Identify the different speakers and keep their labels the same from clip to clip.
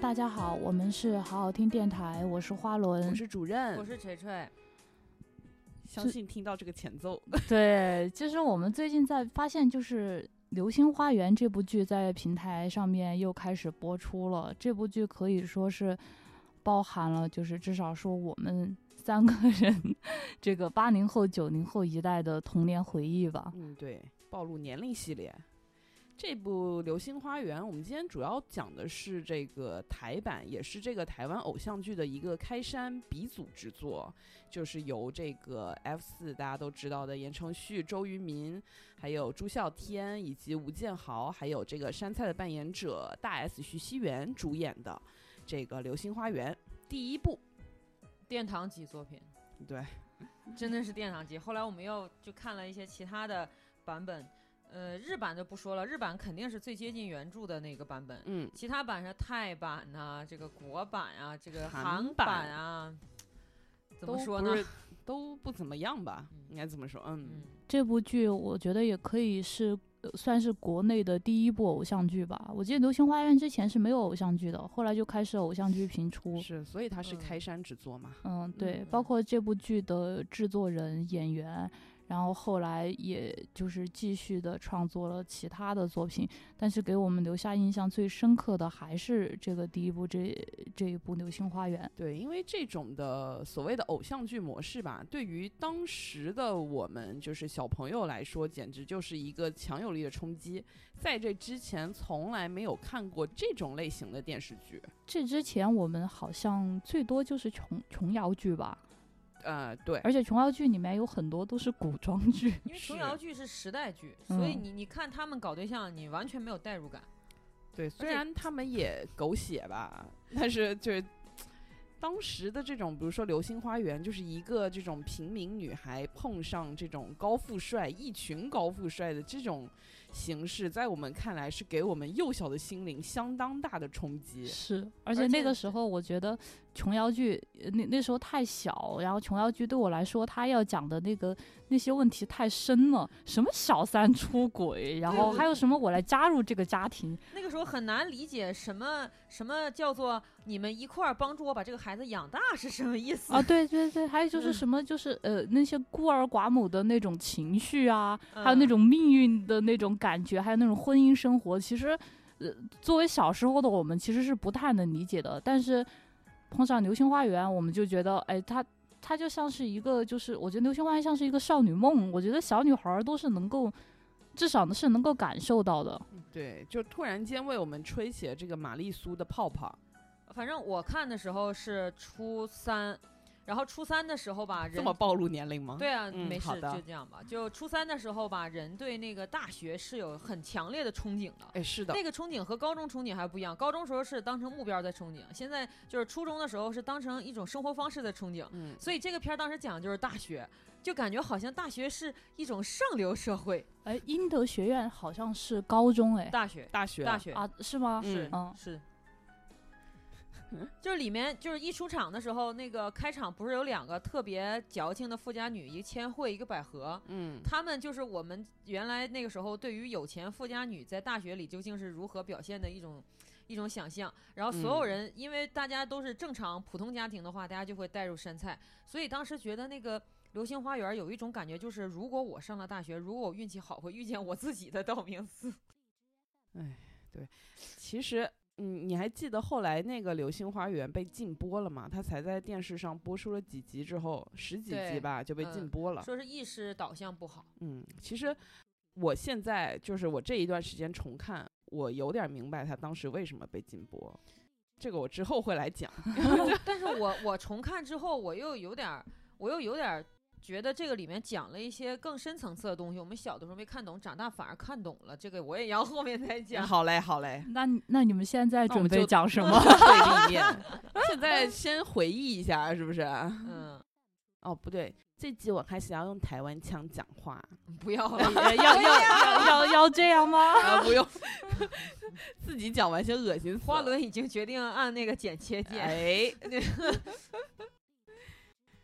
Speaker 1: 大家好，我们是好好听电台，我是花轮
Speaker 2: 我，是主任，
Speaker 3: 我是锤锤，
Speaker 2: 相信听到这个前奏，
Speaker 1: 对，就是我们最近在发现，就是《流星花园》这部剧在平台上面又开始播出了。这部剧可以说是包含了，就是至少说我们 三个人这个八零后、九零后一代的童年回忆吧。
Speaker 2: 嗯，对，暴露年龄系列。这部《流星花园》，我们今天主要讲的是这个台版，也是这个台湾偶像剧的一个开山鼻祖之作，就是由这个 F 四大家都知道的言承旭、周渝民，还有朱孝天以及吴建豪，还有这个杉菜的扮演者大 S 徐熙媛主演的这个《流星花园》第一部。
Speaker 3: 殿堂级作品，
Speaker 2: 对，
Speaker 3: 真的是殿堂级。后来我们又就看了一些其他的版本，呃，日版就不说了，日版肯定是最接近原著的那个版本。
Speaker 2: 嗯，
Speaker 3: 其他版是泰版呐、这个国版啊，这个
Speaker 2: 韩
Speaker 3: 韩
Speaker 2: 版
Speaker 3: 啊，怎
Speaker 2: 都
Speaker 3: 么
Speaker 2: 不
Speaker 3: 说呢？
Speaker 2: 是？都不怎么样吧，应该这么说。嗯
Speaker 3: 嗯，，
Speaker 1: 这部剧我觉得也可以是。呃算是国内的第一部偶像剧吧。我记得《流星花园》之前是没有偶像剧的，后来就开始偶像剧频出。
Speaker 2: 是，所以它是
Speaker 3: 嗯
Speaker 2: 开山之作嘛。
Speaker 1: 嗯，对，
Speaker 3: 嗯
Speaker 1: 包括这部剧的制作人、演员，然后后来也就是继续的创作了其他的作品，但是给我们留下印象最深刻的还是这个第一部这这一部《流星花园》。
Speaker 2: 对，因为这种的所谓的偶像剧模式吧，对于当时的我们就是小朋友来说，简直就是一个强有力的冲击。在这之前，从来没有看过这种类型的电视剧。
Speaker 1: 这之前我们好像最多就是琼琼瑶剧吧，
Speaker 2: 呃，对，
Speaker 1: 而且琼瑶剧里面有很多都是古装剧。
Speaker 3: 因为琼
Speaker 2: 是
Speaker 3: 瑶剧是时代剧，所以
Speaker 1: 嗯
Speaker 3: 你你看他们搞对象，你完全没有代入感。
Speaker 2: 对，虽
Speaker 3: 且
Speaker 2: 然他们也狗血吧，但是就是当时的这种，比如说《流星花园》，就是一个这种平民女孩碰上这种高富帅，一群高富帅的这种形式，在我们看来是给我们幼小的心灵相当大的冲击。
Speaker 1: 是，而
Speaker 3: 而
Speaker 1: 且那
Speaker 3: 且
Speaker 1: 个时候我觉得琼瑶剧，呃那那时候太小，然后琼瑶剧对我来说，她要讲的那个那些问题太深了，什么小三出轨，然
Speaker 3: 对
Speaker 1: 后
Speaker 3: 对
Speaker 1: 还有什么我来加入这个家庭，
Speaker 3: 那个时候很难理解什么什么叫做你们一块儿帮助我把这个孩子养大是什么意思
Speaker 1: 啊，对对对，还有就是
Speaker 3: 嗯
Speaker 1: 什么就是呃那些孤儿寡母的那种情绪啊，还有那
Speaker 3: 嗯
Speaker 1: 种命运的那种感觉，还有那种婚姻生活，其实呃作为小时候的我们其实是不太能理解的，但是碰上《流星花园》，我们就觉得哎它。它就像是一个，就是我觉得《流星花园》像是一个少女梦，我觉得小女孩儿都是能够，至少是能够感受到的。
Speaker 2: 对，就突然间为我们吹起了这个玛丽苏的泡泡，
Speaker 3: 反正我看的时候是初三，然后初三的时候吧，
Speaker 2: 这
Speaker 3: 人
Speaker 2: 么暴露年龄吗？
Speaker 3: 对啊，
Speaker 2: 嗯
Speaker 3: 没
Speaker 2: 好
Speaker 3: 事，
Speaker 2: 的
Speaker 3: 就这样吧。就初三的时候吧，人对那个大学是有很强烈的憧憬的。
Speaker 2: 哎，是的，
Speaker 3: 那个憧憬和高中憧憬还不一样，高中时候是当成目标在憧憬，现在就是初中的时候是当成一种生活方式在憧憬。
Speaker 2: 嗯，
Speaker 3: 所以这个片儿当时讲的就是大学，就感觉好像大学是一种上流社会，
Speaker 1: 哎，英德学院好像是高中哎
Speaker 3: 大学，
Speaker 2: 大学
Speaker 3: 大学
Speaker 1: 啊，是吗？
Speaker 2: 嗯
Speaker 3: 是
Speaker 1: 嗯
Speaker 3: 是， 就是里面就是一出场的时候，那个开场不是有两个特别矫情的富家女，一个千惠，一个百合。
Speaker 2: 嗯，
Speaker 3: 她们就是我们原来那个时候对于有钱富家女在大学里究竟是如何表现的一种一种想象。然后所有
Speaker 2: 嗯
Speaker 3: 人，因为大家都是正常普通家庭的话，大家就会带入杉菜，所以当时觉得那个《流星花园》有一种感觉，就是如果我上了大学，如果我运气好，会遇见我自己的道明寺。
Speaker 2: 其实，嗯，你还记得后来那个《流星花园》被禁播了吗？它才在电视上播出了几集之后，十几集
Speaker 3: 对
Speaker 2: 吧就被禁
Speaker 3: 嗯
Speaker 2: 播 了。
Speaker 3: 说是意识导向不好。
Speaker 2: 嗯其实我现在就是我这一段时间重看，我有点明白它当时为什么被禁播。这个我之后会来 讲。
Speaker 3: 但是我我重看之后，我又有点儿，我又有点儿觉得这个里面讲了一些更深层次的东西。我们小的时候没看懂，长大反而看懂了。这个我也要后面 再讲。
Speaker 2: 好嘞，好 嘞。
Speaker 1: 那你那你们现在
Speaker 2: 那我
Speaker 1: 准
Speaker 2: 们
Speaker 1: 备
Speaker 2: 就
Speaker 1: 讲什么？
Speaker 2: 对立面，现在先回忆一下，是不 是？
Speaker 3: 嗯，
Speaker 2: 哦，不对，这集我开始要用台湾腔讲话。
Speaker 3: 不要了。
Speaker 1: 要哎 要 要要要这样吗？
Speaker 2: 啊，不用， 自己讲完先恶心死了。
Speaker 3: 花轮已经决定按那个剪切键。
Speaker 2: 哎，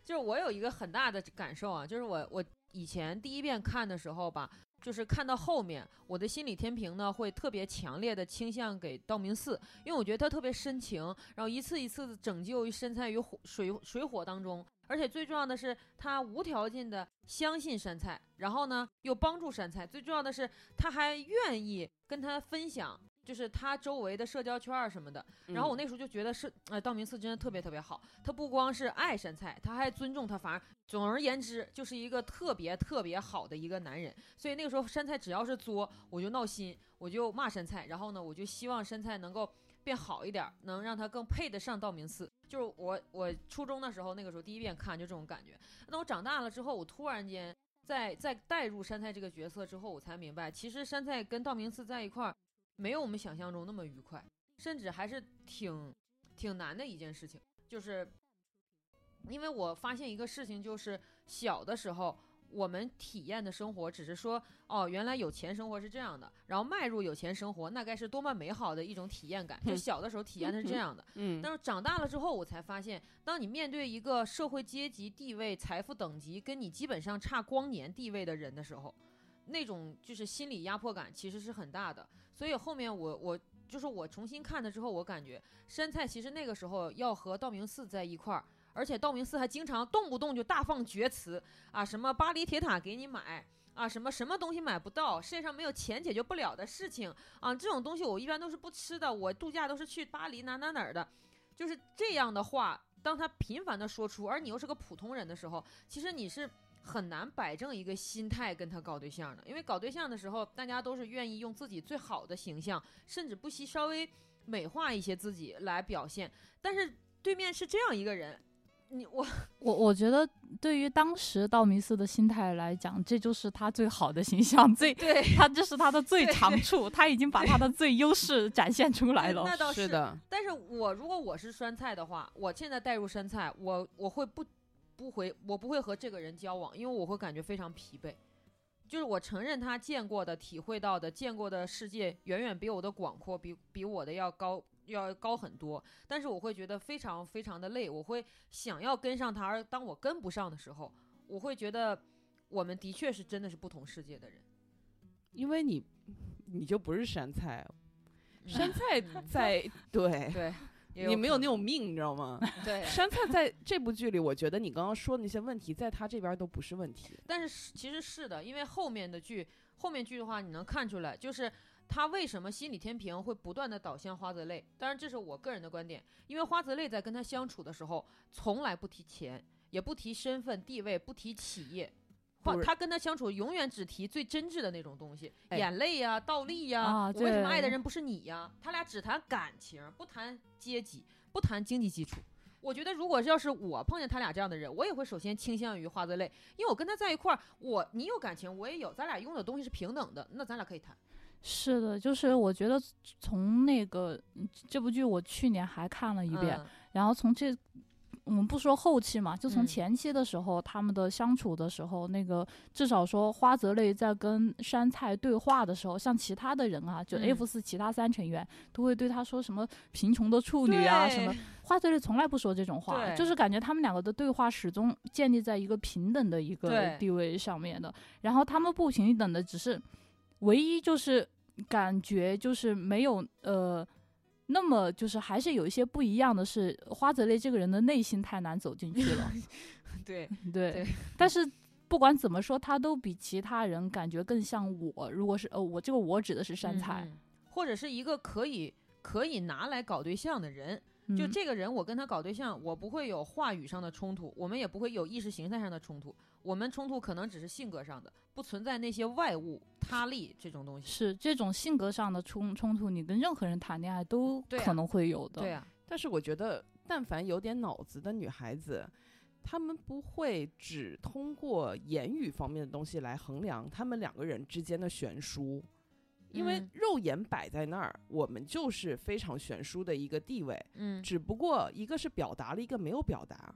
Speaker 3: 就是我有一个很大的感受啊，就是我我以前第一遍看的时候吧，就是看到后面，我的心理天平呢会特别强烈的倾向给道明寺，因为我觉得他特别深情，然后一次一次的拯救于身在于火水水火当中，而且最重要的是他无条件的相信山菜，然后呢又帮助山菜，最重要的是他还愿意跟他分享。就是他周围的社交圈儿什么的，然后
Speaker 2: 嗯
Speaker 3: 我那时候就觉得是，呃，道明寺真的特别特别好。他不光是爱山菜，他还尊重他，反而总而言之，就是一个特别特别好的一个男人。所以那个时候，山菜只要是作，我就闹心，我就骂山菜。然后呢，我就希望山菜能够变好一点儿，能让他更配得上道明寺。就是我我初中的时候，那个时候第一遍看就这种感觉。那我长大了之后，我突然间在在带入山菜这个角色之后，我才明白，其实山菜跟道明寺在一块儿，没有我们想象中那么愉快，甚至还是挺挺难的一件事情。就是因为我发现一个事情，就是小的时候我们体验的生活，只是说哦，原来有钱生活是这样的，然后迈入有钱生活，那该是多么美好的一种体验感。就
Speaker 2: 嗯
Speaker 3: 小的时候体验的是这样的，
Speaker 2: 嗯
Speaker 3: 但是长大了之后，我才发现，当你面对一个社会阶级、地位、财富等级跟你基本上差光年地位的人的时候，那种就是心理压迫感其实是很大的。所以后面我我就是我重新看了之后，我感觉山菜其实那个时候要和道明寺在一块儿，而且道明寺还经常动不动就大放厥词啊，什么巴黎铁塔给你买。啊，什么什么东西买不到？世界上没有钱解决不了的事情啊！这种东西我一般都是不吃的，我度假都是去巴黎哪哪哪儿的，就是这样的话，当他频繁的说出，而你又是个普通人的时候，其实你是很难摆正一个心态跟他搞对象的，因为搞对象的时候，大家都是愿意用自己最好的形象，甚至不惜稍微美化一些自己来表现，但是对面是这样一个人，你我
Speaker 1: 我我觉得对于当时道明寺的心态来讲，这就是他最好的形象，最
Speaker 3: 对。
Speaker 1: 他这是他的最
Speaker 3: 对
Speaker 1: 长处，他已经把他的最优势展现出来了。
Speaker 3: 那倒
Speaker 2: 是的，
Speaker 3: 但是我如果我是酸菜的话，我现在带入酸菜，我我会不不回，我不会和这个人交往，因为我会感觉非常疲惫。就是我承认他见过的、体会到的、见过的世界远远比我的广阔，比比我的要高要高很多。但是我会觉得非常非常的累，我会想要跟上他，而当我跟不上的时候，我会觉得我们的确是真的是不同世界的人。
Speaker 2: 因为你你就不是山菜，
Speaker 3: 嗯
Speaker 2: 山菜
Speaker 3: 嗯
Speaker 2: 在对。
Speaker 3: 对，也
Speaker 2: 你没有
Speaker 3: 可
Speaker 2: 那
Speaker 3: 能
Speaker 2: 种命，你知道吗？
Speaker 3: 对，
Speaker 2: 山菜在这部剧里，我觉得你刚刚说的那些问题，在他这边都不是问 题。
Speaker 3: 但是是其实是的，因为后面的剧，后面剧的话，你能看出来，就是他为什么心理天平会不断的导向花泽类。当然，这是我个人的观点，因为花泽类在跟他相处的时候，从来不提钱，也不提身份地位，不提企业。
Speaker 2: 不
Speaker 3: 或
Speaker 2: 是
Speaker 3: 他跟他相处，永远只提最真挚的那种东西，
Speaker 2: 哎
Speaker 3: 眼泪呀、倒立呀、
Speaker 1: 啊
Speaker 3: 我为什么爱的
Speaker 1: 对
Speaker 3: 人不是你呀、他俩只谈感情，不谈阶级，不谈经济基础。我觉得，如果要是我碰见他俩这样的人，我也会首先倾向于花泽类，因为我跟他在一块儿，我你有感情，我也有，咱俩拥有的东西是平等的，那咱俩可以谈。
Speaker 1: 是的，就是我觉得从那个嗯这部剧，我去年还看了一遍，
Speaker 3: 嗯
Speaker 1: 然后从这。我们不说后期嘛，就从
Speaker 3: 嗯
Speaker 1: 前期的时候，他们的相处的时候，那个至少说花泽类在跟山菜对话的时候，像其他的人啊，就
Speaker 3: 嗯
Speaker 1: F 四其他三成员、都会对他说什么贫穷的处女啊什么，花泽类从来不说这种话，
Speaker 3: 对
Speaker 1: 就是感觉他们两个的对话始终建立在一个平等的一个
Speaker 3: 对
Speaker 1: 地位上面的。然后他们不平等的只是，唯一就是感觉就是没有呃，那么就是还是有一些不一样的是，花泽类这个人的内心太难走进去了。
Speaker 3: 对，
Speaker 1: 对，
Speaker 3: 对
Speaker 1: 但是不管怎么说，他都比其他人感觉更像我。如果是呃，我这个我指的是山菜，
Speaker 3: 嗯或者是一个可以可以拿来搞对象的人，就
Speaker 1: 嗯
Speaker 3: 这个人，我跟他搞对象，我不会有话语上的冲突，我们也不会有意识形态上的冲突，我们冲突可能只是性格上的，不存在那些外物、他力这种东西。
Speaker 1: 是这种性格上的冲冲突，你跟任何人谈恋爱都
Speaker 3: 对啊
Speaker 1: 可能会有的。嗯
Speaker 3: 对啊，
Speaker 2: 但是我觉得，但凡有点脑子的女孩子，她们不会只通过言语方面的东西来衡量她们两个人之间的悬殊，因为
Speaker 3: 嗯
Speaker 2: 肉眼摆在那儿，我们就是非常悬殊的一个地位。
Speaker 3: 嗯
Speaker 2: 只不过一个是表达了，一个没有表达。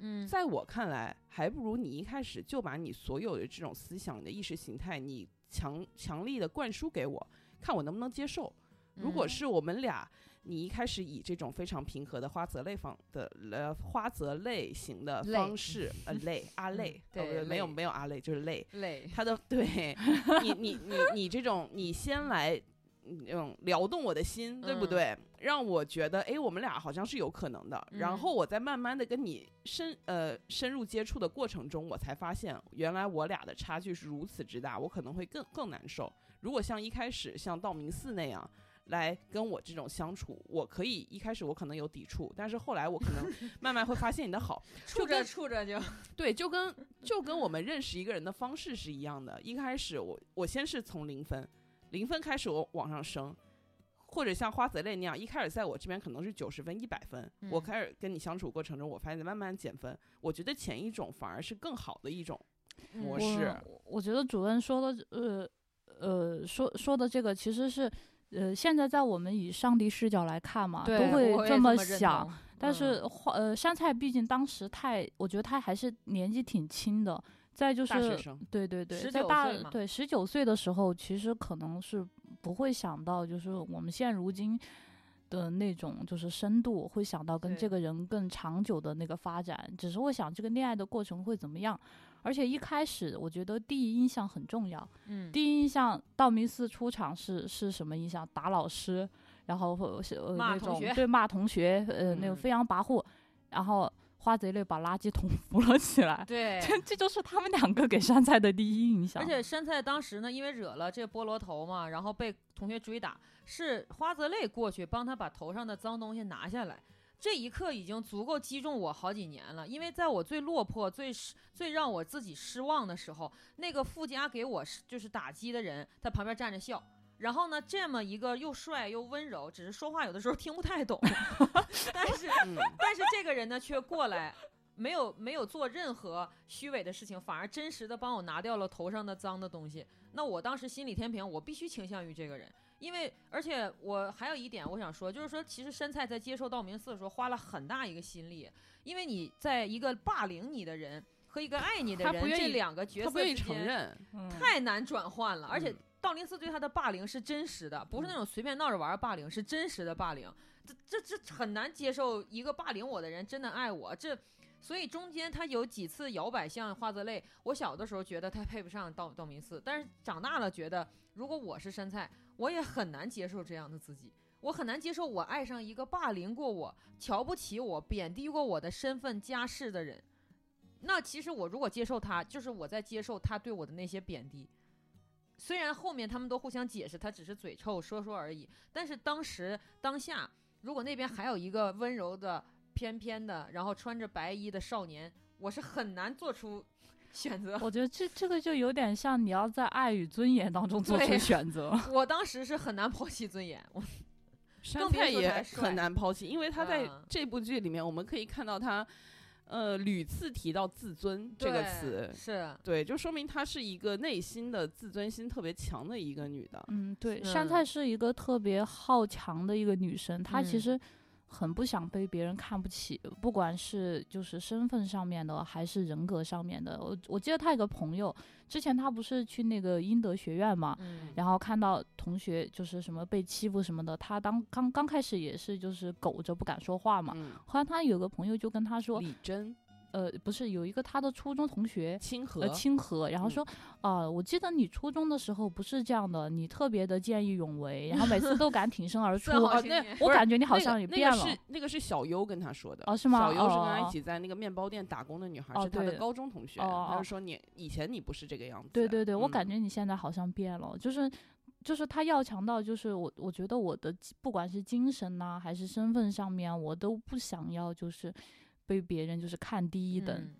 Speaker 3: 嗯，
Speaker 2: 在我看来，还不如你一开始就把你所有的这种思想、你的意识形态，你强强力的灌输给我，看我能不能接受。如果
Speaker 3: 嗯
Speaker 2: 是我们俩你一开始以这种非常平和的花泽类方的呃花泽类型的
Speaker 3: 类
Speaker 2: 方 式，呃类阿
Speaker 3: 嗯
Speaker 2: 类，
Speaker 3: 对
Speaker 2: 哦不没有
Speaker 3: 类
Speaker 2: 没有阿类就是类，
Speaker 3: 累，
Speaker 2: 他的对你你你你这种你先来。嗯，撩动我的心，对不
Speaker 3: 嗯
Speaker 2: 对？让我觉得，哎，我们俩好像是有可能的。
Speaker 3: 嗯
Speaker 2: 然后我在慢慢的跟你深呃深入接触的过程中，我才发现，原来我俩的差距是如此之大，我可能会更更难受。如果像一开始像道明寺那样来跟我这种相处，我可以一开始我可能有抵触，但是后来我可能慢慢会发现你的好，
Speaker 3: 处着
Speaker 2: 跟
Speaker 3: 处着就
Speaker 2: 对，就跟就跟我们认识一个人的方式是一样的。一开始我我先是从零分，零分开始我往上升，或者像花泽类那样，一开始在我这边可能是九十分、一百分，我
Speaker 3: 嗯
Speaker 2: 开始跟你相处过程中，我发现慢慢减分。我觉得前一种反而是更好的一种，
Speaker 3: 嗯
Speaker 2: 模我式是
Speaker 1: 我我觉得主任说的，呃呃，说说的这个其实是，呃，现在在我们以上帝视角来看嘛，
Speaker 3: 对
Speaker 1: 都会
Speaker 3: 我也
Speaker 1: 这
Speaker 3: 这
Speaker 1: 么
Speaker 3: 认
Speaker 1: 想。
Speaker 3: 同
Speaker 1: 但
Speaker 3: 嗯
Speaker 1: 是花呃，杉菜毕竟当时太，我觉得他还是年纪挺轻的。再就
Speaker 2: 大学
Speaker 1: 是，
Speaker 2: 生
Speaker 1: 对对对，
Speaker 3: 19
Speaker 1: 在大
Speaker 3: 岁嘛
Speaker 1: 对十九岁的时候，其实可能是不会想到，就是我们现如今的那种就是深度，会想到跟
Speaker 3: 对
Speaker 1: 这个人更长久的那个发展，只是会想这个恋爱的过程会怎么样。而且一开始，我觉得第一印象很重要。
Speaker 3: 嗯，
Speaker 1: 第一印象，道明寺出场是是什么印象？打老师，然后或是呃
Speaker 3: 骂
Speaker 1: 那
Speaker 3: 同
Speaker 1: 种
Speaker 3: 学
Speaker 1: 对骂同学，呃那
Speaker 3: 嗯
Speaker 1: 种飞扬跋扈，然后花贼类把垃圾 桶扶了起来，
Speaker 3: 对
Speaker 1: 这这就是他们两个给杉菜的第一印象。
Speaker 3: 而且杉菜当时呢，因为惹了这菠萝头嘛，然后被同学追打，是花泽类过去帮他把头上的脏东西拿下来。这一刻已经足够击中我好几年了，因为在我最落魄、最失、最让我自己失望的时候，那个附加给我是就是打击的人在旁边站着笑。然后呢，这么一个又帅又温柔，只是说话有的时候听不太懂， 但是
Speaker 2: 嗯，
Speaker 3: 但是这个人呢，却过来，没有没有做任何虚伪的事情，反而真实的帮我拿掉了头上的脏的东西。那我当时心理天平，我必须倾向于这个人，因为而且我还有一点我想说，就是说其实杉菜在接受道明寺的时候花了很大一个心力，因为你在一个霸凌你的人和一个爱你的
Speaker 2: 他
Speaker 3: 人
Speaker 2: 不愿
Speaker 3: 这
Speaker 2: 意
Speaker 3: 两个角
Speaker 2: 他
Speaker 3: 色
Speaker 2: 不愿意
Speaker 3: 之
Speaker 2: 承
Speaker 3: 间
Speaker 2: 认，
Speaker 1: 嗯
Speaker 3: 太难转换了，而且
Speaker 2: 嗯
Speaker 3: 道明寺对他的霸凌是真实的，不是那种随便闹着玩儿霸凌，是真实的霸凌。这这这很难接受，一个霸凌我的人真的爱我，这所以中间他有几次摇摆像花泽类，我小的时候觉得他配不上道道明寺，但是长大了觉得如果我是杉菜，我也很难接受这样的自己。我很难接受我爱上一个霸凌过我、瞧不起我、贬低过我的身份家世的人。那其实我如果接受他，就是我在接受他对我的那些贬低。虽然后面他们都互相解释，他只是嘴臭说说而已，但是当时当下，如果那边还有一个温柔的、翩翩的，然后穿着白衣的少年，我是很难 做出选择。
Speaker 1: 我觉得这这个就有点像你要在爱与尊严当中做
Speaker 3: 对
Speaker 1: 出选择。
Speaker 3: 我当时是很难剖析尊严，我
Speaker 2: 杉
Speaker 3: 更别
Speaker 2: 菜
Speaker 3: 说
Speaker 2: 也
Speaker 3: 他帅
Speaker 2: 很难抛弃，因为他在
Speaker 3: 嗯
Speaker 2: 这部剧里面，我们可以看到他，呃，屡次提到自尊这个
Speaker 3: 对
Speaker 2: 词，
Speaker 3: 是
Speaker 2: 对，就说明她是一个内心的自尊心特别强的一个女的。
Speaker 1: 嗯，对，
Speaker 3: 是
Speaker 1: 杉菜是一个特别好强的一个女生，她其
Speaker 3: 嗯
Speaker 1: 实很不想被别人看不起，不管是就是身份上面的，还是人格上面的。我我记得她有个朋友，之前她不是去那个英德学院嘛，
Speaker 3: 嗯
Speaker 1: 然后看到同学就是什么被欺负什么的，她当刚刚开始也是就是苟着不敢说话嘛。
Speaker 2: 嗯，
Speaker 1: 后来她有个朋友就跟她说，
Speaker 2: 李珍、
Speaker 1: 呃，不是有一个她的初中同学，
Speaker 2: 清河
Speaker 1: 呃，亲和，然后
Speaker 2: 嗯
Speaker 1: 说，啊、我记得你初中的时候不是这样的，你特别的见义勇为，然后每次都敢挺身而出
Speaker 3: 算。好
Speaker 2: 啊
Speaker 3: 青
Speaker 2: 那
Speaker 3: 年
Speaker 1: 我
Speaker 2: 不是
Speaker 1: 感觉你好
Speaker 2: 那个
Speaker 1: 像也
Speaker 2: 那
Speaker 1: 变
Speaker 2: 个
Speaker 1: 了
Speaker 2: 是那个是小优跟她说的
Speaker 1: 哦是吗
Speaker 2: 小优是跟
Speaker 1: 哦哦
Speaker 2: 她
Speaker 1: 哦
Speaker 2: 一起在那个面包店打工的女孩，
Speaker 1: 哦
Speaker 2: 是她的
Speaker 1: 对
Speaker 2: 高中同学。
Speaker 1: 哦哦
Speaker 2: 她
Speaker 1: 哦
Speaker 2: 就说你以前你不是这个样子。
Speaker 1: 对对对，我
Speaker 2: 嗯
Speaker 1: 感觉你现在好像变了，就是就是他要强到，就是我我觉得我的精不管是精神呐、还是身份上面，我都不想要就是被别人就是看低一等。
Speaker 3: 嗯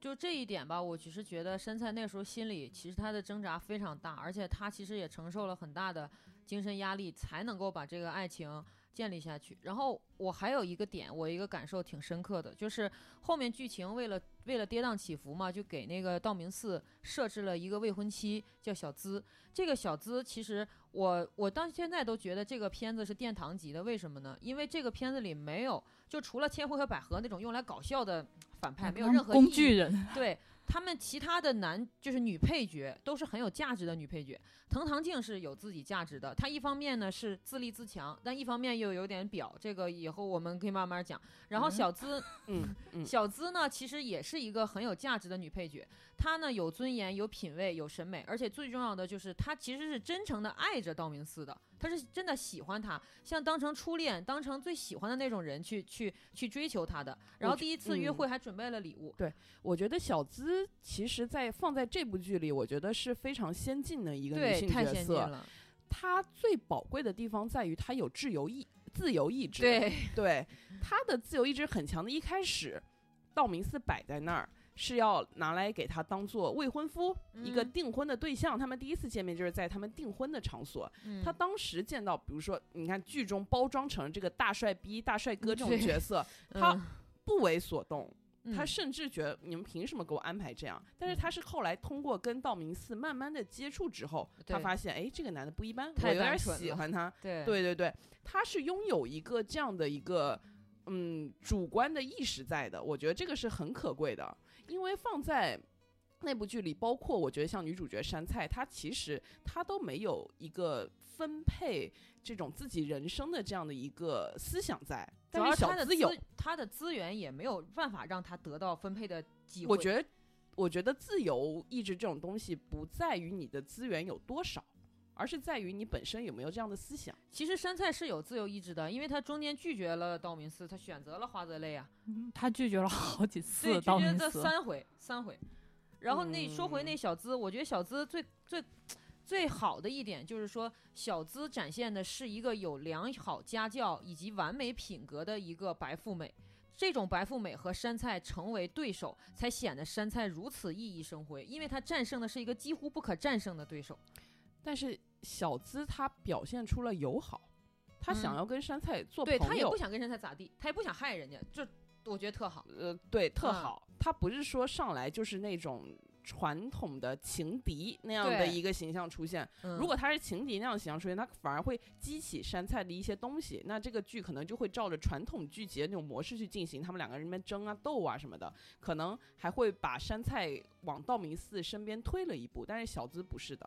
Speaker 3: 就这一点吧，我只是觉得杉菜那时候心里其实他的挣扎非常大，而且他其实也承受了很大的精神压力，才能够把这个爱情建立下去。然后我还有一个点，我一个感受挺深刻的，就是后面剧情为了为了跌宕起伏嘛，就给那个道明寺设置了一个未婚妻，叫小资。这个小资其实我我到现在都觉得这个片子是殿堂级的，为什么呢？因为这个片子里没有就除了千惠和百合那种用来搞笑的反派，没有
Speaker 1: 当
Speaker 3: 任何
Speaker 1: 啊哎工
Speaker 3: 意义
Speaker 1: 具人，
Speaker 3: 对他们其他的男就是女配角都是很有价值的女配角，藤堂静是有自己价值的。她一方面呢是自立自强，但一方面又有点表，这个以后我们可以慢慢讲。然后
Speaker 2: 嗯
Speaker 3: 小资、
Speaker 2: 嗯嗯
Speaker 3: 小资呢，其实也是一个很有价值的女配角。她呢有尊严、有品味、有审美，而且最重要的就是她其实是真诚的爱着道明寺的，她是真的喜欢他，像当成初恋、当成最喜欢的那种人去去去追求他的。然后
Speaker 2: 觉
Speaker 3: 第一次约
Speaker 2: 哦嗯
Speaker 3: 会还准备了礼物，
Speaker 2: 我觉得小资其实，在放在这部剧里，我觉得是非常先进的一个女
Speaker 3: 对，
Speaker 2: 性
Speaker 3: 太
Speaker 2: 角
Speaker 3: 先进
Speaker 2: 色。
Speaker 3: 了，
Speaker 2: 她最宝贵的地方在于她有自由意自由意志。
Speaker 3: 对。
Speaker 2: 对，她的自由意志很强的。一开始，道明寺摆在那儿是要拿来给他当做未婚夫、一个
Speaker 3: 嗯
Speaker 2: 订婚的对象。他们第一次见面就是在他们订婚的场所。他
Speaker 3: 嗯
Speaker 2: 当时见到，比如说，你看剧中包装成这个大帅逼、大帅哥这种
Speaker 3: 对
Speaker 2: 角 色，他
Speaker 3: 嗯
Speaker 2: 不为所动。
Speaker 3: 嗯
Speaker 2: 他甚至觉得你们凭什么给我安排这样？但是
Speaker 3: 嗯
Speaker 2: 他是后来通过跟道明寺慢慢的接触之后，他
Speaker 3: 对
Speaker 2: 发现，哎，这个男的不一般，我
Speaker 3: 太
Speaker 2: 有点
Speaker 3: 单纯
Speaker 2: 喜
Speaker 3: 了
Speaker 2: 欢他。
Speaker 3: 对
Speaker 2: 对对对，他是拥有一个这样的一个嗯主观的意识在的，我觉得这个是很可贵的，因为放在。那部剧里，包括我觉得像女主角山菜，她其实她都没有一个分配这种自己人生的这样的一个思想在，
Speaker 3: 主要
Speaker 2: 但是
Speaker 3: 他
Speaker 2: 小
Speaker 3: 的
Speaker 2: 资有，
Speaker 3: 他的资源也没有办法让他得到分配的机会。
Speaker 2: 我觉得，我觉得自由意志这种东西不在于你的资源有多少，而是在于你本身有没有这样的思想。
Speaker 3: 其实山菜是有自由意志的，因为他中间拒绝了道明寺，他选择了花泽类啊，
Speaker 1: 嗯他拒绝了好几
Speaker 3: 对，
Speaker 1: 次
Speaker 3: 拒
Speaker 1: 道
Speaker 3: 绝
Speaker 1: 明
Speaker 3: 了
Speaker 1: 寺，
Speaker 3: 三回，三回。然后那说回
Speaker 2: 嗯
Speaker 3: 那小资，我觉得小资最最最好的一点就是说，小资展现的是一个有良好家教以及完美品格的一个白富美。这种白富美和山菜成为对手，才显得山菜如此熠熠生辉，因为她战胜的是一个几乎不可战胜的对手。
Speaker 2: 但是小资他表现出了友好，他想
Speaker 3: 嗯
Speaker 2: 要跟山菜做朋
Speaker 3: 对
Speaker 2: 友，
Speaker 3: 她也不想跟山菜咋地，她也不想害人家，这我觉得特好。
Speaker 2: 呃，对，特
Speaker 3: 嗯
Speaker 2: 好。他不是说上来就是那种传统的情敌那样的
Speaker 3: 对
Speaker 2: 一个形象出现。
Speaker 3: 嗯、
Speaker 2: 如果他是情敌那样的形象出现，他反而会激起山菜的一些东西。那这个剧可能就会照着传统剧集的那种模式去进行，他们两个人们争啊、斗啊什么的，可能还会把山菜往道明寺身边推了一步。但是小资不是的，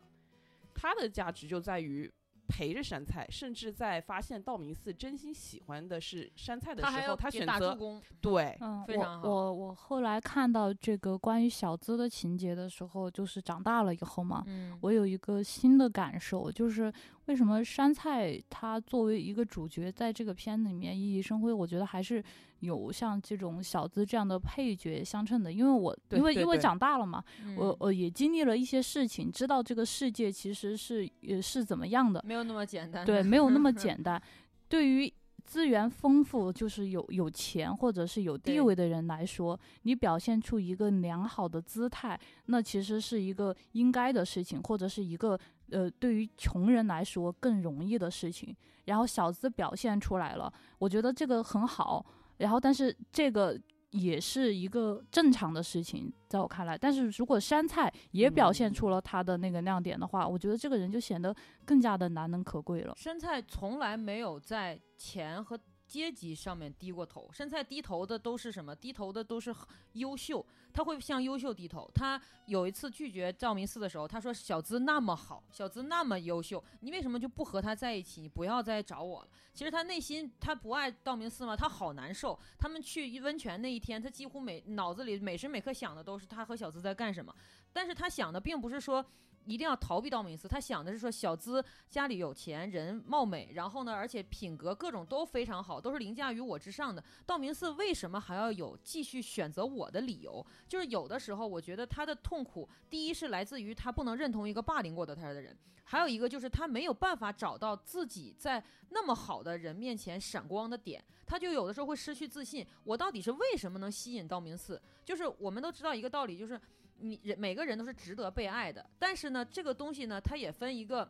Speaker 2: 他的价值就在于。陪着山菜，甚至在发现道明寺真心喜欢的是山菜的
Speaker 3: 她还
Speaker 2: 时候，
Speaker 3: 要
Speaker 2: 他
Speaker 3: 给
Speaker 2: 选
Speaker 3: 打助
Speaker 2: 择
Speaker 3: 攻，
Speaker 2: 对，
Speaker 1: 嗯，
Speaker 3: 非常好
Speaker 1: 我我我后来看到这个关于小资的情节的时候，就是长大了以后嘛，
Speaker 3: 嗯，
Speaker 1: 我有一个新的感受，就是为什么山菜她作为一个主角，在这个片子里面熠熠生辉，我觉得还是有像这种小资这样的配角相称的，因为我
Speaker 2: 对
Speaker 1: 因为
Speaker 2: 对
Speaker 1: 因为
Speaker 2: 对
Speaker 1: 长大了嘛，我
Speaker 3: 嗯
Speaker 1: 我也经历了一些事情，知道这个世界其实是也是怎么样的，
Speaker 3: 没有那么简单的。
Speaker 1: 对，没有那么简单。对于资源丰富，就是有有钱或者是有地
Speaker 3: 对
Speaker 1: 位的人来说，你表现出一个良好的姿态，那其实是一个应该的事情，或者是一个呃，对于穷人来说更容易的事情。然后小资表现出来了，我觉得这个很好。然后，但是这个。也是一个正常的事情，在我看来。但是如果山菜也表现
Speaker 2: 嗯
Speaker 1: 出了他的那个亮点的话，我觉得这个人就显得更加的难能可贵了。
Speaker 3: 山菜从来没有在钱和阶级上面低过头，山菜低头的都是什么？低头的都是很优秀，他会向优秀低头。他有一次拒绝赵明寺的时候，他说：“小资那么好，小资那么优秀，你为什么就不和他在一起？你不要再找我了。”其实他内心他不爱道明寺吗？他好难受。他们去温泉那一天，他几乎每脑子里每时每刻想的都是他和小资在干什么，但是他想的并不是说。一定要逃避道明寺，他想的是说小资家里有钱，人貌美，然后呢，而且品格各种都非常好，都是凌驾于我之上的。道明寺为什么还要有继续选择我的理由？就是有的时候，我觉得他的痛苦，第一是来自于他不能认同一个霸凌过的他的人，还有一个就是他没有办法找到自己在那么好的人面前闪光的点，他就有的时候会失去自信。我到底是为什么能吸引道明寺？就是我们都知道一个道理，就是你人每个人都是值得被爱的，但是呢，这个东西呢，它也分一个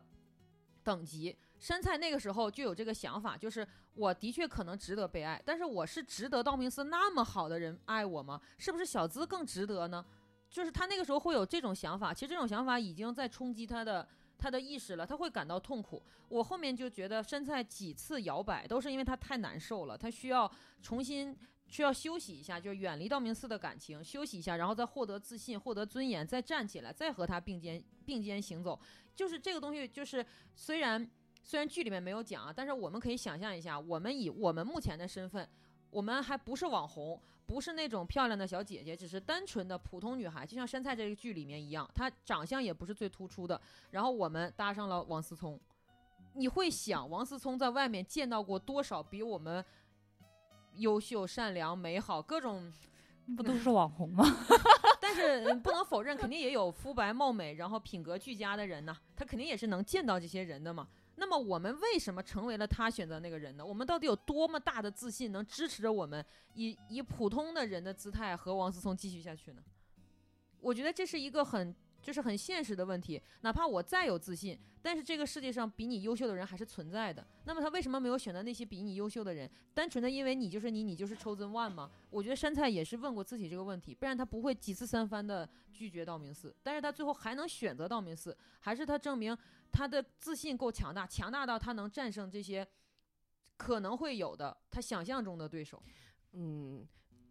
Speaker 3: 等级。山菜那个时候就有这个想法，就是我的确可能值得被爱，但是我是值得道明寺那么好的人爱我吗？是不是小资更值得呢？就是他那个时候会有这种想法，其实这种想法已经在冲击他的他的意识了，他会感到痛苦。我后面就觉得山菜几次摇摆都是因为他太难受了，他需要重新需要休息一下，就是远离道明寺的感情，休息一下，然后再获得自信，获得尊严，再站起来，再和他并肩并肩行走。就是这个东西，就是虽然虽然剧里面没有讲啊，但是我们可以想象一下，我们以我们目前的身份，我们还不是网红，不是那种漂亮的小姐姐，只是单纯的普通女孩，就像杉菜这个剧里面一样，她长相也不是最突出的。然后我们搭上了王思聪，你会想王思聪在外面见到过多少比我们优秀、善良、美好各种，
Speaker 1: 不都是网红吗？
Speaker 3: 但是嗯不能否认，肯定也有肤白貌美，然后品格俱佳的人呐、他肯定也是能见到这些人的嘛。那么我们为什么成为了他选择那个人呢？我们到底有多么大的自信能支持着我们以以普通的人的姿态和王思聪继续下去呢？我觉得这是一个很就是很现实的问题。哪怕我再有自信，但是这个世界上比你优秀的人还是存在的。那么他为什么没有选择那些比你优秀的人？单纯的因为你就是你，你就是抽 h one 吗？我觉得山菜也是问过自己这个问题，不然他不会几次三番的拒绝道明寺。但是他最后还能选择道明寺，还是他证明他的自信够强大，强大到他能战胜这些可能会有的他想象中的对手。
Speaker 2: 嗯，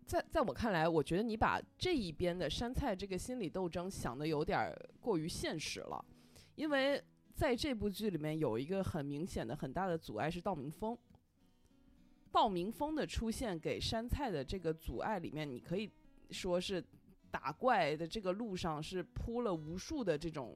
Speaker 2: 在在我看来，我觉得你把这一边的山菜这个心理斗争想的有点儿过于现实了，因为在这部剧里面有一个很明显的很大的阻碍是道明峰。道明峰的出现给山菜的这个阻碍里面，你可以说是打怪的这个路上是铺了无数的这种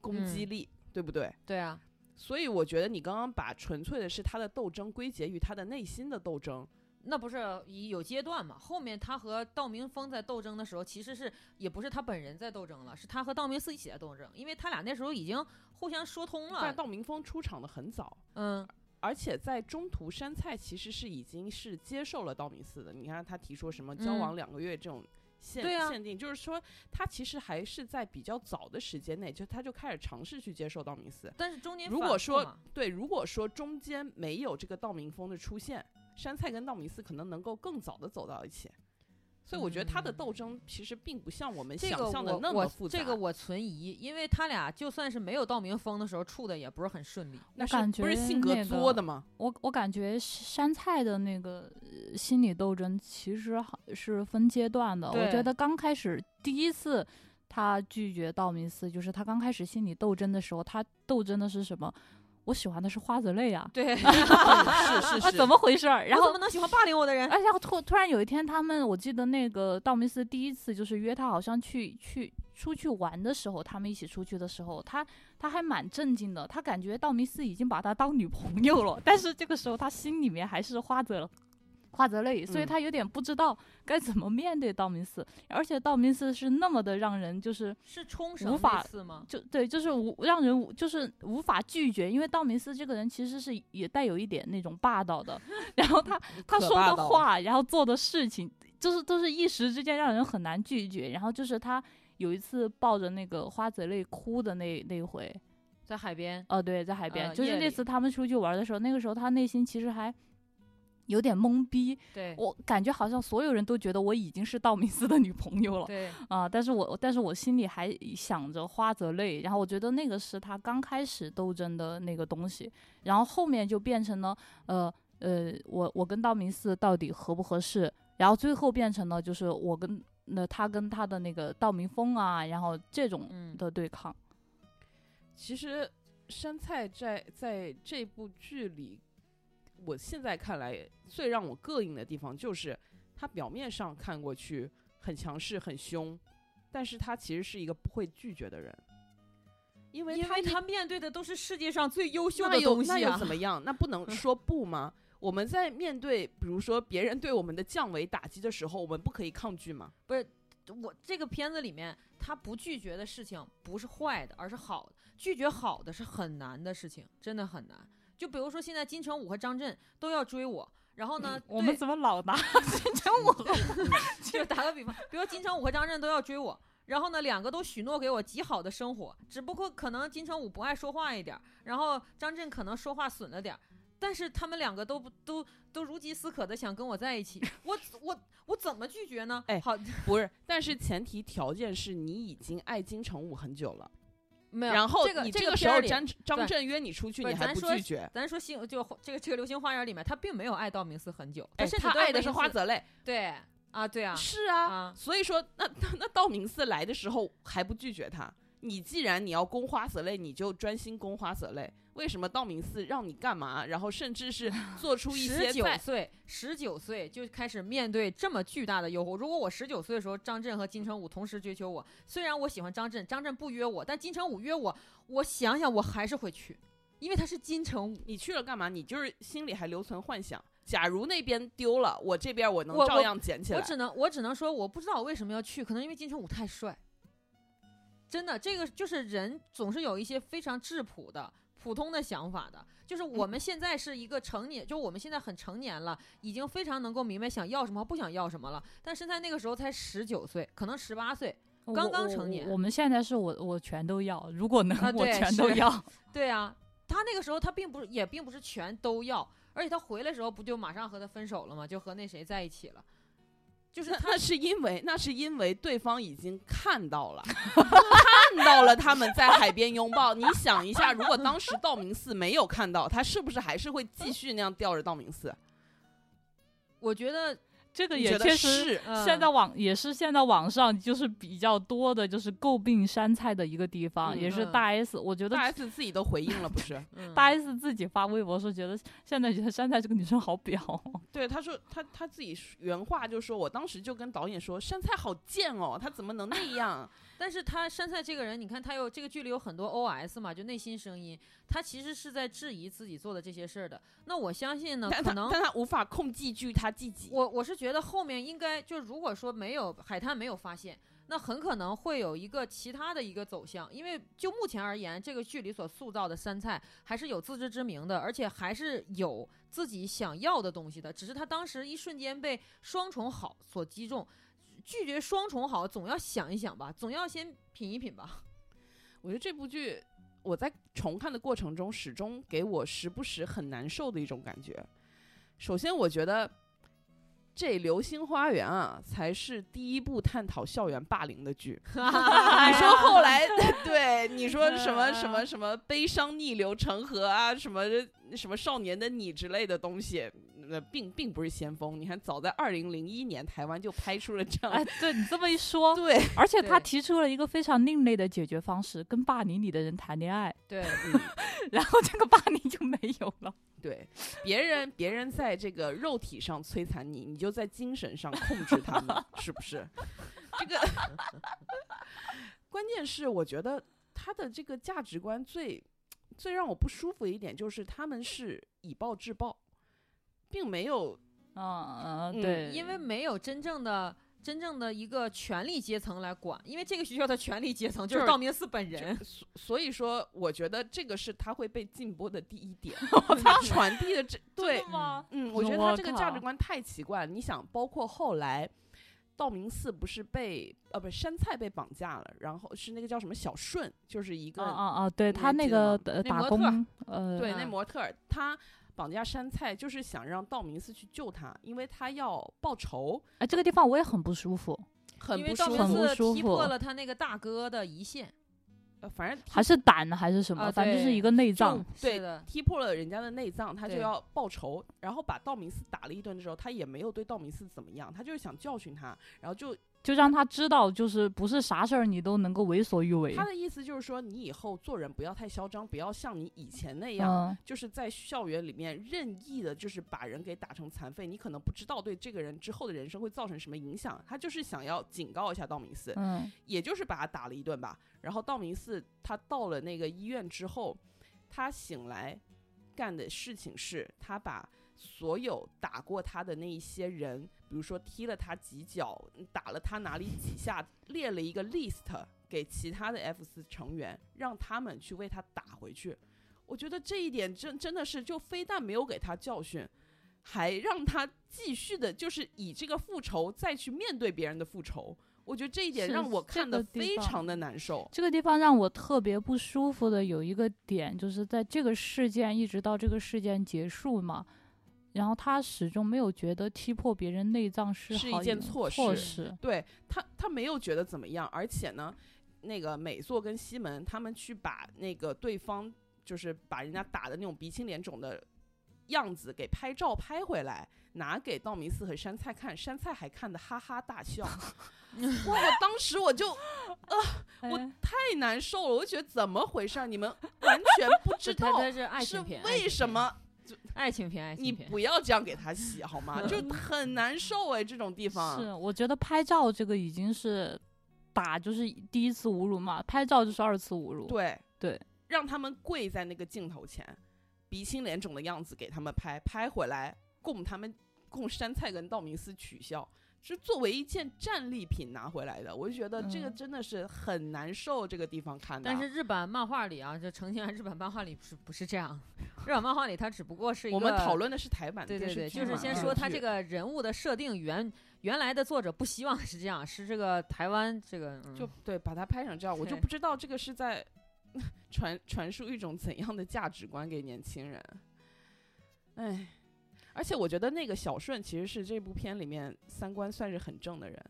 Speaker 2: 攻击
Speaker 3: 嗯
Speaker 2: 力，对不对？
Speaker 3: 对啊，
Speaker 2: 所以我觉得你刚刚把纯粹的是他的斗争归结于他的内心的斗争，
Speaker 3: 那不是以有阶段嘛？后面他和道明峰在斗争的时候，其实是也不是他本人在斗争了，是他和道明寺一起在斗争，因为他俩那时候已经互相说通
Speaker 2: 但
Speaker 3: 了。
Speaker 2: 道明峰出场的很早，
Speaker 3: 嗯，
Speaker 2: 而且在中途山菜其实是已经是接受了道明寺的。你看他提出什么交往两个月这种限、
Speaker 3: 嗯对啊
Speaker 2: 限定，就是说他其实还是在比较早的时间内，就他就开始尝试去接受道明寺。
Speaker 3: 但是中间
Speaker 2: 如
Speaker 3: 反
Speaker 2: 果
Speaker 3: 复
Speaker 2: 说
Speaker 3: 嘛
Speaker 2: 对，如果说中间没有这个道明峰的出现，山菜跟道明寺可能能够更早的走到一起。所以我觉得他的
Speaker 3: 嗯
Speaker 2: 斗争其实并不像我们
Speaker 3: 这
Speaker 2: 想
Speaker 3: 个
Speaker 2: 象的
Speaker 3: 我
Speaker 2: 那么
Speaker 3: 我
Speaker 2: 复杂。
Speaker 3: 这个我存疑，因为他俩就算是没有道明峰的时候处的也不是很顺利。
Speaker 2: 那
Speaker 1: 我
Speaker 2: 是
Speaker 1: 感
Speaker 2: 不是
Speaker 1: 觉
Speaker 2: 性格
Speaker 1: 那个
Speaker 2: 作的吗？
Speaker 1: 我我感觉山菜的那个呃心理斗争其实好是分阶段的。我
Speaker 3: 对
Speaker 1: 觉得刚开始第一次他拒绝道明寺，就是他刚开始心理斗争的时候，他斗争的是什么？我喜欢的是花泽类啊，
Speaker 3: 对，
Speaker 2: 是是
Speaker 1: 啊
Speaker 2: 是，
Speaker 1: 怎么回事儿？然
Speaker 3: 我
Speaker 1: 后
Speaker 3: 怎么能喜欢霸凌我的人？
Speaker 1: 哎，然后突突然有一天，他们我记得那个道明寺第一次就是约他，好像去去出去玩的时候，他们一起出去的时候，他他还蛮震惊的，他感觉道明寺已经把他当女朋友了，但是这个时候他心里面还是花泽花泽类，所以
Speaker 2: 嗯
Speaker 1: 他有点不知道该怎么面对道明寺，而且道明寺是那么的让人就是
Speaker 3: 是冲
Speaker 1: 无
Speaker 3: 绳那
Speaker 1: 法
Speaker 3: 次吗？
Speaker 1: 就对，就是无让人无就是无法拒绝，因为道明寺这个人其实是也带有一点那种霸道的，然后他他
Speaker 2: 可
Speaker 1: 说
Speaker 2: 霸
Speaker 1: 的
Speaker 2: 道了
Speaker 1: 话，然后做的事情，就是都是一时之间让人很难拒绝。然后就是他有一次抱着那个花泽类哭的那那一回，
Speaker 3: 在海边，
Speaker 1: 哦，对，在海边，
Speaker 3: 呃
Speaker 1: 就是
Speaker 3: 夜
Speaker 1: 那
Speaker 3: 里
Speaker 1: 次他们出去玩的时候，那个时候他内心其实还有点懵逼，
Speaker 3: 对
Speaker 1: 我感觉好像所有人都觉得我已经是道明寺的女朋友了。
Speaker 3: 对，
Speaker 1: 啊，但是我但是我心里还想着花泽类，然后我觉得那个是他刚开始斗争的那个东西，然后后面就变成了呃呃，我我跟道明寺到底合不合适，然后最后变成了就是我跟那他跟他的那个道明峰啊，然后这种
Speaker 3: 嗯
Speaker 1: 的对抗，
Speaker 2: 其实山菜在在这部剧里，我现在看来最让我膈应的地方就是，他表面上看过去很强势、很凶，但是他其实是一个不会拒绝的人，因为
Speaker 3: 因
Speaker 2: 他
Speaker 3: 为
Speaker 2: 一
Speaker 3: 他面对的都是世界上最优秀
Speaker 2: 那
Speaker 3: 的
Speaker 2: 又
Speaker 3: 东
Speaker 2: 那
Speaker 3: 西
Speaker 2: 又
Speaker 3: 啊
Speaker 2: 怎。么样？那不能说不吗？我们在面对，比如说别人对我们的降维打击的时候，我们不可以抗拒吗？
Speaker 3: 我这个片子里面，他不拒绝的事情不是坏的，而是好的。拒绝好的是很难的事情，真的很难。就比如说现在金城武和张震都要追嗯我，然后呢，
Speaker 1: 我
Speaker 3: 对
Speaker 1: 们怎么老 拿金城武？
Speaker 3: 就打个比方，比如金城武和张震都要追我，然后呢，两个都许诺给我极好的生活，只不过可能金城武不爱说话一点儿，然后张震可能说话损了点儿。但是他们两个都不都都如饥似渴的想跟我在一起，我我我怎么拒绝呢？
Speaker 2: 哎
Speaker 3: 好，
Speaker 2: 不是，但是前提条件是你已经爱金城武很久了。
Speaker 3: 没有。
Speaker 2: 然后
Speaker 3: 这个
Speaker 2: 你
Speaker 3: 这
Speaker 2: 个时
Speaker 3: 片儿
Speaker 2: 候
Speaker 3: 里
Speaker 2: 张张
Speaker 3: 对
Speaker 2: 震约你出去，
Speaker 3: 不
Speaker 2: 你
Speaker 3: 是
Speaker 2: 还
Speaker 3: 咱
Speaker 2: 不
Speaker 3: 说
Speaker 2: 拒绝？
Speaker 3: 咱说星就这个这个《流星花园》里面，他并没有爱道明寺很久，
Speaker 2: 哎，
Speaker 3: 甚至
Speaker 2: 他
Speaker 3: 都
Speaker 2: 爱的是
Speaker 3: 明
Speaker 2: 花
Speaker 3: 寺
Speaker 2: 泽类，
Speaker 3: 对啊，对啊，
Speaker 2: 是啊。
Speaker 3: 啊，
Speaker 2: 所以说，那那那道明寺来的时候还不拒绝他。你既然你要攻花泽类，你就专心攻花泽类。为什么道明寺让你干嘛？然后甚至 是做出一些
Speaker 3: 十九
Speaker 2: 在
Speaker 3: 岁，十九岁就开始面对这么巨大的诱惑。如果我十九岁的时候，张震和金城武同时追求我，虽然我喜欢张震，张震不约我，但金城武约我，我想想我还是会去，因为他是金城武。
Speaker 2: 你去了干嘛？你就是心里还留存幻想。假如那边丢了，我这边我能
Speaker 3: 我
Speaker 2: 照
Speaker 3: 我
Speaker 2: 样捡起
Speaker 3: 我
Speaker 2: 来。
Speaker 3: 只能我只能说，我不知道我为什么要去，可能因为金城武太帅。真的，这个就是人总是有一些非常质朴的、普通的想法的。就是我
Speaker 2: 嗯
Speaker 3: 们现在是一个成年，就我们现在很成年了，已经非常能够明白想要什么和不想要什么了。但身在那个时候才十九岁，可能十八岁。刚
Speaker 1: 我
Speaker 3: 刚
Speaker 1: 我
Speaker 3: 成
Speaker 1: 我
Speaker 3: 年
Speaker 1: 我们现在是我我全都要，如果能、
Speaker 3: 啊
Speaker 1: 我
Speaker 3: 对
Speaker 1: 全都
Speaker 3: 是
Speaker 1: 要。
Speaker 3: 对啊，他那个时候他并不是也并不是全都要，而且他回来的时候不就马上和他分手了吗？就和那谁在一起了。就是
Speaker 2: 那
Speaker 3: 他
Speaker 2: 那是因为那是因为对方已经看到了，看到了他们在海边拥抱。你想一下，如果当时道明寺没有看到，他是不是还是会继续那样吊着道明寺？
Speaker 3: 我觉得，
Speaker 1: 这个
Speaker 2: 你觉
Speaker 1: 也
Speaker 2: 得
Speaker 1: 确实，嗯
Speaker 2: 是
Speaker 3: 呃、
Speaker 1: 现在网也是现在网上就是比较多的，就是诟病杉菜的一个地方，
Speaker 2: 嗯
Speaker 1: 也是
Speaker 3: 嗯
Speaker 1: 大 S，我觉得
Speaker 2: 大 S 自己都回应了，不是？
Speaker 3: 嗯
Speaker 1: 大 S 自己发微博说，觉得现在觉得杉菜这个女生好婊哦，
Speaker 2: 对，他说他他自己原话就说，我当时就跟导演说，杉菜好贱哦，他怎么能那样？
Speaker 3: 但是他杉菜这个人，你看他有这个剧里有很多 OS 嘛，就内心声音，他其实是在质疑自己做的这些事儿的。那我相信呢，
Speaker 2: 但
Speaker 3: 嗯可
Speaker 2: 他
Speaker 3: 能
Speaker 2: 但他无法控制住他自己。
Speaker 3: 我我是觉得后面应该就如果说没有海滩没有发现，那很可能会有一个其他的一个走向，因为就目前而言，这个剧里所塑造的杉菜还是有自知之明的，而且还是有自己想要的东西的，只是他当时一瞬间被双重好所击中。拒绝双重好，总要想一想吧，总要先品一品吧。
Speaker 2: 我觉得这部剧我在重看的过程中，始终给我时不时很难受的一种感觉。首先，我觉得这《流星花园》啊，才是第一部探讨校园霸凌的剧。你说后来，对你说什么什么什么悲伤逆流成河啊，什么什么少年的你之类的东西，那并并不是先锋。你看，早在二零零一年，台湾就拍出了这 样
Speaker 1: 哎，对你这么一说，
Speaker 2: 对，
Speaker 1: 而且他
Speaker 3: 嗯对
Speaker 1: 提出了一个非常另类的解决方式，跟霸凌你的人谈恋爱，
Speaker 3: 对，
Speaker 1: 然后这个霸凌就没有 了。
Speaker 2: 对，别人别人在这个肉体上摧残你，你就在精神上控制他们，是不是？这个关键是，我觉得他的这个价值观最最让我不舒服一点，就是他们是以暴制暴，并没有
Speaker 1: 嗯嗯，
Speaker 2: 嗯
Speaker 1: 对，
Speaker 3: 因为没有真正的。真正的一个权力阶层来管，因为这个学校的权力阶层就
Speaker 2: 就是是
Speaker 3: 道明寺本人，
Speaker 2: 所所以说，我觉得这个是他会被禁播的第一点，他传递的这对
Speaker 1: 真的吗？
Speaker 2: 嗯，我觉得
Speaker 1: 我
Speaker 2: 他这个价
Speaker 1: 靠
Speaker 3: 啊
Speaker 2: 值观太奇怪了。你想，包括后来道明寺不是被呃不是杉菜被绑架了，然后是那个叫什么小顺，就是一个、
Speaker 1: 啊啊啊！对
Speaker 2: 你
Speaker 1: 他
Speaker 2: 还
Speaker 1: 那
Speaker 2: 记得
Speaker 1: 个
Speaker 2: 吗
Speaker 1: 呃
Speaker 3: 嗯那
Speaker 1: 打
Speaker 3: 模特儿
Speaker 1: 工，呃，
Speaker 2: 对那
Speaker 3: 哦嗯
Speaker 2: 模特儿，他绑架杉菜就是想让道明寺去救他，因为他要报仇，
Speaker 1: 哎，这个地方我也很不舒服，
Speaker 2: 嗯很
Speaker 3: 因为
Speaker 2: 不
Speaker 3: 道
Speaker 2: 舒
Speaker 3: 明
Speaker 1: 很
Speaker 2: 服
Speaker 1: 不。
Speaker 3: 寺
Speaker 1: 舒
Speaker 3: 踢
Speaker 1: 服
Speaker 3: 破了他那个大哥的一线，
Speaker 2: 呃反正
Speaker 1: 还是胆呢还是什么，
Speaker 3: 啊
Speaker 1: 反正就是
Speaker 3: 对
Speaker 1: 一个内脏。
Speaker 2: 对
Speaker 3: 是的，
Speaker 2: 踢破了人家的内脏，他就
Speaker 3: 对
Speaker 2: 要报仇，然后把道明寺打了一顿之后，他也没有对道明寺怎么样，他就是想教训他，然后就
Speaker 1: 就让他知道，就是不是啥事儿你都能够为所欲为
Speaker 2: 他。的意思就是说，你以后做人不要太嚣张，不要像你以前那样，
Speaker 1: 嗯，
Speaker 2: 就是在校园里面任意的，就是把人给打成残废，你可能不知道对这个人之后的人生会造成什么影响。他就是想要警告一下道明寺，
Speaker 1: 嗯，
Speaker 2: 也就是把他打了一顿吧。然后道明寺他到了那个医院之后，他醒来干的事情是，他把所有打过他的那一些人，比如说踢了他几脚，打了他哪里几下，列了一个 list 给其他的 F 四成员，让他们去为他打回去。我觉得这一点真真的是，就非但没有给他教训，还让他继续的，就是以这个复仇再去面对别人的复仇。我觉得这一点
Speaker 1: 是
Speaker 2: 让我
Speaker 1: 这
Speaker 2: 看的
Speaker 1: 个地
Speaker 2: 非
Speaker 1: 方
Speaker 2: 常的难受。
Speaker 1: 这个地方让我特别不舒服的有一个点，就是在这个事件一直到这个事件结束嘛，然后他始终没有觉得踢破别人内脏是
Speaker 2: 是一
Speaker 1: 好
Speaker 2: 件
Speaker 1: 一
Speaker 2: 错
Speaker 1: 措
Speaker 2: 事
Speaker 1: 施。
Speaker 2: 对他，他没有觉得怎么样，而且呢，那个美作跟西门他们去把那个对方就是把人家打的那种鼻青脸肿的样子给拍照拍回来，拿给道明寺和山菜看，山菜还看得哈哈大笑。哇！我当时我就我
Speaker 1: 哎
Speaker 2: 太难受了，我就觉得怎么回事儿？你们完全不知道
Speaker 3: 他他是爱
Speaker 2: 是
Speaker 3: 情片，爱
Speaker 2: 为
Speaker 3: 情
Speaker 2: 什
Speaker 3: 片？
Speaker 2: 么？
Speaker 3: 爱情片，爱
Speaker 2: 你
Speaker 3: 情片。
Speaker 2: 不要这样给他洗好吗？就很难受哎，这种地方
Speaker 1: 是，我觉得拍照这个已经是打就是第一次侮辱嘛，拍照就是二次侮辱。
Speaker 2: 对
Speaker 1: 对，
Speaker 2: 让他们跪在那个镜头前，鼻青脸肿的样子给他们拍，拍回来供他们供山菜跟道明寺取笑，是作为一件战利品拿回来的。我就觉得这个
Speaker 1: 嗯
Speaker 2: 真的是很难受，这个地方看的啊。
Speaker 3: 但是日版漫画里啊，这澄清啊，日版漫画里不是不是 这样，日版漫画里它只不过是一个
Speaker 2: 我们讨论的是台版的
Speaker 3: 对
Speaker 2: 电
Speaker 3: 对
Speaker 2: 视
Speaker 3: 对，
Speaker 2: 剧
Speaker 3: 就
Speaker 2: 嘛，
Speaker 3: 是先
Speaker 1: 嗯
Speaker 2: 电
Speaker 3: 说
Speaker 2: 视
Speaker 3: 他这
Speaker 2: 剧
Speaker 3: 个人物的设定原原来的作者不希望是这样，是这个台湾这个、嗯、
Speaker 2: 就对把它拍成这样，我就
Speaker 3: 对
Speaker 2: 不知道这个是在传传输一种怎样的价值观给年轻人。哎，而且我觉得那个小顺其实是这部片里面三观算是很正的人，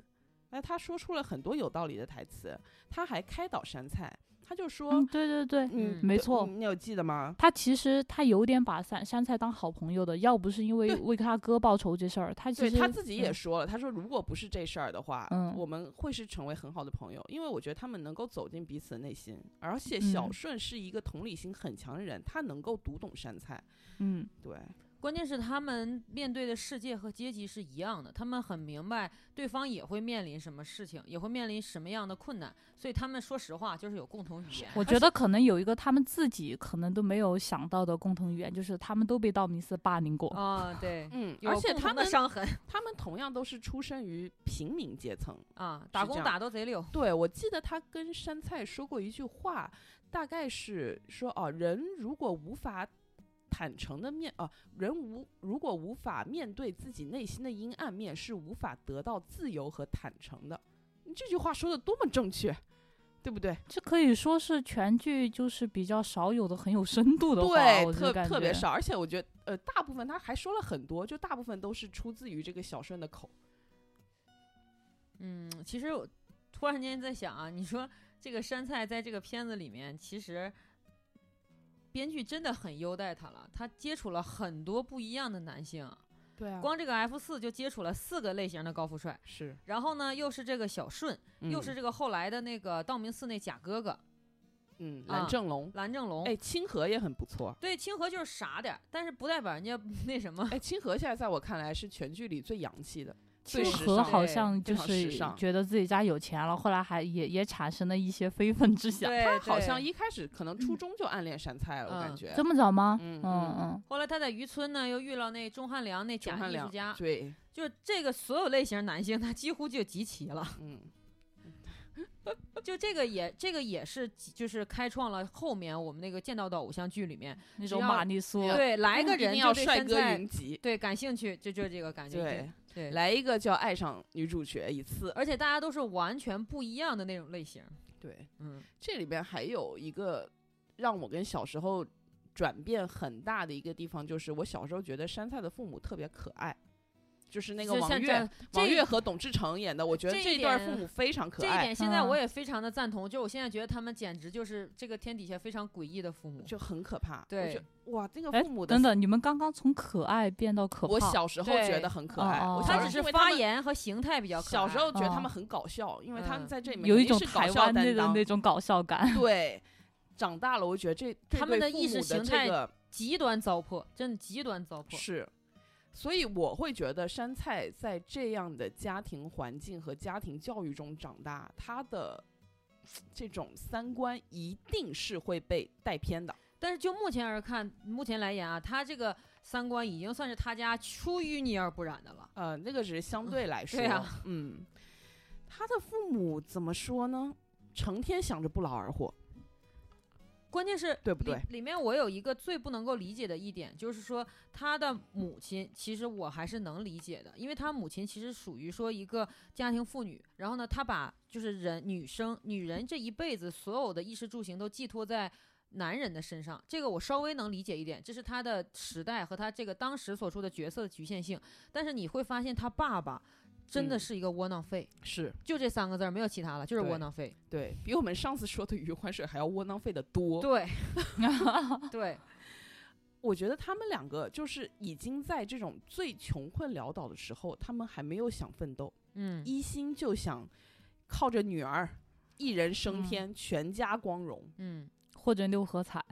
Speaker 2: 那他说出了很多有道理的台词，他还开导山菜，他就说，
Speaker 1: 嗯，对对对，
Speaker 2: 嗯，
Speaker 1: 没
Speaker 2: 对
Speaker 1: 错
Speaker 2: 嗯你有记得吗？
Speaker 1: 他其实他有点把山山菜当好朋友的，要不是因为
Speaker 2: 对
Speaker 1: 为他哥报仇这事儿，他其
Speaker 2: 对
Speaker 1: 实
Speaker 2: 他自己也
Speaker 1: 嗯
Speaker 2: 说了，他说如果不是这事儿的话，
Speaker 1: 嗯
Speaker 2: 我们会是成为很好的朋友，因为我觉得他们能够走进彼此的内心，而且小
Speaker 1: 嗯
Speaker 2: 顺是一个同理心很强的人，他能够读懂山菜，
Speaker 1: 嗯
Speaker 2: 对，
Speaker 3: 关键是他们面对的世界和阶级是一样的，他们很明白对方也会面临什么事情，也会面临什么样的困难，所以他们说实话就是有共同语言。
Speaker 1: 我觉得可能有一个他们自己可能都没有想到的共同语言，就是他们都被道明寺霸凌过。
Speaker 3: 啊、对，
Speaker 2: 嗯，
Speaker 3: 有
Speaker 2: 而且
Speaker 3: 共同
Speaker 2: 他
Speaker 3: 的
Speaker 2: 们
Speaker 3: 伤痕
Speaker 2: 他们同样都是出身于平民阶层，
Speaker 3: 啊，打
Speaker 2: 是这
Speaker 3: 工
Speaker 2: 样
Speaker 3: 打到贼溜，
Speaker 2: 对我记得他跟山菜说过一句话，大概是说哦、人如果无法。坦诚的面啊，人无如果无法面对自己内心的阴暗面，是无法得到自由和坦诚的。你这句话说的多么正确，对不对？
Speaker 1: 这可以说是全剧就是比较少有的很有深度的话，
Speaker 2: 对，
Speaker 1: 我就
Speaker 2: 特
Speaker 1: 感
Speaker 2: 特别
Speaker 1: 觉。
Speaker 2: 少，而且我觉得呃，大部分他还说了很多，就大部分都是出自于这个小顺的口。
Speaker 3: 嗯，其实我突然间在想啊，你说这个山菜在这个片子里面，其实编剧真的很优待他了，他接触了很多不一样的男性，
Speaker 2: 对啊
Speaker 3: 光这个 F 四就接触了四个类型的高富帅，
Speaker 2: 是、
Speaker 3: 然后呢又是这个小顺，又
Speaker 2: 嗯
Speaker 3: 是这个后来的那个道明寺那假哥哥
Speaker 2: 嗯，
Speaker 3: 啊
Speaker 2: 蓝正龙，
Speaker 3: 蓝正龙。
Speaker 2: 哎，清河也很不错。
Speaker 3: 对，清河就是傻点儿，但是不代表人家 那什 么。
Speaker 2: 哎，清河现在在我看来是全剧里最洋气的，最
Speaker 1: 清
Speaker 2: 时
Speaker 1: 河
Speaker 2: 尚
Speaker 1: 好
Speaker 3: 对
Speaker 1: 像
Speaker 2: 非
Speaker 1: 就
Speaker 2: 常时
Speaker 1: 是
Speaker 2: 尚
Speaker 1: 觉得自己家有钱了，后来还也也产生了一些非分之想。
Speaker 3: 对，
Speaker 2: 好
Speaker 3: 对
Speaker 2: 像一开始可能初中就暗恋山菜了，我感
Speaker 3: 嗯
Speaker 2: 觉
Speaker 1: 这。么早吗？
Speaker 2: 嗯嗯
Speaker 1: 嗯嗯，
Speaker 3: 后来他在渔村呢，又遇到那钟汉良那
Speaker 2: 钟
Speaker 3: 假
Speaker 2: 汉
Speaker 3: 艺术
Speaker 2: 良
Speaker 3: 家，
Speaker 2: 对，
Speaker 3: 就是这个所有类型男性，他几乎就集齐了。
Speaker 2: 嗯，
Speaker 3: 就这个也这个也是集就是开创了后面我们那个见到的偶像剧里面，
Speaker 1: 那
Speaker 3: 只
Speaker 1: 种
Speaker 3: 要
Speaker 1: 玛丽苏，
Speaker 3: 对 来一个
Speaker 2: 嗯一定
Speaker 3: 人
Speaker 2: 要
Speaker 3: 就对
Speaker 2: 帅
Speaker 3: 山
Speaker 2: 哥
Speaker 3: 菜
Speaker 2: 云集，
Speaker 3: 对感兴趣，就就这个 感觉。
Speaker 2: 对，
Speaker 3: 对，
Speaker 2: 来一个就要爱上女主角一次。
Speaker 3: 而且大家都是完全不一样的那种类型。
Speaker 2: 对，
Speaker 3: 嗯，
Speaker 2: 这里边还有一个让我跟小时候转变很大的一个地方，就是我小时候觉得山菜的父母特别可爱。就是那个
Speaker 3: 就
Speaker 2: 王
Speaker 3: 像
Speaker 2: 悦
Speaker 3: 这，
Speaker 2: 王
Speaker 3: 这
Speaker 2: 悦和董志成演的，我觉得
Speaker 3: 这一
Speaker 2: 这段
Speaker 3: 点
Speaker 2: 父母非常可
Speaker 3: 这一
Speaker 2: 爱，
Speaker 3: 点现在我
Speaker 1: 嗯
Speaker 3: 也非常的赞同，就我现在觉得他们简直就是这个天底下非常诡异的父母。
Speaker 2: 就很可怕。我
Speaker 3: 对
Speaker 2: 觉得，哇，这个
Speaker 1: 哎
Speaker 2: 父母的
Speaker 1: 等等，你们刚刚从可爱变到可怕，
Speaker 2: 我小时候觉
Speaker 3: 对
Speaker 2: 得很可爱，
Speaker 1: 哦
Speaker 2: 我
Speaker 1: 哦
Speaker 2: 小
Speaker 3: 他
Speaker 2: 时候
Speaker 3: 只是
Speaker 2: 因为他
Speaker 3: 发
Speaker 2: 们。
Speaker 3: 言和形态比较可爱。
Speaker 2: 小时候觉得他
Speaker 1: 哦
Speaker 2: 们很搞笑，因为他们
Speaker 3: 嗯
Speaker 2: 在这里面
Speaker 1: 有一
Speaker 2: 肯定
Speaker 1: 种
Speaker 2: 是搞
Speaker 1: 台
Speaker 2: 笑
Speaker 1: 湾那
Speaker 2: 担
Speaker 1: 种
Speaker 2: 当。
Speaker 1: 那种搞笑感。
Speaker 2: 对， 长大了我觉得这这
Speaker 3: 他们
Speaker 2: 对
Speaker 3: 的
Speaker 2: 父
Speaker 3: 意识
Speaker 2: 母
Speaker 3: 形
Speaker 2: 这
Speaker 3: 态
Speaker 2: 个
Speaker 3: 极端糟粕，真的极端糟粕。
Speaker 2: 是，所以我会觉得山菜在这样的家庭环境和家庭教育中长大，他的这种三观一定是会被带偏的。
Speaker 3: 但是就目前而看，目前来言啊，他这个三观已经算是他家出淤泥而不染的了。
Speaker 2: 呃，那个只是相对来说，
Speaker 3: 对啊
Speaker 2: 嗯，他的父母怎么说呢？成天想着不劳而获，
Speaker 3: 关键是
Speaker 2: 对不对
Speaker 3: 里里面我有一个最不能够理解的一点，就是说他的母亲，其实我还是能理解的，因为他母亲其实属于说一个家庭妇女，然后呢，她把就是人女生女人这一辈子所有的衣食住行都寄托在。男人的身上，这个我稍微能理解一点，这是他的时代和他这个当时所处的角色的局限性。但是你会发现，他爸爸真的
Speaker 2: 嗯
Speaker 3: 是一个窝囊废，
Speaker 2: 是
Speaker 3: 就这三个字儿，没有其他了，就是
Speaker 2: 对
Speaker 3: 窝囊废。
Speaker 2: 对比我们上次说的余欢水还要窝囊废的多。
Speaker 3: 对对，
Speaker 2: 我觉得他们两个就是已经在这种最穷困潦倒的时候，他们还没有想奋斗，
Speaker 3: 嗯，
Speaker 2: 一心就想靠着女儿一人升天，全家光 荣。
Speaker 3: 嗯，
Speaker 1: 或者六合彩，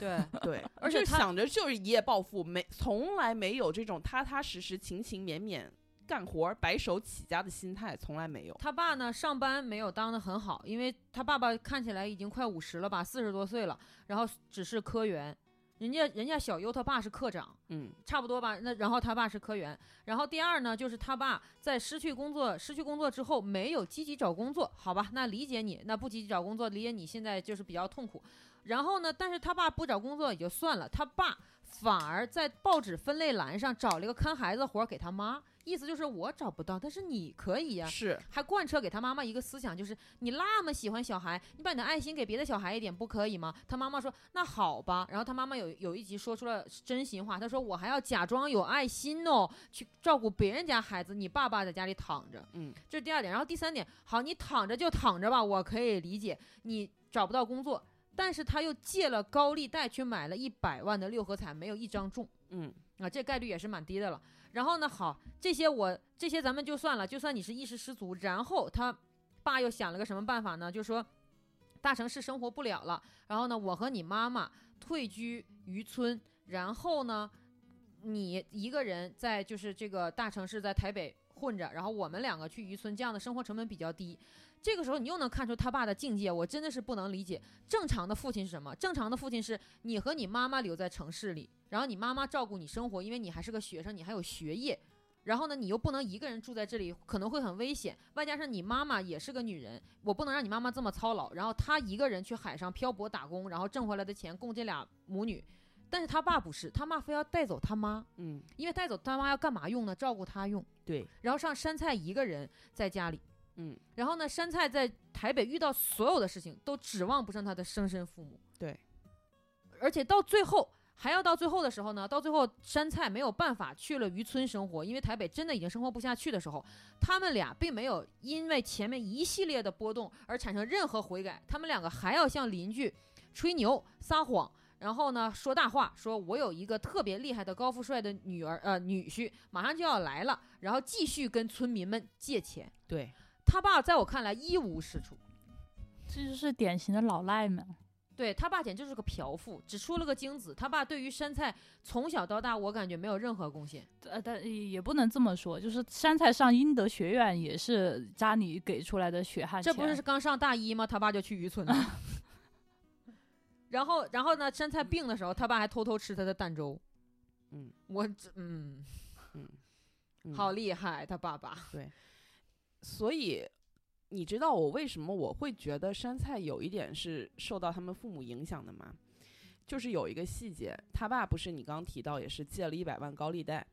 Speaker 3: 对，
Speaker 2: 对，
Speaker 3: 而且
Speaker 2: 就是
Speaker 3: 他
Speaker 2: 想着就是一夜暴富，没从来没有这种踏踏实实、勤勤勉勉干活儿、白手起家的心态，从来没有。
Speaker 3: 他爸呢，上班没有当的很好，因为他爸爸看起来已经快五十了吧，四十多岁了，然后只是科员，人家人家小优他爸是科长，
Speaker 2: 嗯，
Speaker 3: 差不多吧。那然后他爸是科员，然后第二呢，就是他爸在失去工作、失去工作之后没有积极找工作，好吧，那理解你，那不积极找工作，理解你现在就是比较痛苦。然后呢，但是他爸不找工作也就算了，他爸反而在报纸分类栏上找了一个看孩子活儿给他妈，意思就是我找不到，但是你可以呀、
Speaker 2: 是
Speaker 3: 还贯彻给他妈妈一个思想，就是你那么喜欢小孩，你把你的爱心给别的小孩一点不可以吗？他妈妈说那好吧，然后他妈妈有有一集说出了真心话，他说我还要假装有爱心哦，去照顾别人家孩子，你爸爸在家里躺着，
Speaker 2: 嗯，
Speaker 3: 这是第二点。然后第三点，好，你躺着就躺着吧，我可以理解你找不到工作，但是他又借了高利贷去买了一百万的六合彩，没有一张中。
Speaker 2: 嗯，
Speaker 3: 啊，这概率也是蛮低的了。然后呢，好，这些我这些咱们就算了，就算你是一时失足。然后他爸又想了个什么办法呢？就说大城市生活不了了，然后呢，我和你妈妈退居渔村，然后呢，你一个人在就是这个大城市，在台北混着，然后我们两个去渔村，这样的生活成本比较低。这个时候你又能看出他爸的境界，我真的是不能理解。正常的父亲是什么？正常的父亲是你和你妈妈留在城市里，然后你妈妈照顾你生活，因为你还是个学生，你还有学业。然后呢，你又不能一个人住在这里，可能会很危险。外加上你妈妈也是个女人，我不能让你妈妈这么操劳。然后她一个人去海上漂泊打工，然后挣回来的钱供这俩母女。但是他爸不是，他妈非要带走他妈，
Speaker 2: 嗯，
Speaker 3: 因为带走他妈要干嘛用呢？照顾他用。
Speaker 2: 对，
Speaker 3: 然后上山菜一个人在家里，
Speaker 2: 嗯，
Speaker 3: 然后呢，山菜在台北遇到所有的事情都指望不上他的生身父母，
Speaker 2: 对，
Speaker 3: 而且到最后还要到最后的时候呢，到最后山菜没有办法去了渔村生活，因为台北真的已经生活不下去的时候，他们俩并没有因为前面一系列的波动而产生任何悔改，他们两个还要向邻居吹牛撒谎。然后呢，说大话，说我有一个特别厉害的高富帅的女儿，呃，女婿马上就要来了，然后继续跟村民们借钱。
Speaker 2: 对，
Speaker 3: 他爸在我看来一无是处，
Speaker 1: 这就是典型的老赖们。
Speaker 3: 对他爸简直就是个嫖妇，只出了个精子。他爸对于山菜从小到大，我感觉没有任何贡献。
Speaker 1: 呃，但也也不能这么说，就是山菜上英德学院也是家里给出来的血汗
Speaker 3: 这
Speaker 1: 钱，
Speaker 3: 不是刚上大一吗？他爸就去渔 村了。然后，然后呢？山菜病的时候，他爸还偷偷吃他的蛋粥。
Speaker 2: 嗯，
Speaker 3: 我这嗯，
Speaker 2: 嗯
Speaker 3: 好厉害，他爸爸。
Speaker 2: 所以你知道我为什么我会觉得山菜有一点是受到他们父母影响的吗？就是有一个细节，他爸不是你刚提到，也是借了一百万高利贷，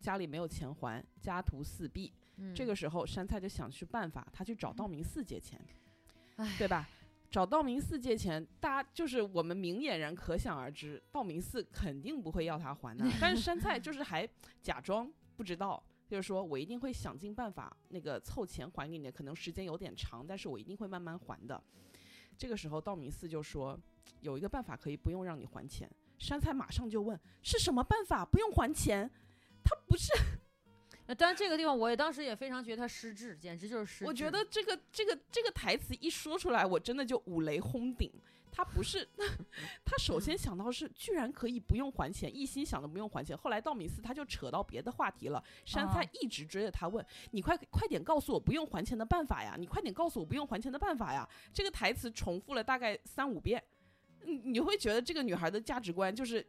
Speaker 2: 家里没有钱还，家徒四壁。
Speaker 3: 嗯
Speaker 2: 这个时候，山菜就想去办法，他去找道明寺借钱，
Speaker 3: 唉
Speaker 2: 对吧？找道明寺借钱，大家就是我们明眼人可想而知，道明寺肯定不会要他还的。但是山菜就是还假装不知道，就是说我一定会想尽办法那个凑钱还给你的，可能时间有点长，但是我一定会慢慢还的。这个时候，道明寺就说有一个办法可以不用让你还钱。山菜马上就问是什么办法不用还钱？他不是
Speaker 3: 那但这个地方，我也当时也非常觉得他失智，简直就是失智。
Speaker 2: 我觉得这个这个这个台词一说出来，我真的就五雷轰顶。他不是， 他首先想到是居然可以不用还钱，一心想着不用还钱。后来道明寺他就扯到别的话题了，山菜
Speaker 1: 啊
Speaker 2: 一直追着他问：“你快快点告诉我不用还钱的办法呀！你快点告诉我不用还钱的办法呀！”这个台词重复了大概三五遍，你你会觉得这个女孩的价值观就是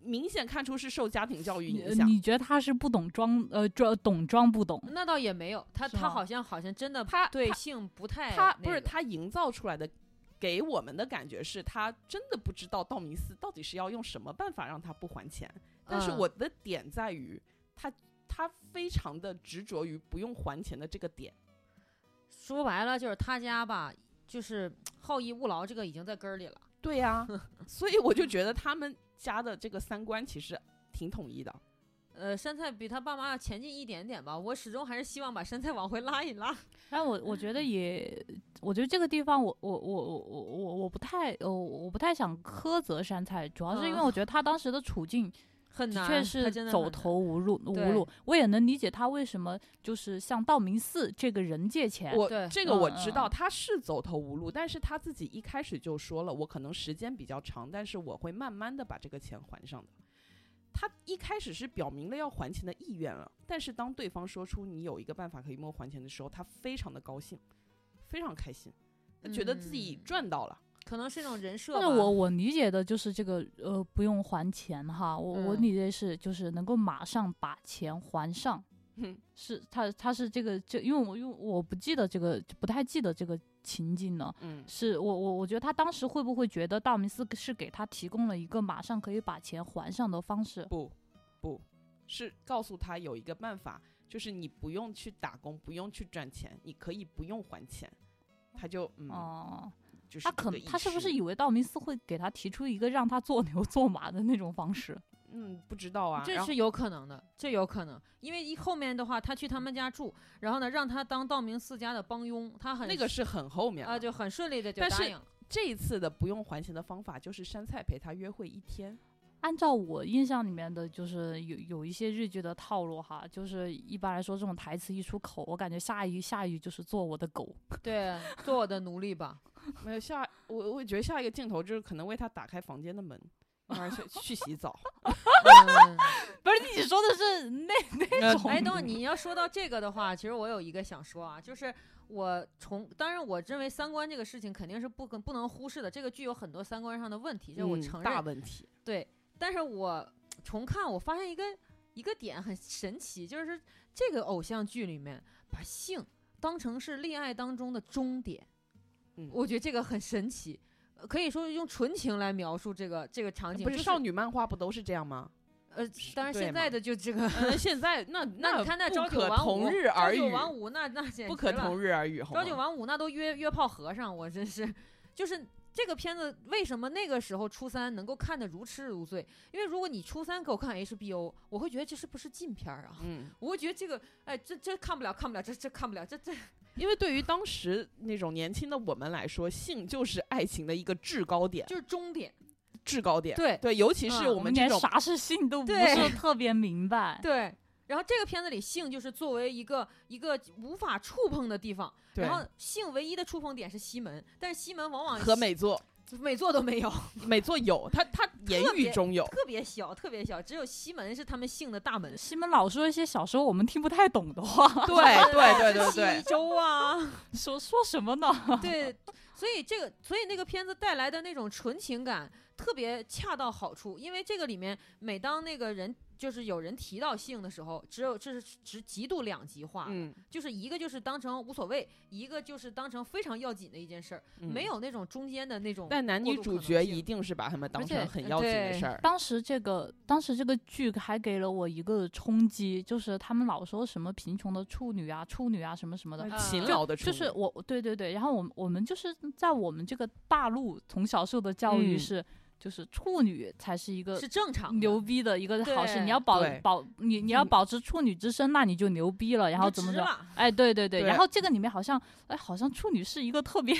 Speaker 2: 明显看出是受家庭教育
Speaker 1: 你
Speaker 2: 影响。
Speaker 1: 你觉得他是不懂装呃装懂装不懂？
Speaker 3: 那倒也没有，他
Speaker 1: 是
Speaker 3: 他
Speaker 1: 吗
Speaker 3: 好像好像真的
Speaker 2: 他
Speaker 3: 对
Speaker 2: 他
Speaker 3: 性不太
Speaker 2: 他
Speaker 3: 那
Speaker 2: 不是
Speaker 3: 个
Speaker 2: 他营造出来的，给我们的感觉是他真的不知道道明寺到底是要用什么办法让他不还钱。但是
Speaker 3: 嗯
Speaker 2: 我的点在于，他他非常的执着于不用还钱的这个点。
Speaker 3: 说白了就是他家吧，就是好逸恶劳，这个已经在根儿里了。
Speaker 2: 对 呀、所以我就觉得他们家的这个三观其实挺统一的。
Speaker 3: 呃，杉菜比他爸妈前进一点点吧。我始终还是希望把杉菜往回拉一拉。
Speaker 1: 但我我觉得也，我觉得这个地方我，我我我我我我不太，我我不太想苛责杉菜，主要是因为
Speaker 3: 嗯
Speaker 1: 我觉得他当时的处境
Speaker 3: 很
Speaker 1: 的
Speaker 3: 难，
Speaker 1: 确
Speaker 3: 他
Speaker 1: 是
Speaker 3: 真的
Speaker 1: 走
Speaker 3: 很难
Speaker 1: 投无路无
Speaker 3: 对
Speaker 1: 路。我也能理解他为什么就是向道明寺这个人借钱。
Speaker 3: 对
Speaker 2: 我这个我
Speaker 1: 嗯
Speaker 2: 知
Speaker 1: 嗯
Speaker 2: 道，
Speaker 1: 嗯
Speaker 2: 他是走投无路，但是他自己一开始就说了，我可能时间比较长，但是我会慢慢的把这个钱还上的。他一开始是表明了要还钱的意愿了，但是当对方说出你有一个办法可以帮我还钱的时候，他非常的高兴，非常开心，他觉得自己
Speaker 3: 嗯
Speaker 2: 赚到了。
Speaker 3: 可能是一种人设
Speaker 1: 但
Speaker 3: 吧。
Speaker 1: 是我我理解的就是这个呃不用还钱哈，我、我
Speaker 3: 嗯
Speaker 1: 理解是就是能够马上把钱还上，
Speaker 2: 嗯
Speaker 1: 是他他是这个这因为我因为我不记得这个不太记得这个情境了，
Speaker 2: 嗯，
Speaker 1: 是我我我觉得他当时会不会觉得道明寺是给他提供了一个马上可以把钱还上的方式？
Speaker 2: 不不是告诉他有一个办法，就是你不用去打工，不用去赚钱，你可以不用还钱。他就嗯，
Speaker 1: 哦、
Speaker 2: 就是
Speaker 1: 他
Speaker 2: 这
Speaker 1: 可
Speaker 2: 个
Speaker 1: 能
Speaker 2: 意
Speaker 1: 他是不
Speaker 2: 识
Speaker 1: 是以为道明寺会给他提出一个让他做牛做马的那种方式？
Speaker 2: 嗯，不知道啊。
Speaker 3: 这
Speaker 2: 然后
Speaker 3: 是有可能的，这有可能，因为一后面的话，他去他们家住，然后呢，让他当道明寺家的帮佣，他很
Speaker 2: 那个是很后面
Speaker 3: 啊、
Speaker 2: 了。
Speaker 3: 就很顺利的就
Speaker 2: 但
Speaker 3: 答
Speaker 2: 是
Speaker 3: 应了。
Speaker 2: 这一次的不用还钱的方法就是杉菜陪他约会一 天。
Speaker 1: 按照我印象里面的，就是有有一些日剧的套路哈，就是一般来说这种台词一出口，我感觉下一下一就是做我的狗。
Speaker 3: 对，做我的奴 隶吧。
Speaker 2: 没有下，我我觉得下一个镜头就是可能为他打开房间的门，让他去去洗 澡。
Speaker 3: 嗯
Speaker 1: 不是你说的是那
Speaker 2: 呃
Speaker 1: 那种？
Speaker 3: 哎，等会儿你要说到这个的话，其实我有一个想说啊，就是我从当然我认为三观这个事情肯定是不可不能忽视的，这个剧有很多三观上的问题，这我
Speaker 2: 嗯
Speaker 3: 承认。
Speaker 2: 大问题。
Speaker 3: 对，但是我重看我发现一个一个点很神奇，就是这个偶像剧里面把性当成是恋爱当中的终点，
Speaker 2: 嗯
Speaker 3: 我觉得这个很神奇。呃可以说用纯情来描述这个这个场景，
Speaker 2: 不
Speaker 3: 就是
Speaker 2: 少女漫画不都是这样吗？
Speaker 3: 呃，当然
Speaker 2: 对
Speaker 3: 现
Speaker 2: 嘛
Speaker 3: 在的就这个，
Speaker 2: 嗯， 现在那
Speaker 3: 那你看那朝
Speaker 2: 不
Speaker 3: 九
Speaker 2: 可
Speaker 3: 晚五，
Speaker 2: 同日
Speaker 3: 朝
Speaker 2: 而语
Speaker 3: 九，晚五那那简
Speaker 2: 不
Speaker 3: 直
Speaker 2: 可
Speaker 3: 了
Speaker 2: 同日而语，好
Speaker 3: 朝
Speaker 2: 吗？
Speaker 3: 九晚五那都约约炮和尚，我真是，就是这个片子为什么那个时候初三能够看得如痴如醉？因为如果你初三给我看 HBO，我会觉得这是不是禁片儿啊？
Speaker 2: 嗯，
Speaker 3: 我会觉得这个，哎，这这看不了，看不了，这这看不了，这这
Speaker 2: 因为对于当时那种年轻的我们来说，性就是爱情的一个制高点，
Speaker 3: 就是终点。
Speaker 2: 制高点。
Speaker 3: 对
Speaker 2: 对，尤其是
Speaker 3: 嗯
Speaker 2: 我们这
Speaker 1: 连
Speaker 2: 种
Speaker 1: 啥是性都不
Speaker 3: 对
Speaker 1: 是特别明白。
Speaker 3: 对，然后这个片子里性就是作为一个一个无法触碰的地方，
Speaker 2: 对
Speaker 3: 然后性唯一的触碰点是西门，但是西门往 往
Speaker 2: 和美作，
Speaker 3: 每座都没有。
Speaker 2: 美作有他他言
Speaker 3: 特别
Speaker 2: 语 中有，
Speaker 3: 特别小，特别小，只有西门是他们姓的大门。
Speaker 1: 西门老说一些小时候我们听不太懂的话，
Speaker 2: 对对对对
Speaker 3: 西
Speaker 2: 对，
Speaker 3: 一 周啊，
Speaker 1: 说说什么呢？
Speaker 3: 对，所以这个，所以那个片子带来的那种纯情感特别恰到好处，因为这个里面每当那个人就是有人提到性的时候，只有这是只极度两极化，
Speaker 2: 嗯，
Speaker 3: 就是一个就是当成无所谓，一个就是当成非常要紧的一件事儿，
Speaker 2: 嗯
Speaker 3: 没。有那种中间的那种。
Speaker 2: 但男
Speaker 3: 过
Speaker 2: 女
Speaker 3: 度
Speaker 2: 主
Speaker 3: 可能
Speaker 2: 角
Speaker 3: 性
Speaker 2: 一定是把
Speaker 1: 呃
Speaker 2: 他们当
Speaker 3: 而且
Speaker 2: 成很要紧的
Speaker 3: 对
Speaker 2: 事儿。
Speaker 1: 当时这个，当时这个剧还给了我一个冲击，就是他们老说什么贫穷的处女啊、处女啊什么什么的，
Speaker 3: 嗯
Speaker 2: 勤
Speaker 3: 就
Speaker 2: 劳的处
Speaker 1: 就
Speaker 2: 女，
Speaker 1: 是我，对对对。然后我们我们就是在我们这个大陆从小受的教育
Speaker 2: 嗯
Speaker 1: 是，就是处女才是一个
Speaker 3: 是正常的，
Speaker 1: 牛逼的一个好事，
Speaker 3: 对
Speaker 1: 你要保
Speaker 2: 对
Speaker 1: 保你你要保持处女之身，那你就牛逼了。然后
Speaker 3: 你就
Speaker 1: 怎么
Speaker 3: 直
Speaker 1: 着？
Speaker 3: 了
Speaker 1: 哎，对对对，
Speaker 2: 对
Speaker 1: 然后这个里面好像，哎，好像处女是一个特别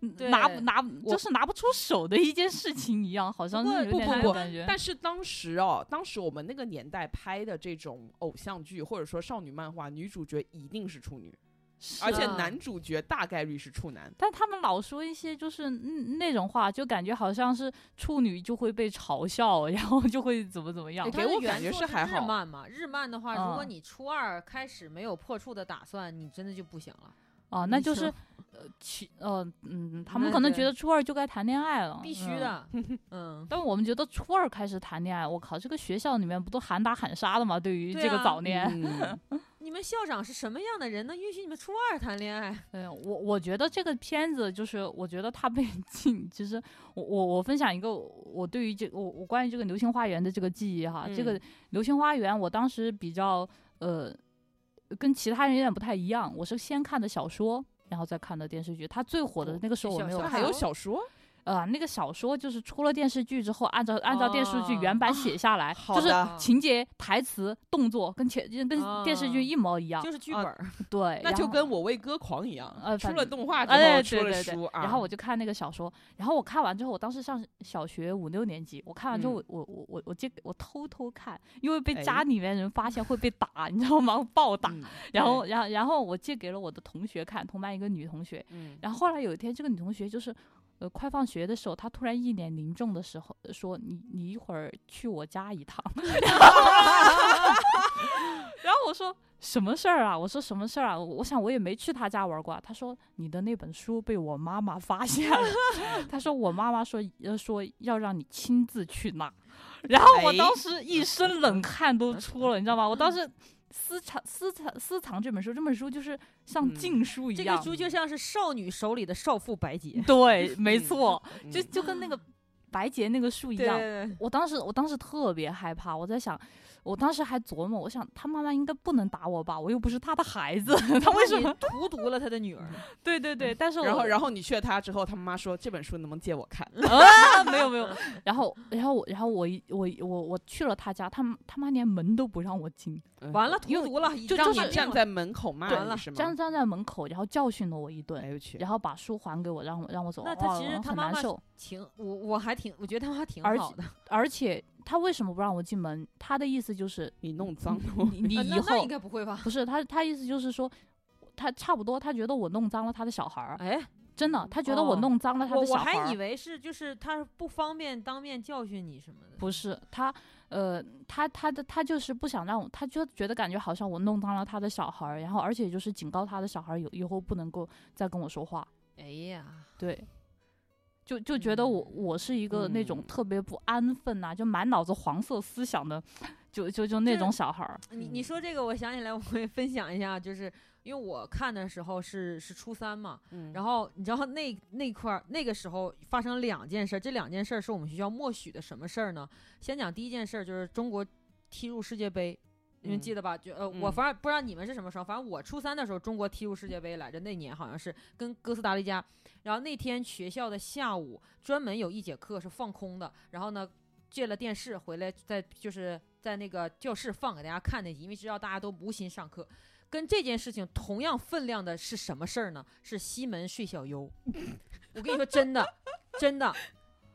Speaker 3: 嗯 对
Speaker 1: 拿不拿
Speaker 3: 我
Speaker 1: 就是拿不出手的一件事情一样，好像
Speaker 3: 不
Speaker 1: 是有
Speaker 3: 过
Speaker 2: 不
Speaker 1: 点
Speaker 2: 不
Speaker 1: 那
Speaker 2: 不
Speaker 1: 种感觉。
Speaker 2: 但是当时哦，当时我们那个年代拍的这种偶像剧或者说少女漫画，女主角一定是处女，
Speaker 1: 是
Speaker 2: 而且
Speaker 3: 啊
Speaker 2: 男主角大概率是处男。
Speaker 1: 但他们老说一些就是嗯那种话，就感觉好像是处女就会被嘲笑，然后就会怎么怎么样
Speaker 2: 哎。
Speaker 3: 它
Speaker 2: 给
Speaker 3: 的
Speaker 2: 我
Speaker 3: 原
Speaker 2: 感觉
Speaker 3: 作
Speaker 2: 是还
Speaker 3: 日
Speaker 2: 好
Speaker 3: 漫嘛，日漫的话，如果
Speaker 1: 嗯
Speaker 3: 你初二开始没有破处的打算，你真的就不行了，
Speaker 1: 啊，那
Speaker 3: 你
Speaker 1: 就是
Speaker 3: 想
Speaker 1: 呃，其呃嗯，他们
Speaker 3: 那
Speaker 1: 可能
Speaker 3: 对
Speaker 1: 觉得初二就该谈恋爱了，
Speaker 3: 必须
Speaker 1: 嗯。
Speaker 3: 的。嗯，
Speaker 1: 但我们觉得初二开始谈恋爱，我靠，这个学校里面不都喊打喊杀的吗？对于
Speaker 3: 对
Speaker 1: 这个
Speaker 3: 啊
Speaker 1: 早恋，
Speaker 2: 嗯，
Speaker 3: 你们校长是什么样的人能允许你们初二谈恋爱？
Speaker 1: 对，我我觉得这个片子就是，我觉得它被禁。其实我我我分享一个我对于这我我关于这个《流星花园》的这个记忆哈，这个
Speaker 2: 嗯
Speaker 1: 《流星花园》我当时比较呃跟其他人有点不太一样，我是先看的小说，然后再看的电视剧。它最火的
Speaker 3: 哦
Speaker 1: 那个时候我
Speaker 3: 是小
Speaker 1: 没有
Speaker 3: 说
Speaker 2: 那
Speaker 1: 看，
Speaker 2: 还有小说，
Speaker 1: 呃，那个小说就是出了电视剧之后，按照按照电视剧原版写下来，
Speaker 2: 好
Speaker 1: 就是
Speaker 2: 的
Speaker 1: 情节、台词、动作跟前跟电视剧一模一样。
Speaker 3: 就是剧
Speaker 2: 啊
Speaker 3: 本儿，
Speaker 1: 对，
Speaker 2: 那
Speaker 1: 然
Speaker 2: 就
Speaker 1: 后
Speaker 2: 跟我为歌狂一样，
Speaker 1: 呃
Speaker 2: 出
Speaker 1: 反
Speaker 2: 了动画之后、
Speaker 1: 哎，
Speaker 2: 出
Speaker 1: 对
Speaker 2: 了
Speaker 1: 对
Speaker 2: 书
Speaker 1: 对，
Speaker 2: 啊，
Speaker 1: 然后我就看那个小说，然后我看完之后，我当时上小学五六年级，我看完之后，
Speaker 2: 嗯
Speaker 1: 我我我我我这我偷偷看，因为被
Speaker 2: 哎
Speaker 1: 家里面人发现会被打，你知道吗？暴打。
Speaker 2: 嗯
Speaker 1: 然后，然后，然后我借给了我的同学看，同班一个女同学。
Speaker 2: 嗯
Speaker 1: 然后后来有一天，这个女同学就是，呃，快放学的时候，她突然一脸凝重的时候说：“你你一会儿去我家一趟。” 然后我说。什么事儿啊？我说什么事儿啊？我我想我也没去她家玩过啊。她说你的那本书被我妈妈发现了。 她说我妈妈说呃说要让你亲自去拿。然后我
Speaker 2: 哎
Speaker 1: 当时一身冷汗都出了，你知道吗？我当时私藏私藏私藏这本书，这本书就是像
Speaker 2: 嗯
Speaker 1: 禁书一
Speaker 3: 这
Speaker 1: 样
Speaker 3: 个，猪就像是少女手里的少妇 白 洁，
Speaker 1: 对，没错，
Speaker 2: 嗯
Speaker 1: 就就跟那个白洁那个树一样。
Speaker 3: 对
Speaker 1: 我当时我当时特别害怕，我在想，我当时还琢磨，我想他妈妈应该不能打我吧，我又不是他的孩子，
Speaker 3: 嗯
Speaker 1: 他为什么？
Speaker 3: 荼毒了他的女 儿？
Speaker 1: 对对对，但是我
Speaker 2: 然后然后你劝他之后，他妈说这本书能不能借我看？
Speaker 1: 啊，没有没 有，然后然后我然后我一我我我去了他家，他们他妈连门都不让我进，
Speaker 3: 嗯完了，荼
Speaker 1: 因为
Speaker 3: 毒了，
Speaker 1: 就
Speaker 3: 让
Speaker 1: 就
Speaker 3: 你
Speaker 1: 是
Speaker 2: 嗯
Speaker 3: 病
Speaker 2: 站
Speaker 3: 了
Speaker 2: 在门口骂
Speaker 3: 对
Speaker 2: 你是吗？
Speaker 1: 站站在门口，然后教训了我一顿
Speaker 2: 哎，呦去，
Speaker 1: 然后把书还给我，让我让我走。
Speaker 3: 那他
Speaker 1: 哇
Speaker 3: 其实
Speaker 1: 我
Speaker 3: 他
Speaker 1: 很
Speaker 3: 妈
Speaker 1: 难
Speaker 3: 妈
Speaker 1: 受，
Speaker 3: 挺我我还挺，我觉得他还挺
Speaker 1: 而
Speaker 3: 好
Speaker 1: 且
Speaker 3: 的。
Speaker 1: 而且他为什么不让我进门？他的意思就是
Speaker 2: 你弄脏了我。
Speaker 1: 你你
Speaker 3: 啊
Speaker 1: 以
Speaker 3: 那那
Speaker 1: 后
Speaker 3: 应该不 会吧？
Speaker 1: 不是他他意思就是说。他差不多，他觉得我弄脏了他的小孩儿，
Speaker 3: 哎，
Speaker 1: 真的，他觉得我
Speaker 3: 哦
Speaker 1: 弄脏了他
Speaker 3: 我
Speaker 1: 的
Speaker 3: 我
Speaker 1: 小孩儿。
Speaker 3: 还以为是就是他不方便当面教训你什么的。
Speaker 1: 不是他，呃，他他的他就是不想让我，他就觉得感觉好像我弄脏了他的小孩儿，然后而且就是警告他的小孩儿以以后不能够再跟我说话，
Speaker 3: 哎呀，
Speaker 1: 对，就就觉得我
Speaker 3: 嗯
Speaker 1: 我是一个那种
Speaker 2: 嗯
Speaker 1: 特别不安分呐、就满脑子黄色思想的，就就就那
Speaker 3: 这
Speaker 1: 种小孩儿，
Speaker 3: 你你说这个，我想起来，我会分享一下，就是因为我看的时候是是初三嘛，
Speaker 2: 嗯
Speaker 3: 然后你知道那那块儿那个时候发生两件事儿，这两件事儿是我们学校默许的什么事儿呢？先讲第一件事儿，就是中国踢入世界杯。你们
Speaker 2: 嗯
Speaker 3: 记得吧？就呃，
Speaker 2: 嗯
Speaker 3: 我反正不知道你们是什么时候，反正我初三的时候，中国踢入世界杯来着。那年好像是跟哥斯达黎加，然后那天学校的下午专门有一节课是放空的，然后呢借了电视回来，在就是在那个教室放给大家看那集，因为知道大家都无心上课。跟这件事情同样分量的是什么事儿呢？是西门睡小优。 我跟你说，真的，真的，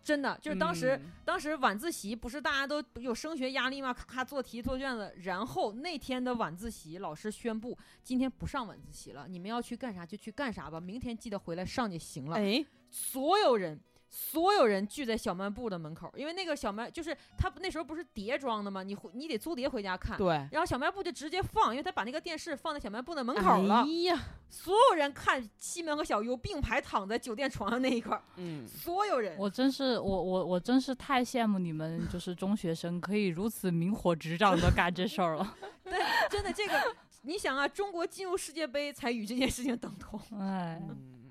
Speaker 3: 真的，就是当时、
Speaker 2: 嗯
Speaker 3: 当时晚自习不是大家都有升学压力吗？咔咔做题做卷子，然后那天的晚自习老师宣布今天不上晚自习了，你们要去干啥就去干啥吧，明天记得回来上就行了。
Speaker 2: 哎，
Speaker 3: 所有人。所有人聚在小卖部的门口，因为那个小卖就是他那时候不是碟装的吗？你回你得租碟回家看，
Speaker 2: 对，
Speaker 3: 然后小卖部就直接放，因为他把那个电视放在小卖部的门口了。
Speaker 2: 哎呀，
Speaker 3: 所有人看西门和小优并排躺在酒店床上那一块儿，
Speaker 2: 嗯，
Speaker 3: 所有人。
Speaker 1: 我真是我我我真是太羡慕你们，就是中学生可以如此明火执仗的干这事儿了，
Speaker 3: 但真的这个，你想啊，中国进入世界杯才与这件事情等同。
Speaker 1: 哎，
Speaker 2: 嗯，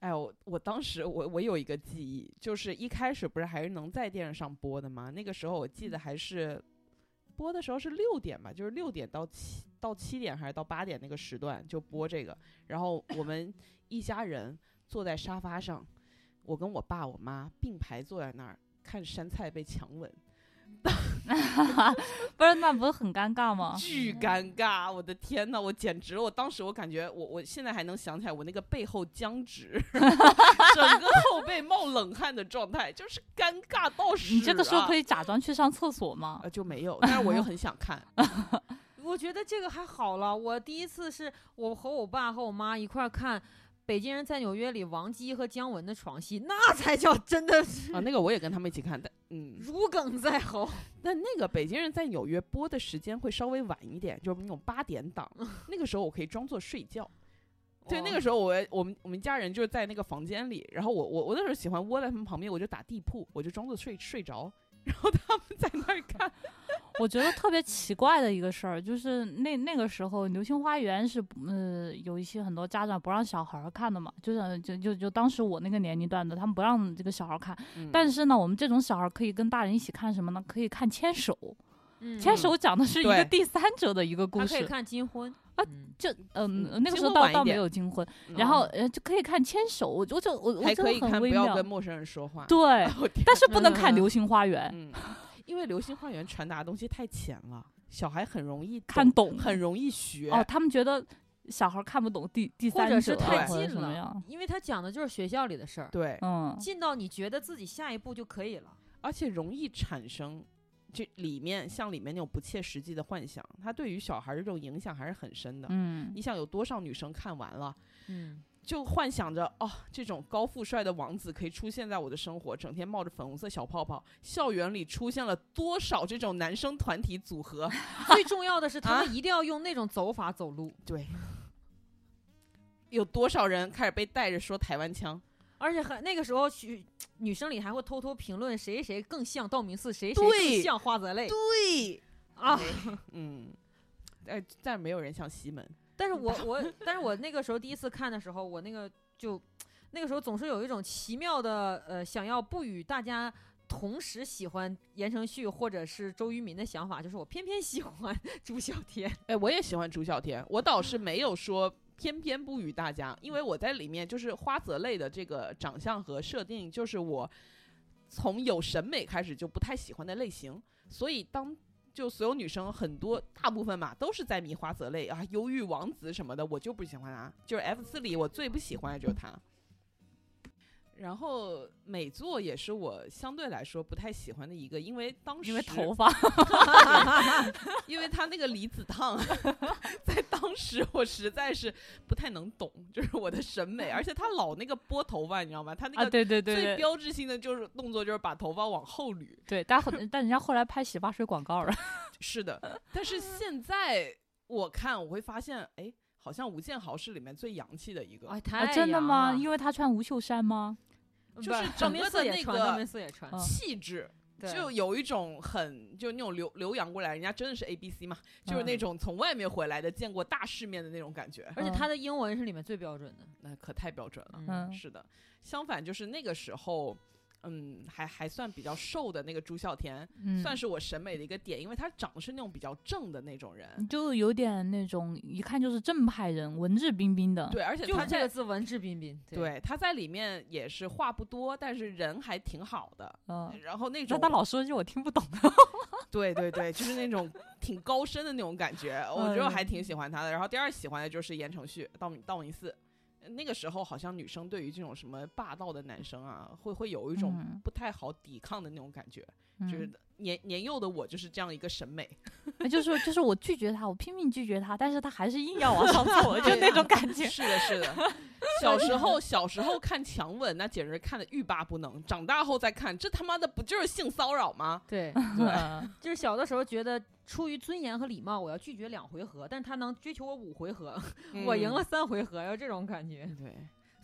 Speaker 2: 哎呦，我我当时我我有一个记忆，就是一开始不是还是能在电视上播的吗？那个时候我记得还是播的时候是六点吧，就是六点到七到七点还是到八点那个时段就播这个，然后我们一家人坐在沙发上，我跟我爸我妈并排坐在那儿看山菜被强吻，
Speaker 1: 不是那不是很尴尬吗？
Speaker 2: 巨尴尬！我的天呐，我简直，我当时我感觉我我现在还能想起来，我那个背后僵 直，整个后背冒冷汗的状态，就是尴尬到死、啊。
Speaker 1: 你这个时候可
Speaker 2: 以
Speaker 1: 以假装去上厕所吗？
Speaker 2: 呃就没有，但是我又很想看。
Speaker 3: 我觉得这个还好了。我第一次是我和我爸和我妈一块儿看《北京人在纽约》里王姬和姜文的床戏，那才叫真的 是
Speaker 2: 啊，那个我也跟他们一起看，但嗯，
Speaker 3: 如鲠在喉。
Speaker 2: 但那个北京人在纽约播的时间会稍微晚一点，就是那种八点 档，那个时候我可以装作睡觉。 对，那个时候我我们我们家人就是在那个房间里，然后我我我那时候喜欢窝在他们旁边，我就打地铺，我就装作睡睡着，然后他们在那儿看。
Speaker 1: 我觉得特别奇怪的一个事儿，就是那那个时候《流星花园是》呃有一些很多家长不让小孩儿看的嘛，就是就就就当时我那个年龄段的，他们不
Speaker 2: 嗯
Speaker 1: 让这个小孩儿看。但是呢，我们这种小孩儿可以跟大人一起看什么呢？可以看牵手。
Speaker 3: 候嗯
Speaker 1: 前手讲的是一个
Speaker 2: 对
Speaker 1: 第三者的一个故
Speaker 3: 还可以
Speaker 1: 事，
Speaker 3: 看金婚
Speaker 1: 啊
Speaker 3: 嗯
Speaker 1: 就嗯、
Speaker 2: 嗯
Speaker 1: 那个
Speaker 2: 金
Speaker 1: 时候
Speaker 2: 婚
Speaker 1: 倒
Speaker 2: 晚一
Speaker 1: 倒没
Speaker 2: 点
Speaker 1: 有金婚，
Speaker 2: 嗯
Speaker 1: 然后呃就可以看牵手，我我就我我
Speaker 2: 还
Speaker 1: 真
Speaker 2: 可
Speaker 1: 的
Speaker 2: 以看
Speaker 1: 很
Speaker 2: 不
Speaker 1: 微
Speaker 2: 要
Speaker 1: 妙
Speaker 2: 跟，陌生人 说话。
Speaker 1: 对，
Speaker 2: 我天，
Speaker 1: 但是不能看《
Speaker 3: 嗯
Speaker 1: 流星花园》
Speaker 2: 嗯，因为《流星花园》传达的东西太浅了，小孩很容易
Speaker 1: 看懂
Speaker 2: 很容易学。
Speaker 1: 哦，他们觉得小孩看不懂第第
Speaker 3: 或
Speaker 1: 三
Speaker 3: 者
Speaker 1: 者
Speaker 3: 是太
Speaker 1: 啊或者
Speaker 3: 近
Speaker 1: 怎么
Speaker 3: 了
Speaker 1: 样，，
Speaker 3: 因为他讲的就是学校里的事儿，
Speaker 2: 对，
Speaker 1: 嗯，
Speaker 3: 近到你觉得自己下一步就可以了。
Speaker 2: 而且容易产生这里面像里面那种不切实际的幻想，它对于小孩儿这种影响还是很深的。
Speaker 1: 嗯
Speaker 2: 你，想有多少女生看完了？
Speaker 3: 嗯，
Speaker 2: 就幻想着哦，这种高富帅的王子可以出现在我的生活，整天冒着粉红色小泡泡。校园里出现了多少这种男生团体组合？
Speaker 3: 最重要的是他
Speaker 2: 啊
Speaker 3: 们一定要用那种走法走路，
Speaker 2: 对，有多少人开始被带着说台湾腔？
Speaker 3: 而且还那个时候女女生里还会偷偷评论谁谁更像道明寺，谁谁
Speaker 2: 对
Speaker 3: 更像花泽类
Speaker 2: 对，
Speaker 3: 啊。
Speaker 2: 嗯，哎，但没有人像西门。
Speaker 3: 但是我我但是我那个时候第一次看的时候，我那个就那个时候总是有一种奇妙的呃，想要不与大家。同时喜欢言承旭或者是周渝民的想法，就是我偏偏喜欢 朱孝天。
Speaker 2: 哎，我也喜欢朱孝天，我
Speaker 1: 嗯
Speaker 2: 倒是没有说偏偏不与大家，因为我在里面就是花泽类的这个长相和设定，就是我从有审美开始就不太喜欢的类型，所以当。就所有女生很多，大部分嘛都是在迷花泽类啊、忧郁王子什么的，我就不喜欢他。就是 F 四里我最不喜欢的就是他。然后美作也是我相对来说不太喜欢的一个，因为当时
Speaker 1: 因为头发，
Speaker 2: 因为他那个离子烫， 在当时我实在是不太能懂，就是我的审美，而且他老那个拨头发，你知道吗？他那
Speaker 1: 啊，
Speaker 2: 个
Speaker 1: 对对对
Speaker 2: 最
Speaker 1: 对
Speaker 2: 标志性的就是动作就是把头发往后捋。
Speaker 1: 对，但 后但人家后来拍洗发水广告了，
Speaker 2: 是的，但是现在我看我会发现，哎，好像吴建豪是里面最洋气的一个，
Speaker 3: 哎，
Speaker 1: 啊
Speaker 3: 太
Speaker 1: 真的
Speaker 3: 阳
Speaker 1: 吗？
Speaker 3: 了
Speaker 1: 因为他穿无袖衫吗？
Speaker 3: 不
Speaker 2: 就是
Speaker 3: 道
Speaker 2: 整
Speaker 3: 明
Speaker 2: 个
Speaker 3: 寺
Speaker 2: 的
Speaker 3: 也
Speaker 2: 那
Speaker 3: 穿，
Speaker 2: 个
Speaker 3: 道明寺也穿，
Speaker 1: 嗯
Speaker 2: 气质。
Speaker 3: 对
Speaker 2: 就有一种很就那种留留洋过来，人家真的是 A B C 嘛，就是那
Speaker 3: 嗯
Speaker 2: 种从外面回来的，见过大世面的那种感觉，
Speaker 3: 而且他的英文是里面最标准的。
Speaker 2: 那可太标准了。
Speaker 1: 嗯
Speaker 2: 是的，相反就是那个时候，嗯，还还算比较瘦的那个朱孝天，
Speaker 1: 嗯，
Speaker 2: 算是我审美的一个点，因为他长得是那种比较正的那种人，
Speaker 1: 就有点那种一看就是正派人，文质彬彬的。
Speaker 2: 对，而且
Speaker 3: 就
Speaker 2: 他
Speaker 3: 这
Speaker 2: 在
Speaker 3: 个字文质彬彬。对，
Speaker 2: 对他在里面也是话不多，但是人还挺好的。
Speaker 1: 嗯，
Speaker 2: 然后那
Speaker 1: 那
Speaker 2: 种
Speaker 1: 他老说一句我听不懂的，
Speaker 2: 对对对，就是那种挺高深的那种感觉，我觉得我还
Speaker 1: 嗯
Speaker 2: 挺喜欢他的。然后第二喜欢的就是言承旭，道明道明寺。那个时候好像女生对于这种什么霸道的男生啊，会会有一种
Speaker 1: 嗯
Speaker 2: 不太好抵抗的那种感觉。 就是年年幼的我就是这样一个审美，
Speaker 1: 嗯就是就是我拒绝他，我拼命拒绝他，但是他还是硬要 往上凑，就那种感觉。
Speaker 2: 是的，是的。小时候小时候看强吻，那简直看的欲罢不能。长大后再看，这他妈的不就是性骚扰吗？
Speaker 3: 对，
Speaker 1: 嗯
Speaker 2: 啊
Speaker 3: 就是小的时候觉得出于尊严和礼貌，我要拒绝两回合，但是他能追求我五回合， 我
Speaker 2: 嗯
Speaker 3: 赢了。三回合，要这种感觉。
Speaker 2: 对，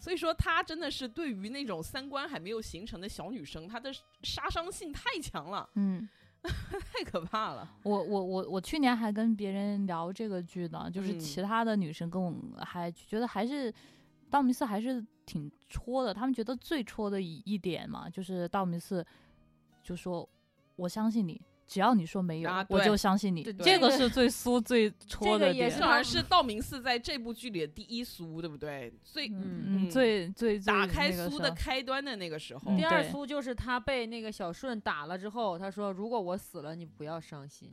Speaker 2: 所以说他真的是对于那种三观还没有形成的小女生，她的杀伤性太强了，
Speaker 1: 嗯，
Speaker 2: 太可怕了。
Speaker 1: 我我我我去年还跟别人聊这个剧呢，就是
Speaker 2: 嗯
Speaker 1: 其他的女生跟我还觉得还是道明寺还是挺戳的，他们觉得最戳的一一点嘛，就是道明寺就说我相信你，只要你说没有，
Speaker 2: 啊
Speaker 1: 我
Speaker 2: 对
Speaker 1: 就相信你
Speaker 3: 对，对
Speaker 1: 这个是最酥最戳
Speaker 3: 这
Speaker 1: 的
Speaker 3: 个也
Speaker 1: 点，
Speaker 2: 这
Speaker 3: 是
Speaker 2: 好像是道明寺在这部剧里的第一苏，对不对？最
Speaker 1: 嗯
Speaker 2: 嗯
Speaker 1: 最最最
Speaker 2: 打开
Speaker 1: 那个
Speaker 2: 苏
Speaker 1: 啥
Speaker 2: 的开端的那个时候
Speaker 1: 嗯
Speaker 3: 第，二
Speaker 1: 对
Speaker 3: 苏就是他被那个小顺打了之后，他说：“如果我死了，你不要伤心。”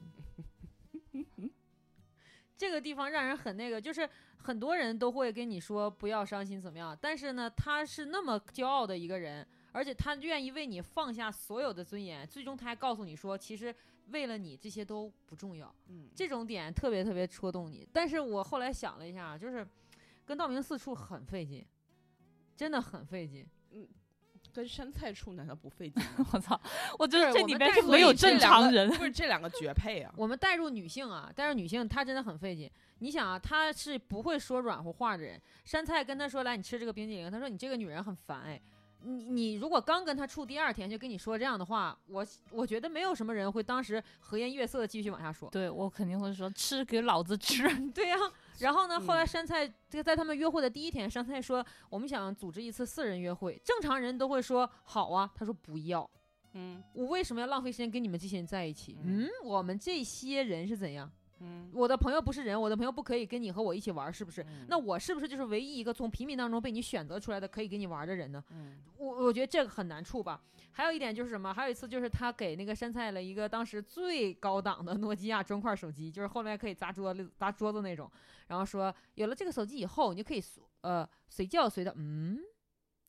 Speaker 3: 这个地方让人很那个，就是很多人都会跟你说不要伤心怎么样，但是呢，他是那么骄傲的一个人，而且他愿意为你放下所有的尊严，最终他还告诉你说，其实为了你这些都不重要。
Speaker 2: 嗯
Speaker 3: 这种点特别特别戳动你。但是我后来想了一下，啊就是跟道明寺处很费劲，真的很费劲。
Speaker 2: 跟山菜处难道不费劲啊吗？
Speaker 1: 我操，我觉得
Speaker 3: 对
Speaker 1: 这
Speaker 3: 我
Speaker 1: 里
Speaker 3: 们
Speaker 1: 边
Speaker 3: 带
Speaker 1: 就
Speaker 3: 入
Speaker 1: 没有
Speaker 3: 一些
Speaker 1: 正
Speaker 3: 两
Speaker 1: 常人，
Speaker 2: 不是这两个绝配啊！
Speaker 3: 我们带入女性啊，带入女性，她真的很费劲。你想啊，她是不会说软乎话的人。山菜跟她说：“来，你吃这个冰激凌。”她说：“你这个女人很烦哎。”你你如果刚跟她处第二天就跟你说这样的话，我我觉得没有什么人会当时和颜悦色的继续往下说。
Speaker 1: 对我肯定会说吃给老子吃，
Speaker 3: 对呀、然后呢，后来
Speaker 2: 嗯
Speaker 3: 山菜这个在他们约会的第一天，山菜说我们想组织一次四人约会，正常人都会说好啊，他说不要，
Speaker 2: 嗯
Speaker 3: 我为什么要浪费时间跟你们这些人在一起？
Speaker 2: 嗯
Speaker 3: 嗯，我们这些人是怎样？
Speaker 2: 嗯，
Speaker 3: 我的朋友不是人，我的朋友不可以跟你和我一起玩，是不是？
Speaker 2: 嗯
Speaker 3: 那我是不是就是唯一一个从平民当中被你选择出来的可以跟你玩的人呢？
Speaker 2: 嗯
Speaker 3: 我我觉得这个很难处吧。还有一点就是什么？还有一次就是他给那个山菜了一个当时最高档的诺基亚砖块手机，就是后来可以砸桌子砸桌子那种。然后说有了这个手机以后，你就可以随呃随叫随到。嗯，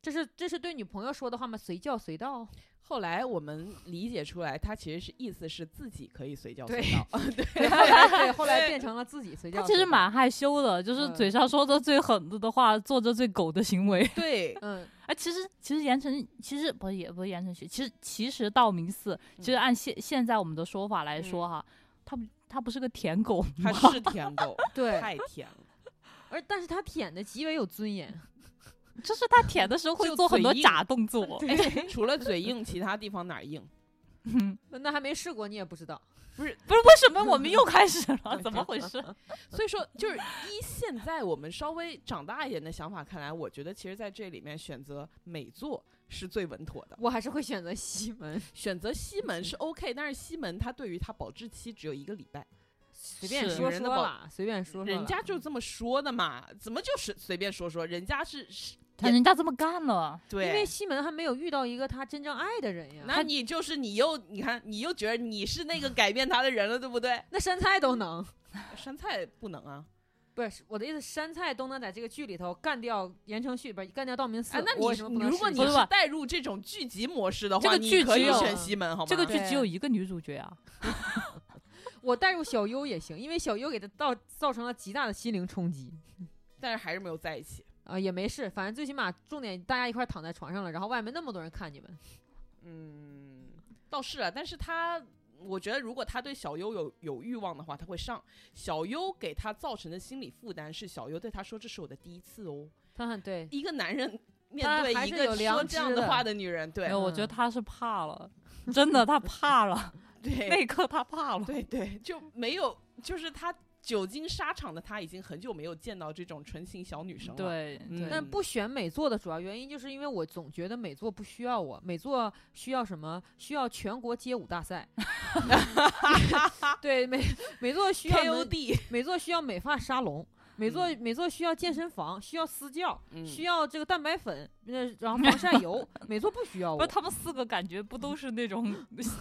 Speaker 3: 这是这是对女朋友说的话吗？随叫随到。
Speaker 2: 后来我们理解出来，他其实是意思是自己可以随叫随
Speaker 3: 对
Speaker 2: 到， 对，
Speaker 3: 对，后来对后来变成了自己随叫
Speaker 1: 他
Speaker 3: 随
Speaker 1: 其
Speaker 3: 到。
Speaker 1: 实蛮害羞的，就是
Speaker 3: 嗯
Speaker 1: 嘴上说着最狠的的话，做着最狗的行为。
Speaker 2: 对，
Speaker 3: 嗯，
Speaker 1: 哎，其实其实盐城其实不是也不是盐城区，其实其实道明寺，其实按现现在我们的说法来说哈，它不它不是个舔狗
Speaker 2: 他
Speaker 1: 吗？
Speaker 2: 是舔 狗，
Speaker 3: 对，
Speaker 2: 太舔了，
Speaker 3: 而但是他舔的极为有 尊严，
Speaker 1: 就是它舔的时候会
Speaker 2: 就
Speaker 1: 做很多
Speaker 2: 嘴硬
Speaker 1: 假动作。
Speaker 2: 哎， 除了嘴硬，其他地方哪儿硬？
Speaker 3: 那还没试过你也不知道。
Speaker 1: 嗯不是为什么我们又开始了？
Speaker 2: 对
Speaker 1: 怎么回事？
Speaker 2: 所 以说，就是依现在我们稍微长大一点的想法看来，我觉得其实在这里面选择美作是最稳妥的。
Speaker 3: 我还是会选择西门，
Speaker 2: 选择西门是 OK，但是西门它对于它保质期只有一个礼拜，
Speaker 3: 随便
Speaker 1: 是
Speaker 3: 说
Speaker 2: 人的
Speaker 3: 说
Speaker 2: 宝
Speaker 3: 啦，随便说说
Speaker 2: 人
Speaker 3: 啦
Speaker 2: 家就这么说的嘛，怎么就是随便说说？人家是是，
Speaker 1: 他人家这么干了，
Speaker 2: 对，
Speaker 3: 因为西门还没有遇到一个他真正爱的人呀。
Speaker 2: 那你就是你又你看你又觉得你是那个改变他的人了，对不对？
Speaker 3: 那山菜都能，
Speaker 2: 山菜不能啊，
Speaker 3: 不是我的意思，山菜都能在这个剧里头干掉言承旭，不是干掉道明寺。
Speaker 2: 啊，那
Speaker 3: 我哎为什么
Speaker 2: 你
Speaker 3: 不
Speaker 2: 你
Speaker 3: 能
Speaker 2: 如果
Speaker 3: 试一
Speaker 1: 不
Speaker 2: 你
Speaker 3: 下
Speaker 1: 是
Speaker 2: 是
Speaker 1: 吧
Speaker 2: 带入这种剧集模式的话，
Speaker 1: 这个剧
Speaker 2: 你可以
Speaker 1: 只有
Speaker 2: 选西门好吗？
Speaker 1: 这个剧
Speaker 3: 对
Speaker 1: 只有一个女主角啊，
Speaker 3: 我带入小优也行，因为小优给他造造成了极大的心灵冲击
Speaker 2: 但是还是没有在一起。
Speaker 3: 啊、也没事，反正最起码重点大家一块儿躺在床上了，然后外面那么多人看你们，
Speaker 2: 嗯，倒是啊，但是他，我觉得如果他对小优有有欲望的话，他会上。小优给他造成的心理负担是小优对他说：“这是我的第一次哦。
Speaker 3: 他很对”，
Speaker 2: 一个男人面
Speaker 3: 他
Speaker 2: 对
Speaker 3: 还
Speaker 2: 一
Speaker 3: 是
Speaker 2: 个
Speaker 3: 有
Speaker 2: 说
Speaker 3: 良
Speaker 2: 这样
Speaker 3: 知
Speaker 2: 的
Speaker 3: 的
Speaker 2: 话的女人，对
Speaker 1: 没有，我觉得
Speaker 3: 嗯
Speaker 1: 他是怕了，真的他怕了，那
Speaker 2: 对
Speaker 1: 一刻他怕了。
Speaker 2: 对对，就没有，就是他久经沙场的他已经很久没有见到这种纯情小女生了。，
Speaker 1: 对
Speaker 2: 嗯
Speaker 1: 对
Speaker 3: 但不选美作的主要原因，就是因为我总觉得美作不需要我，美作需要什么？需要全国街舞大赛。 对，美美作需要美
Speaker 2: KOD
Speaker 3: 美作需要美发沙龙，美作美作需要健身房，需要私教，
Speaker 2: 嗯
Speaker 3: 需要这个蛋白粉，那然后防晒 油。美作不需要
Speaker 1: 不是
Speaker 3: 我，
Speaker 1: 他们四个感觉不都是那 种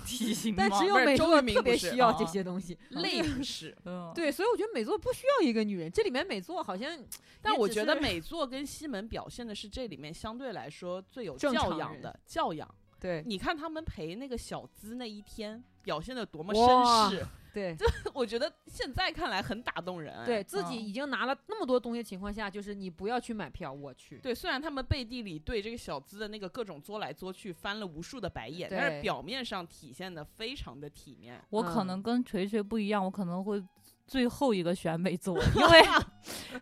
Speaker 1: 体型吗？
Speaker 3: 但只有
Speaker 2: 嗯啊不是
Speaker 3: 美
Speaker 2: 周
Speaker 3: 作
Speaker 2: 渝民
Speaker 3: 特
Speaker 2: 不
Speaker 3: 别
Speaker 2: 是
Speaker 3: 需要这
Speaker 1: 啊
Speaker 3: 些东西。
Speaker 2: 类不 是，
Speaker 1: 嗯，
Speaker 3: 对，所以我觉得美作不需要一个女人，这里面美作好像，
Speaker 2: 但
Speaker 3: 也
Speaker 2: 我
Speaker 3: 只
Speaker 2: 觉得
Speaker 3: 是
Speaker 2: 美作跟西门表现的是这里面相对来说最有
Speaker 3: 正
Speaker 2: 教
Speaker 3: 常
Speaker 2: 养
Speaker 3: 人
Speaker 2: 的教养。
Speaker 3: 对
Speaker 2: 你看他们陪那个小资那一天，表现的多么
Speaker 3: 哇
Speaker 2: 绅士，
Speaker 3: 对，
Speaker 2: 我觉得现在看来很打动人哎。
Speaker 3: 对自己
Speaker 1: 嗯
Speaker 3: 已经拿了那么多东西的情况下，就是你不要去买票，我去。
Speaker 2: 对，虽然他们背地里对这个小资的那个各种作来作去翻了无数的白眼，但
Speaker 3: 对
Speaker 2: 是表面上体现的非常的体面。
Speaker 1: 我可
Speaker 3: 嗯
Speaker 1: 能跟锤锤不一样，我可能会最后一个选美 作，因为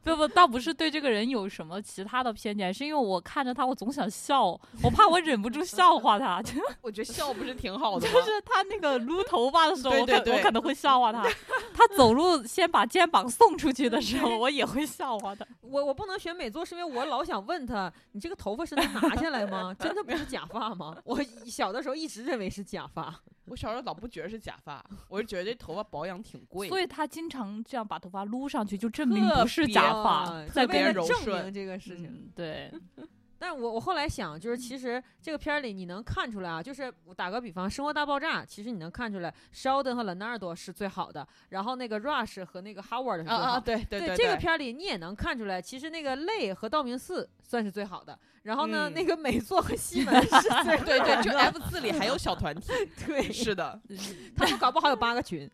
Speaker 1: 不不，倒不是对这个人有什么其他的偏见，是因为我看着他，我总想笑，我怕我忍不住笑话他， 就
Speaker 2: 我觉得笑不是挺好的吗？
Speaker 1: 是他那个撸头发的时候，
Speaker 2: 对对
Speaker 1: 我可
Speaker 2: 对
Speaker 1: 我可能会笑话他，他走路先把肩膀送出去的时候，我也会笑话他。
Speaker 3: 我我不能选美作，是因为我老想问他，你这个头发是能拿下 来吗？真的不是假发吗？我小的时候一直认为是假发，
Speaker 2: 我小时候老不觉得是假发，我就觉得这头发保养挺贵的。
Speaker 1: 所以他经常这样把头发撸上去，就证明
Speaker 2: 特
Speaker 1: 不是假
Speaker 2: 别
Speaker 1: 发，
Speaker 3: 嗯
Speaker 1: 在
Speaker 3: 为
Speaker 2: 别
Speaker 1: 别
Speaker 3: 了
Speaker 1: 人
Speaker 2: 柔
Speaker 3: 证
Speaker 2: 顺
Speaker 3: 明这个事情。
Speaker 1: 嗯对，
Speaker 3: 但我我后来想，
Speaker 2: 嗯
Speaker 3: 就是其实这个片儿里你能看出来啊，就是我打个比方，《生活大爆炸》其实你能看出来，Sheldon 和 Leonardo 是最好的，然后那个 Rush 和那个 Howard 是最
Speaker 2: 啊
Speaker 3: 好的。
Speaker 2: 啊，对对对，
Speaker 3: 这个片儿里你也能看出来，其实那个泪和道明寺算是最好的，然后呢，
Speaker 2: 嗯
Speaker 3: 那个美作和西门是 最
Speaker 2: 对对， 就 F 四里还有小团 体，
Speaker 3: 对，
Speaker 2: 是的，
Speaker 3: 他们搞不好有八个群。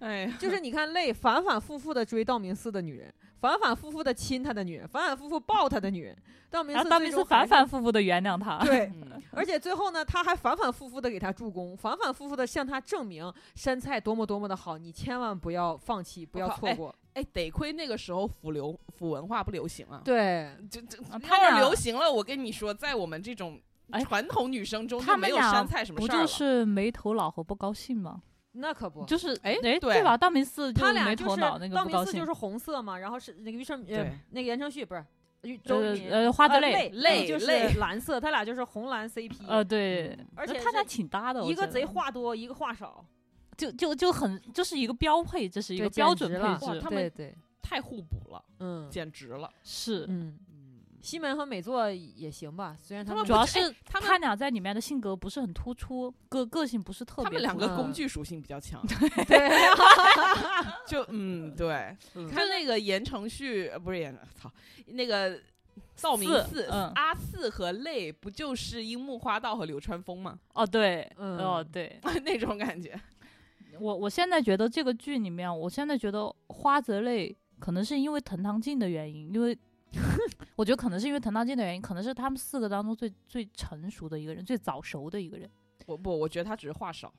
Speaker 2: 哎，
Speaker 3: 就是你看泪反反复复的追道明寺的女人，反反复复的亲他的女人，反反复复抱他的女人，道明
Speaker 1: 然后
Speaker 3: 寺
Speaker 1: 当
Speaker 3: 最
Speaker 1: 面
Speaker 3: 终
Speaker 1: 是
Speaker 3: 还
Speaker 1: 反反复复的原谅他。
Speaker 3: 对。
Speaker 2: 嗯
Speaker 3: 而且最后呢，他还反反复复的给他助攻，反反复复的向他证明山菜多么多么的好，你千万不要放弃，不要
Speaker 2: 靠
Speaker 3: 错
Speaker 2: 哎
Speaker 3: 过。
Speaker 2: 哎，得亏那个时候腐流腐文化不流行啊，
Speaker 3: 对，
Speaker 2: 这这
Speaker 1: 啊他
Speaker 2: 要是
Speaker 1: 俩
Speaker 2: 流行了，我跟你说，在我们这种
Speaker 1: 哎
Speaker 2: 传统女生中
Speaker 1: 他
Speaker 2: 就
Speaker 1: 们
Speaker 2: 没有
Speaker 1: 俩
Speaker 2: 山菜什么
Speaker 1: 不
Speaker 2: 事儿
Speaker 1: 就
Speaker 2: 了。
Speaker 1: 是没头脑和不高兴吗？
Speaker 3: 那可不，
Speaker 1: 就是
Speaker 2: 哎
Speaker 1: 哎
Speaker 2: 对
Speaker 1: 吧？道明寺就
Speaker 3: 他
Speaker 1: 是
Speaker 3: 俩
Speaker 1: 没
Speaker 3: 就
Speaker 1: 头
Speaker 3: 是
Speaker 1: 脑那个
Speaker 3: 道
Speaker 1: 不
Speaker 3: 明
Speaker 1: 高
Speaker 3: 寺
Speaker 1: 兴，
Speaker 3: 就是红色嘛，然后是那个于胜呃
Speaker 2: 对
Speaker 3: 那个言承旭不是与周
Speaker 1: 呃
Speaker 3: 渝民
Speaker 1: 呃，花
Speaker 3: 啊
Speaker 1: 泽
Speaker 3: 类
Speaker 1: 类，
Speaker 3: 类
Speaker 2: 嗯
Speaker 3: 就
Speaker 2: 类
Speaker 3: 是蓝色，他俩就是红蓝 CP，
Speaker 1: 呃，对，
Speaker 3: 嗯而且
Speaker 1: 他俩
Speaker 3: 是
Speaker 1: 挺搭的，我
Speaker 3: 一个
Speaker 1: 觉
Speaker 3: 贼
Speaker 1: 得，
Speaker 3: 话多，一个话少，
Speaker 1: 就就就很就是一个标配，这是一
Speaker 3: 对
Speaker 1: 个
Speaker 3: 简
Speaker 1: 标
Speaker 3: 直
Speaker 1: 准
Speaker 3: 了
Speaker 1: 配
Speaker 2: 哇
Speaker 1: 置
Speaker 2: 他，
Speaker 3: 对
Speaker 2: 们
Speaker 3: 对，
Speaker 2: 太互补了，
Speaker 3: 嗯
Speaker 2: 简直了。
Speaker 1: 是。
Speaker 3: 嗯，西门和美作也行吧，虽然他
Speaker 2: 他们
Speaker 1: 主要
Speaker 2: 不是哎
Speaker 1: 是
Speaker 2: 他们
Speaker 1: 他俩在里面的性格不是很突出，个个性不是特别突出。
Speaker 2: 他们两个
Speaker 3: 嗯
Speaker 2: 工具属性比 较强，
Speaker 3: 对，啊
Speaker 2: 就嗯对，你看那个言承旭呃不是言操那个道明
Speaker 1: 四
Speaker 2: 寺、
Speaker 1: 嗯
Speaker 2: 阿四和泪不就是樱木花道和流川枫吗？
Speaker 1: 哦，对，
Speaker 3: 嗯
Speaker 1: 哦对，
Speaker 2: 那种感觉，
Speaker 1: 我我现在觉得这个剧里面，我现在觉得花泽类可能是因为藤堂静的原因，因为 我觉得可能是因为藤堂静的原因，可能是他们四个当中最最成熟的一个人，最早熟的一个人。
Speaker 2: 我不，我觉得他只是话少，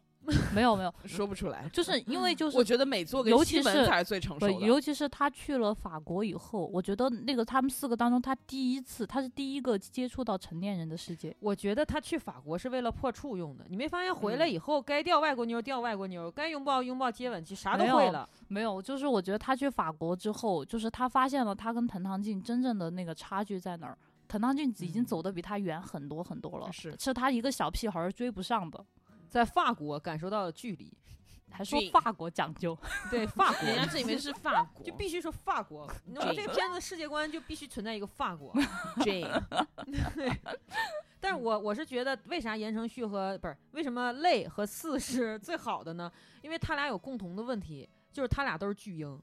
Speaker 1: 没有没有，
Speaker 2: 说不出来。
Speaker 1: 就是因为就是
Speaker 2: 我觉得美作跟
Speaker 1: 尤
Speaker 2: 西
Speaker 1: 其
Speaker 2: 门
Speaker 1: 是
Speaker 2: 才是最成
Speaker 1: 不，
Speaker 2: 熟的。
Speaker 1: 尤其是他去了法国以后，我觉得那个他们四个当中，他第一次，他是第一个接触到成年人的世界。
Speaker 3: 我觉得他去法国是为了破处用的，你没发现回来
Speaker 2: 嗯
Speaker 3: 以后该钓外国妞儿钓外国妞儿，该拥抱拥抱接吻去，啥都
Speaker 1: 没
Speaker 3: 会
Speaker 1: 有
Speaker 3: 了。
Speaker 1: 没有，就是我觉得他去法国之后，就是他发现了他跟藤堂静真正的那个差距在哪儿。藤堂静已经
Speaker 2: 嗯
Speaker 1: 走得比他远很多很多了，
Speaker 2: 是
Speaker 1: 是他一个小屁孩儿追不上的。
Speaker 3: 在法国感受到了距离，
Speaker 1: 还说
Speaker 2: 俊
Speaker 1: 法国讲究，
Speaker 3: 对法
Speaker 2: 人家
Speaker 3: 国
Speaker 2: 这里面是法国
Speaker 3: 就必须说 法国，你说
Speaker 2: 对
Speaker 3: 这个片子世界观就必须存在一个法国。
Speaker 2: Jane，
Speaker 3: 但是我我是觉得，为啥言承旭和不是为什么泪和四是 最好的呢？因为他俩有共同的问题，就是他俩都是巨婴，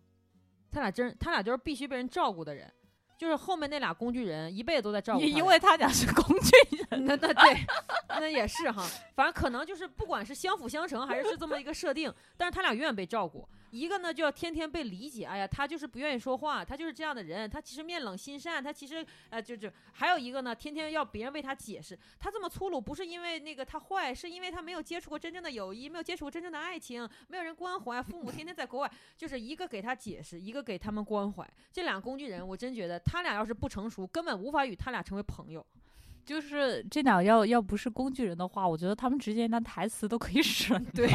Speaker 3: 他俩真他俩就是必须被人照顾的人，就是后面那俩工具人一辈子都在照顾他
Speaker 1: 也
Speaker 3: 俩。
Speaker 1: 因为他俩是工具人。
Speaker 3: 那那对， 那也是哈，反正可能就是不管是相辅相成还是是这么一个设定，但是他俩永远被照顾。一个呢就要天天被理解，哎呀，他就是不愿意说话，他就是这样的人，他其实面冷心善，他其实呃就就还有一个呢，天天要别人为他解释，他这么粗鲁不是因为那个他坏，是因为他没有接触过真正的友谊，没有接触过真正的爱情，没有人关怀，父母天天在国外，就是一个给他解释，一个给他们关怀，这俩工具人，我真觉得他俩要是不成熟，根本无法与他俩成为朋友。
Speaker 1: 就是这俩要要不是工具人的话，我觉得他们之间连台词都可以 省，
Speaker 3: 对，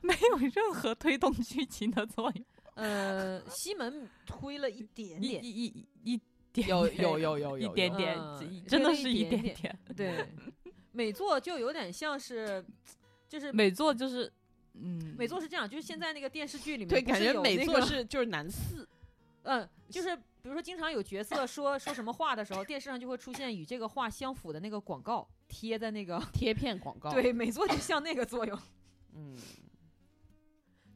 Speaker 1: 没有任何推动剧情的作用，
Speaker 3: 呃，西门推了一点
Speaker 1: 一
Speaker 3: 点，
Speaker 1: 一一一点
Speaker 2: 有
Speaker 1: 点
Speaker 2: 有 有有有
Speaker 1: 一点点
Speaker 3: 嗯，
Speaker 1: 只
Speaker 3: 就
Speaker 1: 真的
Speaker 3: 是
Speaker 1: 是
Speaker 3: 一
Speaker 1: 一
Speaker 3: 点
Speaker 1: 点
Speaker 3: 点
Speaker 1: 点。
Speaker 3: 对， 美作就有点像是，就是
Speaker 1: 每座就是，嗯，
Speaker 3: 美作是这样，就是现在那个电视剧里面
Speaker 2: 对，
Speaker 3: 不
Speaker 2: 感
Speaker 3: 是
Speaker 2: 觉
Speaker 3: 有
Speaker 2: 美
Speaker 3: 那
Speaker 2: 作
Speaker 3: 个
Speaker 2: 是就是男四，
Speaker 3: 嗯，就是比如说，经常有角色说说什么话的时候，电视上就会出现与这个话相符的那个广告贴在那个。
Speaker 2: 贴片广告，
Speaker 3: 对，美作就像那个作用。
Speaker 2: 嗯，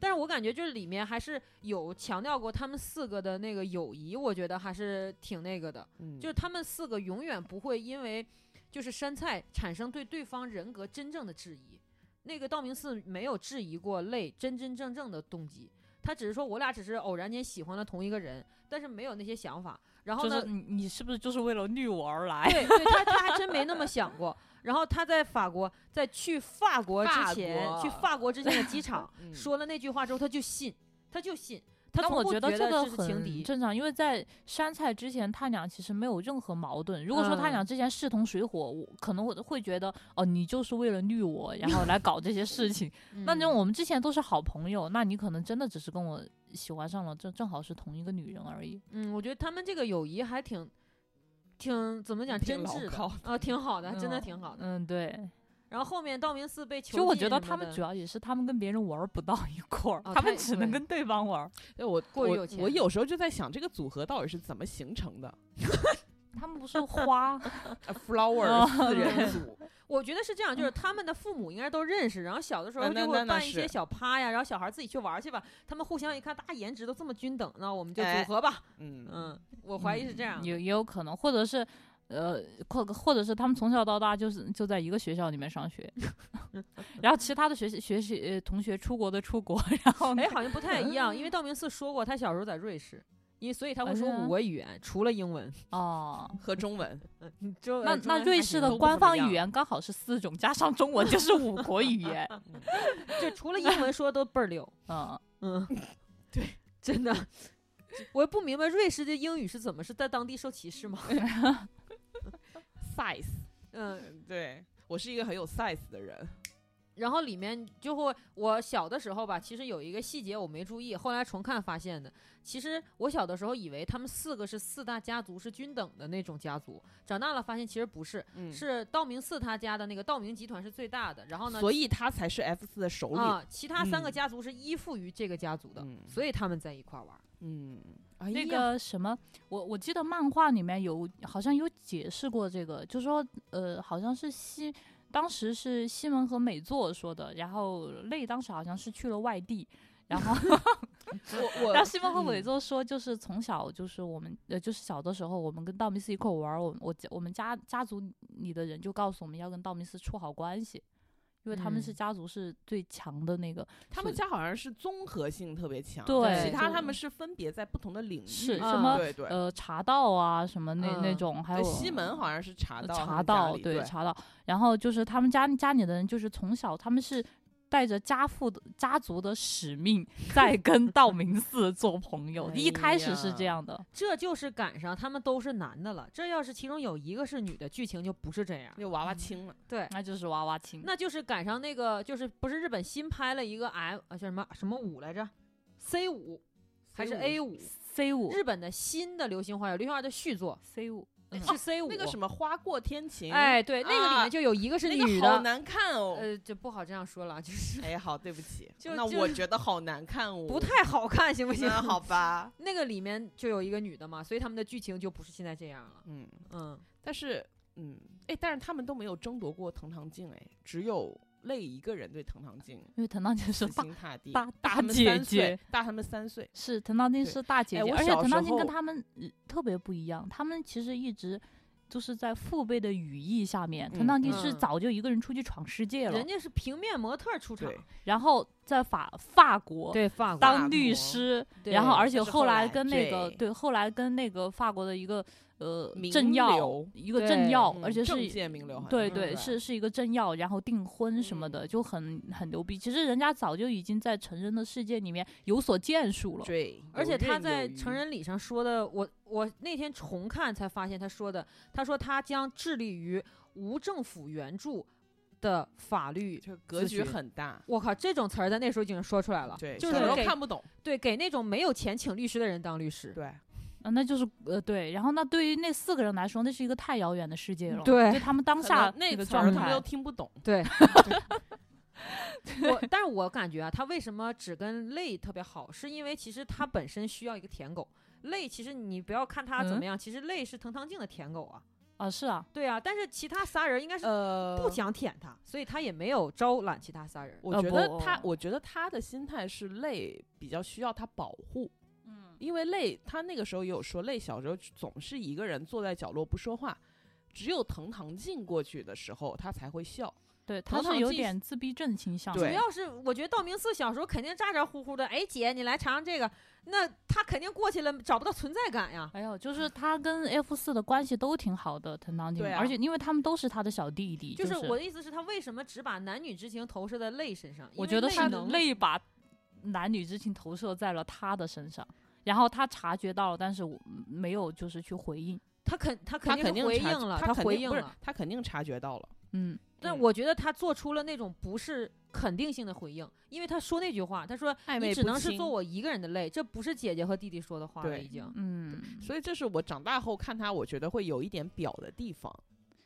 Speaker 3: 但是我感觉就是里面还是有强调过他们四个的那个友谊，我觉得还是挺那个的。
Speaker 2: 嗯，
Speaker 3: 就是他们四个永远不会因为就是山菜产生对对方人格真正的质疑。那个道明寺没有质疑过泪真真正正的动机，他只是说我俩只是偶然间喜欢了同一个人，但是没有那些想法。然后
Speaker 1: 就
Speaker 3: 呢，
Speaker 1: 是你你是不是就是为了虐我而来？
Speaker 3: 对对，他他还真没那么想过。然后他在法国，在去法国之
Speaker 2: 法
Speaker 3: 前，
Speaker 2: 国
Speaker 3: 去法国之前的机 场
Speaker 2: 嗯
Speaker 3: 说了那句话之后，他就信，他就信，他
Speaker 1: 但
Speaker 3: 从
Speaker 1: 我
Speaker 3: 不
Speaker 1: 觉
Speaker 3: 得
Speaker 1: 得这个
Speaker 3: 是情敌
Speaker 1: 很，正常，因为在山菜之前，他俩其实没有任何矛盾。如果说他
Speaker 3: 嗯
Speaker 1: 俩之前势同水火，我可能我会觉得哦，你就是为了虐我，然后来搞这些事 情。那
Speaker 3: 嗯
Speaker 1: 那我们之前都是好朋友，那你可能真的只是跟我喜欢上了，正正好是同一个女人而已。
Speaker 3: 嗯，我觉得他们这个友谊还挺挺怎么讲，
Speaker 2: 挺
Speaker 3: 真
Speaker 2: 牢
Speaker 3: 挚的
Speaker 2: 靠哦
Speaker 3: 啊、挺好的，真的
Speaker 1: 嗯
Speaker 3: 挺好的。
Speaker 1: 嗯，对。
Speaker 3: 然后后面道明寺被囚
Speaker 1: 其
Speaker 3: 禁
Speaker 1: 实
Speaker 3: 什么
Speaker 1: 我
Speaker 3: 的，
Speaker 1: 觉得他们主要也是他们跟别人玩儿不到一块儿，
Speaker 3: 哦
Speaker 1: 他们
Speaker 3: 太
Speaker 1: 只能
Speaker 3: 对
Speaker 1: 跟对方玩儿。
Speaker 2: 对哎我
Speaker 3: 过于有
Speaker 2: 我
Speaker 3: 钱
Speaker 2: 我有时候就在想，这个组合到底是怎么形成的
Speaker 1: 他们不是花
Speaker 2: A？Flower
Speaker 1: 哦
Speaker 2: 四人组，
Speaker 3: 我觉得是这
Speaker 1: 嗯
Speaker 3: 样，就是他们的父母应该都认识，然后小的时候
Speaker 2: 嗯那那
Speaker 3: 就会
Speaker 2: 那
Speaker 3: 办一些
Speaker 2: 是
Speaker 3: 小趴呀，然后小孩自己去玩去吧。他们互相一看，大家颜值都这么均等，那我们就
Speaker 2: 哎
Speaker 3: 组合吧。
Speaker 2: 嗯，
Speaker 3: 嗯，我怀疑是这样。
Speaker 1: 也也有可能，或者是。呃，或或者是他们从小到大就是就在一个学校里面上 学， 然后其他的学习学习呃同学出国的出国， 然后
Speaker 3: 哎，好像不太一样，因为道明寺说过他小时候在瑞士，因为所以他会
Speaker 1: 啊
Speaker 3: 说
Speaker 1: 是吗
Speaker 3: 五国语言，除了英文。
Speaker 1: 哦，
Speaker 2: 和中 文，
Speaker 3: 就
Speaker 1: 那
Speaker 3: 呃中文
Speaker 1: 那
Speaker 3: 还
Speaker 1: 瑞
Speaker 3: 行
Speaker 1: 士的
Speaker 3: 都不
Speaker 1: 官
Speaker 3: 怎么
Speaker 1: 方
Speaker 3: 样
Speaker 1: 语言刚好是四种，加上中文就是五国语 言，
Speaker 3: 就除了英文说都倍儿溜。
Speaker 1: 嗯，
Speaker 3: 嗯， 对，真的， 我也不明白瑞士的英语是怎么是在当地受歧视 吗？
Speaker 2: size，
Speaker 3: 嗯
Speaker 2: 对我是一个很有 size 的人，
Speaker 3: 然后里面就会，我小的时候吧，其实有一个细节我没注意，后来重看发现的。其实我小的时候以为他们四个是四大家族是均等的那种家族，长大了发现其实不是，
Speaker 2: 嗯，
Speaker 3: 是道明寺他家的那个道明集团是最大的，然后呢，
Speaker 2: 所以他才是 F 四的首领。
Speaker 3: 啊，其他三个
Speaker 2: 嗯
Speaker 3: 家族是依附于这个家族的，
Speaker 2: 嗯
Speaker 3: 所以他们在一块儿玩儿。
Speaker 2: 嗯，哎
Speaker 1: 那
Speaker 2: 呀
Speaker 1: 个什么，我我记得漫画里面有好像有解释过这个，就说呃，好像是西当时是西门和美作说的，然后泪当时好像是去了外地，然后
Speaker 2: 我 我
Speaker 1: 然后西门和
Speaker 2: 嗯
Speaker 1: 美作说，就是从小就是我们呃，就是小的时候我们跟道明寺一块玩儿，我我家我们家家族里的人就告诉我们要跟道明寺处好关系，因为他们是
Speaker 3: 嗯
Speaker 1: 家族是最强的那个，
Speaker 2: 他们
Speaker 1: 是
Speaker 2: 家好像是综合性特别强，
Speaker 1: 对
Speaker 2: 其他
Speaker 1: 就
Speaker 2: 他们是分别在不同的领域，
Speaker 1: 是
Speaker 3: 什
Speaker 2: 嗯
Speaker 3: 么
Speaker 2: 对对，
Speaker 1: 呃茶道啊什么那、那
Speaker 3: 嗯
Speaker 1: 种，还
Speaker 2: 对
Speaker 1: 有呃
Speaker 2: 西门好像是
Speaker 3: 呃
Speaker 2: 茶道，
Speaker 1: 茶道，
Speaker 2: 对
Speaker 1: 茶道。然后就是他们家家里的人，就是从小他们是带着家父的家族的使 命，在跟道明寺做朋友。
Speaker 2: 哎
Speaker 1: 一开始是这
Speaker 2: 呀
Speaker 1: 样的，
Speaker 3: 这就是赶上他们都是男的了，这要是其中有一个是女的，剧情就不是这样。
Speaker 2: 就娃娃亲了，
Speaker 3: 对，
Speaker 1: 那就是娃娃亲。
Speaker 3: 那就是赶上那个，就是不是日本新拍了一个 M 啊叫什么什么五来着，C 五还是
Speaker 2: 哎
Speaker 3: A 五？
Speaker 1: C 五
Speaker 3: 日本的新的《流星花园》，《流星花园》的续作
Speaker 1: C 五嗯
Speaker 3: 是 C 五、
Speaker 2: 那个什
Speaker 3: 么？
Speaker 2: 么花过天晴，
Speaker 3: 哎，对，那个里
Speaker 2: 啊
Speaker 3: 面就有一个是
Speaker 2: 那
Speaker 3: 女
Speaker 2: 个
Speaker 3: 的，
Speaker 2: 好难看哦。
Speaker 3: 呃，就不好这样说了，就是
Speaker 2: 哎，好，对不起，
Speaker 3: 就
Speaker 2: 那
Speaker 3: 就
Speaker 2: 我觉得好难看哦，
Speaker 3: 不太好看，行不行？
Speaker 2: 那好吧，
Speaker 3: 那个里面就有一个女的嘛，所以他们的剧情就不是现在这样了。
Speaker 2: 嗯，
Speaker 3: 嗯，
Speaker 2: 但是嗯，哎，但是他们都没有争夺过藤堂静，哎，只有泪一个人对藤堂静
Speaker 1: 因为藤堂静是
Speaker 2: 死
Speaker 1: 大
Speaker 2: 心塌地，
Speaker 1: 大
Speaker 2: 大他们
Speaker 1: 姐
Speaker 2: 三岁
Speaker 1: 姐，，
Speaker 2: 大他们三岁，
Speaker 1: 是藤堂静
Speaker 2: 对
Speaker 1: 是大姐
Speaker 2: 哎
Speaker 1: 姐，
Speaker 2: 我
Speaker 1: 而且
Speaker 2: 小
Speaker 1: 藤
Speaker 2: 时
Speaker 1: 堂静跟
Speaker 2: 候
Speaker 1: 他们呃特别不一样，他们其实一直。就是在父辈的羽翼下面，藤
Speaker 2: 嗯
Speaker 1: 堂静是
Speaker 3: 嗯
Speaker 1: 早就一个人出去闯世界了
Speaker 3: 人，家是平面模特出场
Speaker 2: 对，
Speaker 1: 然后在法法国
Speaker 3: 对法国
Speaker 1: 当律
Speaker 2: 国
Speaker 1: 师，
Speaker 3: 对
Speaker 1: 然后而且
Speaker 2: 这是
Speaker 1: 后
Speaker 2: 后
Speaker 1: 来
Speaker 2: 来
Speaker 1: 跟那个
Speaker 2: 对
Speaker 1: 对，后来跟那个法国的一个呃
Speaker 2: 名
Speaker 1: 政要
Speaker 2: 流
Speaker 1: 一个政要，哦而
Speaker 2: 嗯
Speaker 1: 且是
Speaker 2: 政界名流好像，
Speaker 1: 对
Speaker 3: 嗯
Speaker 1: 对
Speaker 3: 对
Speaker 1: 是是一个政要，然后订婚什么的，
Speaker 2: 嗯
Speaker 1: 就很很牛逼。其实人家早就已经在成人的世界里面有所建树了。
Speaker 2: 对，
Speaker 3: 而且
Speaker 2: 游刃
Speaker 3: 他
Speaker 2: 有
Speaker 3: 在
Speaker 2: 余
Speaker 3: 成人礼上说的，我我那天重看才发现他说的，他说他将致力于无政府援助的法律。
Speaker 2: 就格局
Speaker 3: 询
Speaker 2: 很大，
Speaker 3: 我靠，这种词儿在那时候已经说出来
Speaker 1: 啊
Speaker 3: 了，
Speaker 2: 对，
Speaker 3: 就
Speaker 2: 小时
Speaker 3: 是
Speaker 2: 候
Speaker 3: 给
Speaker 2: 看不懂，
Speaker 3: 对给那种没有钱请律师的人当律师，
Speaker 2: 对，
Speaker 1: 啊，那就是呃对，然后那对于那四个人来说，那是一个太遥远的世界了。
Speaker 3: 对
Speaker 1: 就他们当
Speaker 2: 可
Speaker 1: 下
Speaker 2: 能那
Speaker 1: 个
Speaker 2: 词儿
Speaker 1: 状
Speaker 2: 他们
Speaker 1: 态
Speaker 2: 都，听不懂，
Speaker 3: 对我，但是我感觉啊，他为什么只跟泪特别好，是因为其实他本身需要一个舔狗。泪其实你不要看他
Speaker 2: 嗯
Speaker 3: 怎么样，其实泪是藤堂静的舔狗啊，
Speaker 1: 啊是啊，
Speaker 3: 对啊，但是其他仨人应该是
Speaker 2: 呃，
Speaker 3: 不想舔他，所以他也没有招揽其他仨人。
Speaker 2: 我
Speaker 1: 呃
Speaker 2: 觉得
Speaker 1: 不
Speaker 2: 他，我觉得他的心态是泪比较需要他保护，
Speaker 1: 嗯
Speaker 2: 因为泪他那个时候也有说，泪小时候总是一个人坐在角落不说话，只有藤堂静过去的时候，他才会笑。
Speaker 1: 对，
Speaker 2: 头
Speaker 1: 他
Speaker 2: 脑
Speaker 1: 是有
Speaker 2: 记
Speaker 1: 点自闭症倾向的，
Speaker 3: 主
Speaker 2: 对
Speaker 3: 要是我觉得道明寺小时候肯定咋咋呼呼的，哎姐，你来尝尝这个，那他肯定过去了找不到存在感
Speaker 2: 哎
Speaker 3: 呀。
Speaker 1: 还有哎就是他跟 F 四的关系都挺好的，藤堂静，
Speaker 2: 对啊
Speaker 1: 而且因为他们都是他的小弟弟，
Speaker 3: 就是是我的意思是，他为什么只把男女之情投射在泪身上？
Speaker 1: 我觉
Speaker 3: 因为
Speaker 1: 得
Speaker 3: 泪
Speaker 1: 是
Speaker 3: 能
Speaker 1: 泪把男女之情投射在了他的身上，然后他察觉到了，但是我没有就是去回应，
Speaker 3: 他肯他
Speaker 2: 他
Speaker 3: 肯定是回
Speaker 2: 察
Speaker 3: 应
Speaker 2: 觉
Speaker 3: 了，
Speaker 2: 他肯
Speaker 3: 回
Speaker 2: 定
Speaker 3: 应
Speaker 2: 不是
Speaker 3: 了。
Speaker 2: 他肯定察觉到了。
Speaker 1: 嗯，
Speaker 3: 但
Speaker 2: 嗯
Speaker 3: 我觉得他做出了那种不是肯定性的回应，因为他说那句话，他说
Speaker 2: 暧昧
Speaker 3: 你只
Speaker 2: 不
Speaker 3: 能是
Speaker 2: 清
Speaker 3: 做我一个人的泪，这不是姐姐和弟弟说的话了，
Speaker 2: 对
Speaker 3: 已经。
Speaker 1: 嗯，
Speaker 2: 所以这是我长大后看他，我觉得会有一点表的地方。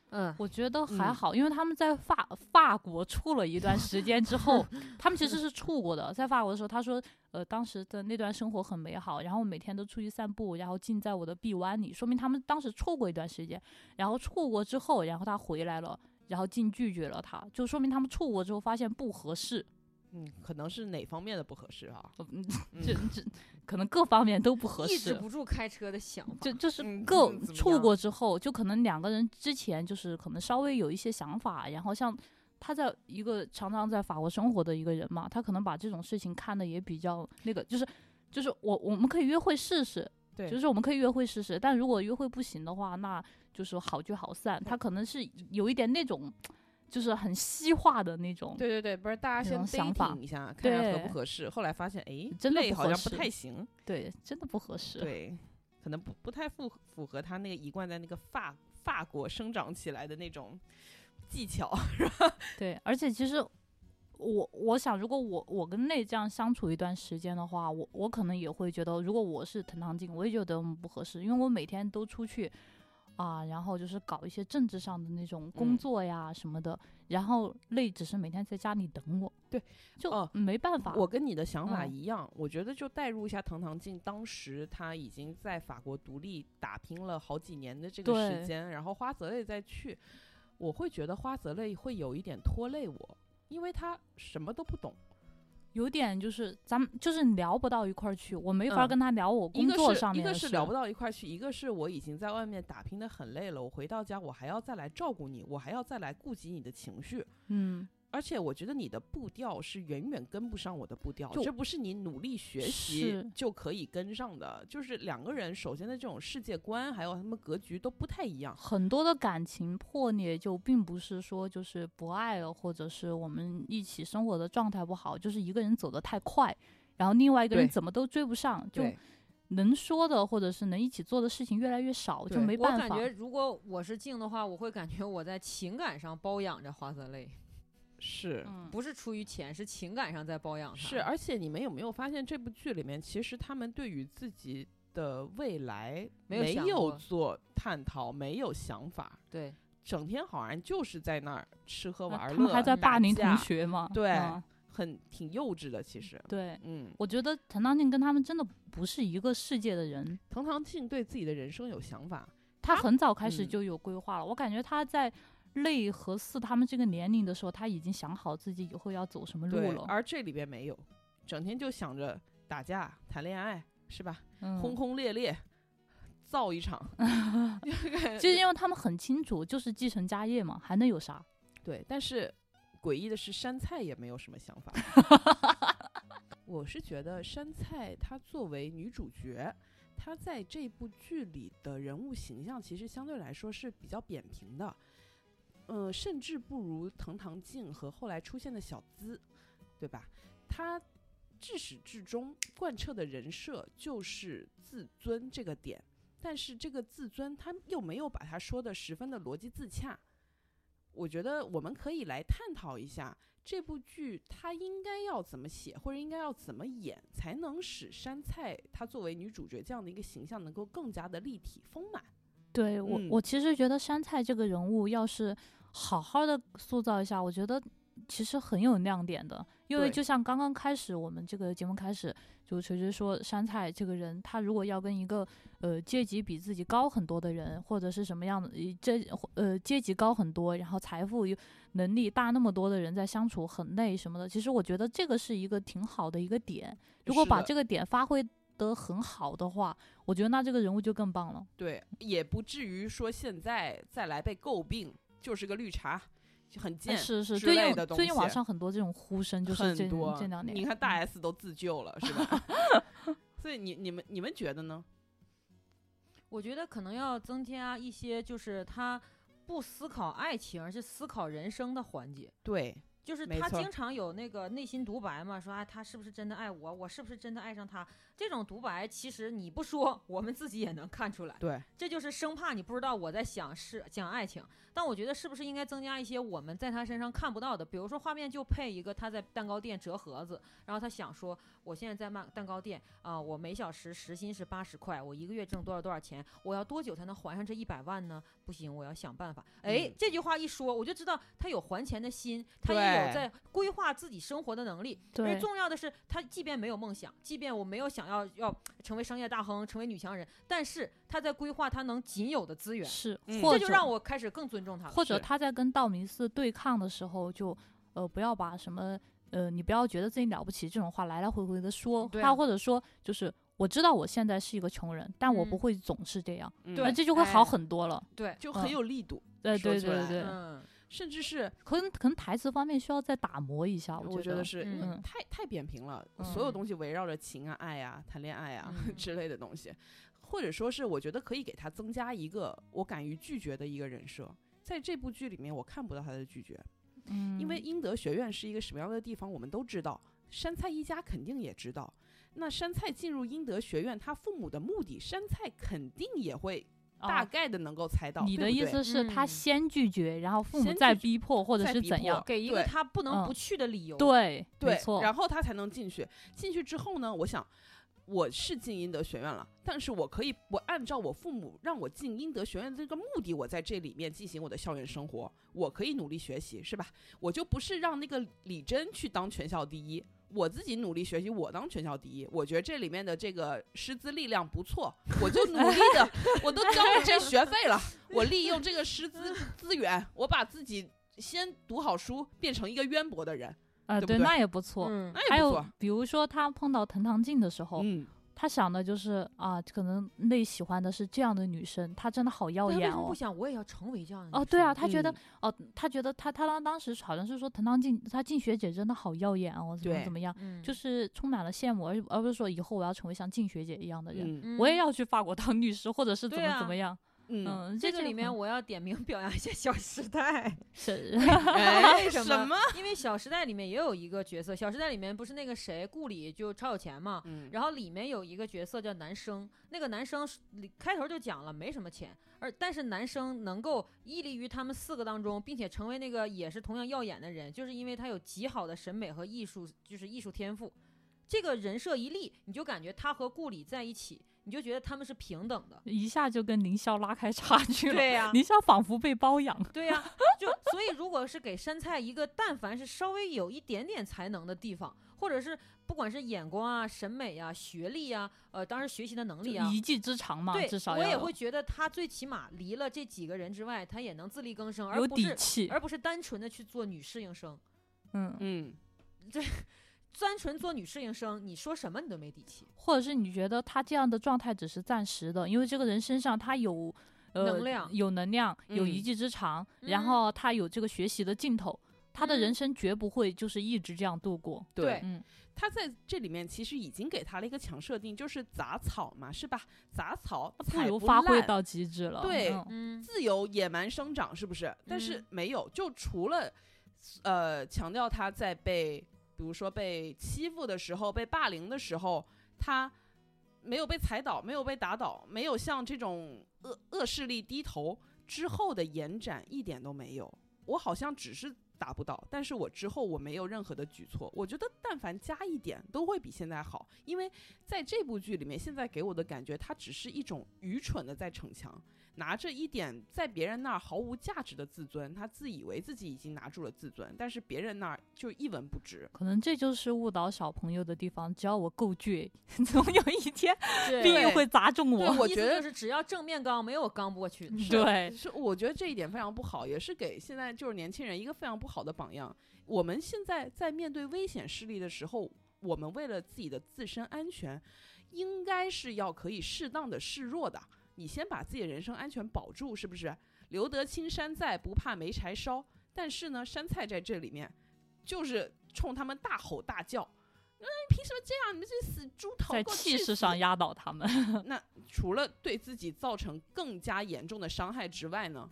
Speaker 3: 嗯，
Speaker 1: 我觉得还
Speaker 2: 嗯
Speaker 1: 好，因为他们在法法国处了一段时间之 后，他们其实是处过的。在法国的时候，他说，呃，当时的那段生活很美好，然后每天都出去散步，然后浸在我的臂弯里，说明他们当时处过一段时间。然后处过之后，然后他回来了，然后竟拒绝了他，就说明他们处过之后发现不合适，
Speaker 2: 嗯，可能是哪方面的不合适啊？
Speaker 1: 呃嗯
Speaker 2: 嗯
Speaker 1: 这这可能各方面都不合
Speaker 3: 抑
Speaker 1: 适。
Speaker 3: 制不住开车的想法。
Speaker 1: 就就是
Speaker 2: 嗯
Speaker 1: 各
Speaker 2: 嗯怎么
Speaker 1: 处
Speaker 2: 样
Speaker 1: 过之后，就可能两个人之前就是可能稍微有一些想法，然后像他在一个常常在法国生活的一个人嘛，他可能把这种事情看的也比较那个，就是就是我我们可以约会试试，
Speaker 2: 对
Speaker 1: 就是我们可以约会试试，但如果约会不行的话，那就是好聚好散。他可能是有一点那种，就是很西化的那种，
Speaker 2: 对对对，不是大家
Speaker 1: 那
Speaker 2: 先
Speaker 1: 种想法
Speaker 2: dating 一下，看看合
Speaker 1: 对
Speaker 2: 不合适。后来发现，哎，
Speaker 1: 真的
Speaker 2: 累
Speaker 1: 不
Speaker 2: 好
Speaker 1: 合
Speaker 2: 像不
Speaker 1: 适
Speaker 2: 太行，
Speaker 1: 对，真的不合适。
Speaker 2: 对，可能不不太符符合他那个一贯在那个法法国生长起来的那种技巧。
Speaker 1: 对，而且其实我我想，如果我我跟内这样相处一段时间的话，我我可能也会觉得，如果我是藤堂静，我也觉得我嗯们不合适，因为我每天都出去啊、然后就是搞一些政治上的那种工
Speaker 2: 嗯
Speaker 1: 作呀什么的，然后累只是每天在家里等我，
Speaker 2: 对，
Speaker 1: 就、
Speaker 2: 哦
Speaker 1: 没办法，
Speaker 2: 我跟你的想法
Speaker 1: 嗯
Speaker 2: 一样，我觉得就代入一下藤堂静，当时他已经在法国独立打拼了好几年的这个
Speaker 1: 对
Speaker 2: 时间，然后花泽类再去，我会觉得花泽类会有一点拖累我，因为他什么都不懂。
Speaker 1: 有点就是咱们就是聊不到一块儿去，我没法
Speaker 2: 嗯
Speaker 1: 跟他聊我
Speaker 2: 一
Speaker 1: 工
Speaker 2: 个
Speaker 1: 作
Speaker 2: 是
Speaker 1: 上
Speaker 2: 一
Speaker 1: 面
Speaker 2: 个
Speaker 1: 的
Speaker 2: 是
Speaker 1: 事，
Speaker 2: 聊不到一块儿去，一个是我已经在外面打拼的很累了，我回到家我还要再来照顾你，我还要再来顾及你的情绪，
Speaker 1: 嗯，
Speaker 2: 而且我觉得你的步调是远远跟不上我的步调，
Speaker 1: 就
Speaker 2: 这不是你努力学习
Speaker 1: 是
Speaker 2: 就可以跟上的。就是两个人首先的这种世界观，还有他们格局都不太一样。
Speaker 1: 很多的感情破裂，就并不是说就是不爱了，或者是我们一起生活的状态不好，就是一个人走得太快，然后另外一个人
Speaker 2: 对
Speaker 1: 怎么都追不上，就，能说的或者是能一起做的事情越来越少，就
Speaker 2: 对
Speaker 1: 没
Speaker 3: 我
Speaker 1: 办
Speaker 3: 感
Speaker 1: 法
Speaker 3: 觉。如果我是静的话，我会感觉我在情感上包养着花泽类，
Speaker 2: 是。
Speaker 1: 嗯，
Speaker 3: 不是出于钱，是情感上在包养他。
Speaker 2: 是，而且你们有没有发现这部剧里面，其实他们对于自己的未来
Speaker 3: 没有
Speaker 2: 没
Speaker 3: 想
Speaker 2: 有
Speaker 3: 过
Speaker 2: 做探讨，没有想法，
Speaker 3: 对，
Speaker 2: 整天好像就是在那儿吃喝
Speaker 1: 那
Speaker 2: 玩
Speaker 1: 他
Speaker 2: 乐，
Speaker 1: 们还在
Speaker 2: 打
Speaker 1: 霸凌同
Speaker 2: 架，
Speaker 1: 学嘛？
Speaker 2: 对
Speaker 1: 嗯
Speaker 2: 很挺幼稚的。其实，
Speaker 1: 对，
Speaker 2: 嗯，
Speaker 1: 我觉得滕当静跟他们真的不是一个世界的人。
Speaker 2: 藤堂静对自己的人生有想法，
Speaker 1: 他
Speaker 2: 他
Speaker 1: 很早开始
Speaker 2: 嗯
Speaker 1: 就有规划了，我感觉他在类和四他们这个年龄的时候，他已经想好自己以后要走什么路
Speaker 2: 对，
Speaker 1: 了。
Speaker 2: 而这里边没有，整天就想着打架、谈恋爱，是吧？
Speaker 1: 嗯，
Speaker 2: 轰轰烈烈，造 一场，就感
Speaker 1: 就是
Speaker 2: 觉
Speaker 1: 因为他们很清楚，就是继承家业嘛，还能有啥？
Speaker 2: 对。但是诡异的是，山菜也没有什么想法。我是觉得山菜她作为女主角，她在这部剧里的人物形象其实相对来说是比较扁平的，呃，甚至不如藤堂静和后来出现的小资，对吧？她至始至终贯彻的人设就是自尊这个点，但是这个自尊他又没有把它说的十分的逻辑自洽。我觉得我们可以来探讨一下这部剧它应该要怎么写，或者应该要怎么演，才能使山菜她作为女主角这样的一个形象能够更加的立体丰满。
Speaker 1: 对我，
Speaker 2: 嗯
Speaker 1: 我其实觉得山菜这个人物要是好好的塑造一下，我觉得其实很有亮点的。因为
Speaker 2: 对
Speaker 1: 就像刚刚开始我们这个节目开始，就锤锤说山菜这个人，他如果要跟一个呃阶级比自己高很多的人，或者是什么样的呃这呃阶级高很多，然后财富又能力大那么多的人在相处很累什么的，其实我觉得这个是一个挺好的一个点。如果
Speaker 2: 是
Speaker 1: 把
Speaker 2: 的
Speaker 1: 这个点发挥得很好的话，我觉得那这个人物就更棒了。
Speaker 2: 对，也不至于说现在再来被诟病就是个绿茶，就很
Speaker 1: 哎
Speaker 2: 贱。
Speaker 1: 是是，
Speaker 2: 之
Speaker 1: 最
Speaker 2: 类
Speaker 1: 近
Speaker 2: 的
Speaker 1: 最近
Speaker 2: 东
Speaker 1: 网
Speaker 2: 西
Speaker 1: 上很多这种呼声，就是这
Speaker 2: 很多。
Speaker 1: 这两年。
Speaker 2: 你看大
Speaker 1: 嗯
Speaker 2: S 都自救了，是吧？ 所以你你们你们觉得呢？
Speaker 3: 我觉得可能要增加一些，就是他不思考爱情，而是思考人生的环节。
Speaker 2: 对，
Speaker 3: 就是
Speaker 2: 没
Speaker 3: 他
Speaker 2: 错
Speaker 3: 经常有那个内心独白嘛，说啊，他是不是真的爱我？我是不是真的爱上他？这种独白其实你不说，我们自己也能看出来。
Speaker 2: 对，
Speaker 3: 这就是生怕你不知道我在想是讲爱情。但我觉得是不是应该增加一些我们在他身上看不到的，比如说画面就配一个他在蛋糕店折盒子，然后他想说，我现在在卖蛋糕店啊、我每小时时薪是八十块，我一个月挣多少多少钱，我要多久才能还上这一百万呢？不行，我要想办法。哎，
Speaker 2: 嗯
Speaker 3: 这句话一说，我就知道他有还钱的心，他也
Speaker 2: 对
Speaker 3: 有在规划自己生活的能力。而
Speaker 1: 对
Speaker 3: 重要的是，他即便没有梦想，即便我没有想要要成为商业大亨、成为女强人，但是他在规划他能仅有的资源，
Speaker 1: 是
Speaker 2: 嗯，
Speaker 1: 或
Speaker 3: 这
Speaker 1: 者
Speaker 3: 就让我开始更尊重他了。
Speaker 1: 或者
Speaker 2: 是
Speaker 1: 他在跟道明寺对抗的时候就，呃不要把什么呃你不要觉得自己了不起这种话来来回回的说，
Speaker 3: 对
Speaker 1: 他
Speaker 3: 啊
Speaker 1: 或者说就是我知道我现在是一个穷人，但我不
Speaker 3: 嗯
Speaker 1: 会总是这样，
Speaker 2: 嗯
Speaker 1: 那
Speaker 3: 对
Speaker 1: 这就会好
Speaker 3: 哎
Speaker 1: 很多了。
Speaker 3: 对，
Speaker 2: 就很
Speaker 1: 嗯
Speaker 2: 有力度，
Speaker 1: 对
Speaker 2: 说
Speaker 1: 对
Speaker 2: 出
Speaker 1: 对对
Speaker 2: 来
Speaker 1: 对，
Speaker 3: 嗯，
Speaker 2: 甚至是
Speaker 1: 可能可能台词方面需要再打磨一下，
Speaker 2: 我
Speaker 1: 啊觉
Speaker 2: 觉
Speaker 1: 得
Speaker 2: 得是因为
Speaker 1: 嗯
Speaker 2: 太太扁平了，所有
Speaker 3: 嗯
Speaker 2: 东西围绕着情啊、爱啊、谈恋爱啊
Speaker 3: 嗯
Speaker 2: 之类的东西，或者说是我觉得可以给他增加一个我敢于拒绝的一个人设。在这部剧里面，我看不到他的拒绝，
Speaker 1: 嗯，
Speaker 2: 因为英德学院是一个什么样的地方，我们都知道。山菜一家肯定也知道。那山菜进入英德学院，他父母的目的，山菜肯定也会大
Speaker 1: 哦
Speaker 2: 概的能够猜到。
Speaker 1: 你
Speaker 2: 对
Speaker 1: 的
Speaker 2: 不
Speaker 1: 意
Speaker 2: 对
Speaker 1: 思是他
Speaker 3: 嗯
Speaker 1: 先拒绝，然后父母
Speaker 2: 先
Speaker 1: 再
Speaker 2: 拒绝
Speaker 1: 逼迫或者
Speaker 2: 再
Speaker 1: 是
Speaker 2: 逼
Speaker 1: 怎
Speaker 2: 迫
Speaker 1: 样？
Speaker 3: 给一个
Speaker 2: 对
Speaker 3: 他不能
Speaker 1: 嗯
Speaker 3: 不去的理由。，
Speaker 1: 对，没
Speaker 2: 对，
Speaker 1: 错。
Speaker 2: 然后他才能进去。进去之后呢，我想我是进英德学院了，但是我可以我按照我父母让我进英德学院的这个目的，我在这里面进行我的校园生活，我可以努力学习，是吧？我就不是让那个李真去当全校第一。我自己努力学习，我当全校第一。我觉得这里面的这个师资力量不错，我就努力 的，我都交了这学费了，我利用这个师资资源，我把自己先读好书，变成一个渊博的人，
Speaker 1: 啊、
Speaker 2: 对不
Speaker 1: 对，
Speaker 2: 对
Speaker 1: 那也不错。
Speaker 3: 嗯，
Speaker 2: 那
Speaker 1: 还
Speaker 2: 也不
Speaker 1: 有
Speaker 2: 错。，
Speaker 1: 比如说他碰到藤堂静的时候，
Speaker 2: 嗯，
Speaker 1: 他想的就是啊，可能内喜欢的是这样的女生，她真的好耀
Speaker 3: 那他为
Speaker 1: 眼
Speaker 3: 什么
Speaker 1: 哦
Speaker 3: 不。想我也要成为这样的？
Speaker 1: 哦，对啊，，他觉得
Speaker 2: 嗯
Speaker 1: 哦、他觉得他他当当时好像是说藤堂静，她静学姐真的好耀眼哦，怎么
Speaker 2: 对
Speaker 1: 怎么样，
Speaker 3: 嗯，
Speaker 1: 就是充满了羡慕，而而不是说以后我要成为像静学姐一样的人，
Speaker 2: 嗯
Speaker 1: 我也要去法国当律师，或者是怎
Speaker 3: 对
Speaker 1: 么怎
Speaker 3: 啊
Speaker 1: 么样。
Speaker 2: 嗯，
Speaker 1: 嗯，
Speaker 3: 这
Speaker 1: 就
Speaker 3: 个里面
Speaker 1: 很
Speaker 3: 我要点名表扬一下《小时代》
Speaker 1: 是。
Speaker 2: 哎
Speaker 3: 为什么
Speaker 2: 么？
Speaker 3: 因为《小时代》里面也有一个角色，《小时代》里面不是那个谁顾里就超有钱嘛，
Speaker 2: 嗯
Speaker 3: 然后里面有一个角色叫男生，那个男生是里开头就讲了没什么钱，而但是男生能够屹立于他们四个当中，并且成为那个也是同样耀眼的人，就是因为他有极好的审美和艺术，就是艺术天赋。这个人设一立，你就感觉他和顾里在一起，你就觉得他们是平等的
Speaker 1: 一下就跟林霄拉开差距了，
Speaker 3: 对啊呀、
Speaker 1: 林霄仿佛被包养。
Speaker 3: 对呀、 就所以如果是给杉菜一个但凡是稍微有一点点才能的地方，或者是不管是眼光啊、审美啊、学历啊，呃，当然学习的能力啊，
Speaker 1: 一技之长嘛，
Speaker 3: 对，
Speaker 1: 至少
Speaker 3: 我
Speaker 1: 要
Speaker 3: 也
Speaker 1: 有
Speaker 3: 会觉得他最起码离了这几个人之外，他也能自力更生，而
Speaker 1: 有
Speaker 3: 不
Speaker 1: 底
Speaker 3: 是
Speaker 1: 气。
Speaker 3: 而不是单纯的去做女适应生。
Speaker 1: 嗯，
Speaker 2: 嗯，
Speaker 3: 单纯做女适应生，你说什么你都没底气。
Speaker 1: 或者是你觉得他这样的状态只是暂时的，因为这个人身上他有。呃、
Speaker 3: 能量
Speaker 1: 有能量，有一
Speaker 2: 嗯
Speaker 1: 技之长，
Speaker 3: 嗯
Speaker 1: 然后他有这个学习的劲头，他的
Speaker 3: 嗯
Speaker 1: 人生绝不会就是一直这样度过。
Speaker 3: 对
Speaker 2: 对，
Speaker 1: 嗯，
Speaker 2: 他在这里面其实已经给他了一个强设定，就是杂草嘛，是吧？杂草
Speaker 1: 不
Speaker 2: 采
Speaker 1: 如
Speaker 2: 不
Speaker 1: 发挥
Speaker 2: 烂
Speaker 1: 到极致了。
Speaker 2: 对
Speaker 1: 嗯
Speaker 3: 嗯
Speaker 2: 自由野蛮生长，是不是？但是
Speaker 3: 嗯
Speaker 2: 没有，就除了呃强调他在被，比如说被欺负的时候、被霸凌的时候，他没有被踩倒，没有被打倒，没有向这种恶恶势力低头之后的延展一点都没有。我好像只是打不倒，但是我之后我没有任何的举措。我觉得但凡加一点都会比现在好，因为在这部剧里面，现在给我的感觉，他只是一种愚蠢的在逞强。拿着一点在别人那儿毫无价值的自尊，他自以为自己已经拿住了自尊，但是别人那儿就一文不值。
Speaker 1: 可能这就是误导小朋友的地方。只要我够倔， 总有一天命
Speaker 2: 对
Speaker 1: 运会砸中
Speaker 2: 对
Speaker 1: 我。嗯
Speaker 2: 我
Speaker 3: 意思
Speaker 2: 觉得
Speaker 3: 就是只要正面刚，没有我刚不过去的。
Speaker 1: 对，
Speaker 2: 是我觉得这一点非常不好，也是给现在就是年轻人一个非常不好的榜样。我们现在在面对危险势力的时候，我们为了自己的自身安全，应该是要可以适当的示弱的。你先把自己的人身安全保住，是不是？留得青山在，不怕没柴烧。但是呢，山菜在这里面就是冲他们大吼大叫。哎，凭什么这样？你们这死猪头！
Speaker 1: 在
Speaker 2: 给我
Speaker 1: 气
Speaker 2: 去
Speaker 1: 势
Speaker 2: 死
Speaker 1: 上压倒他们。
Speaker 2: 除了对自己造成更加严重的伤害之外呢，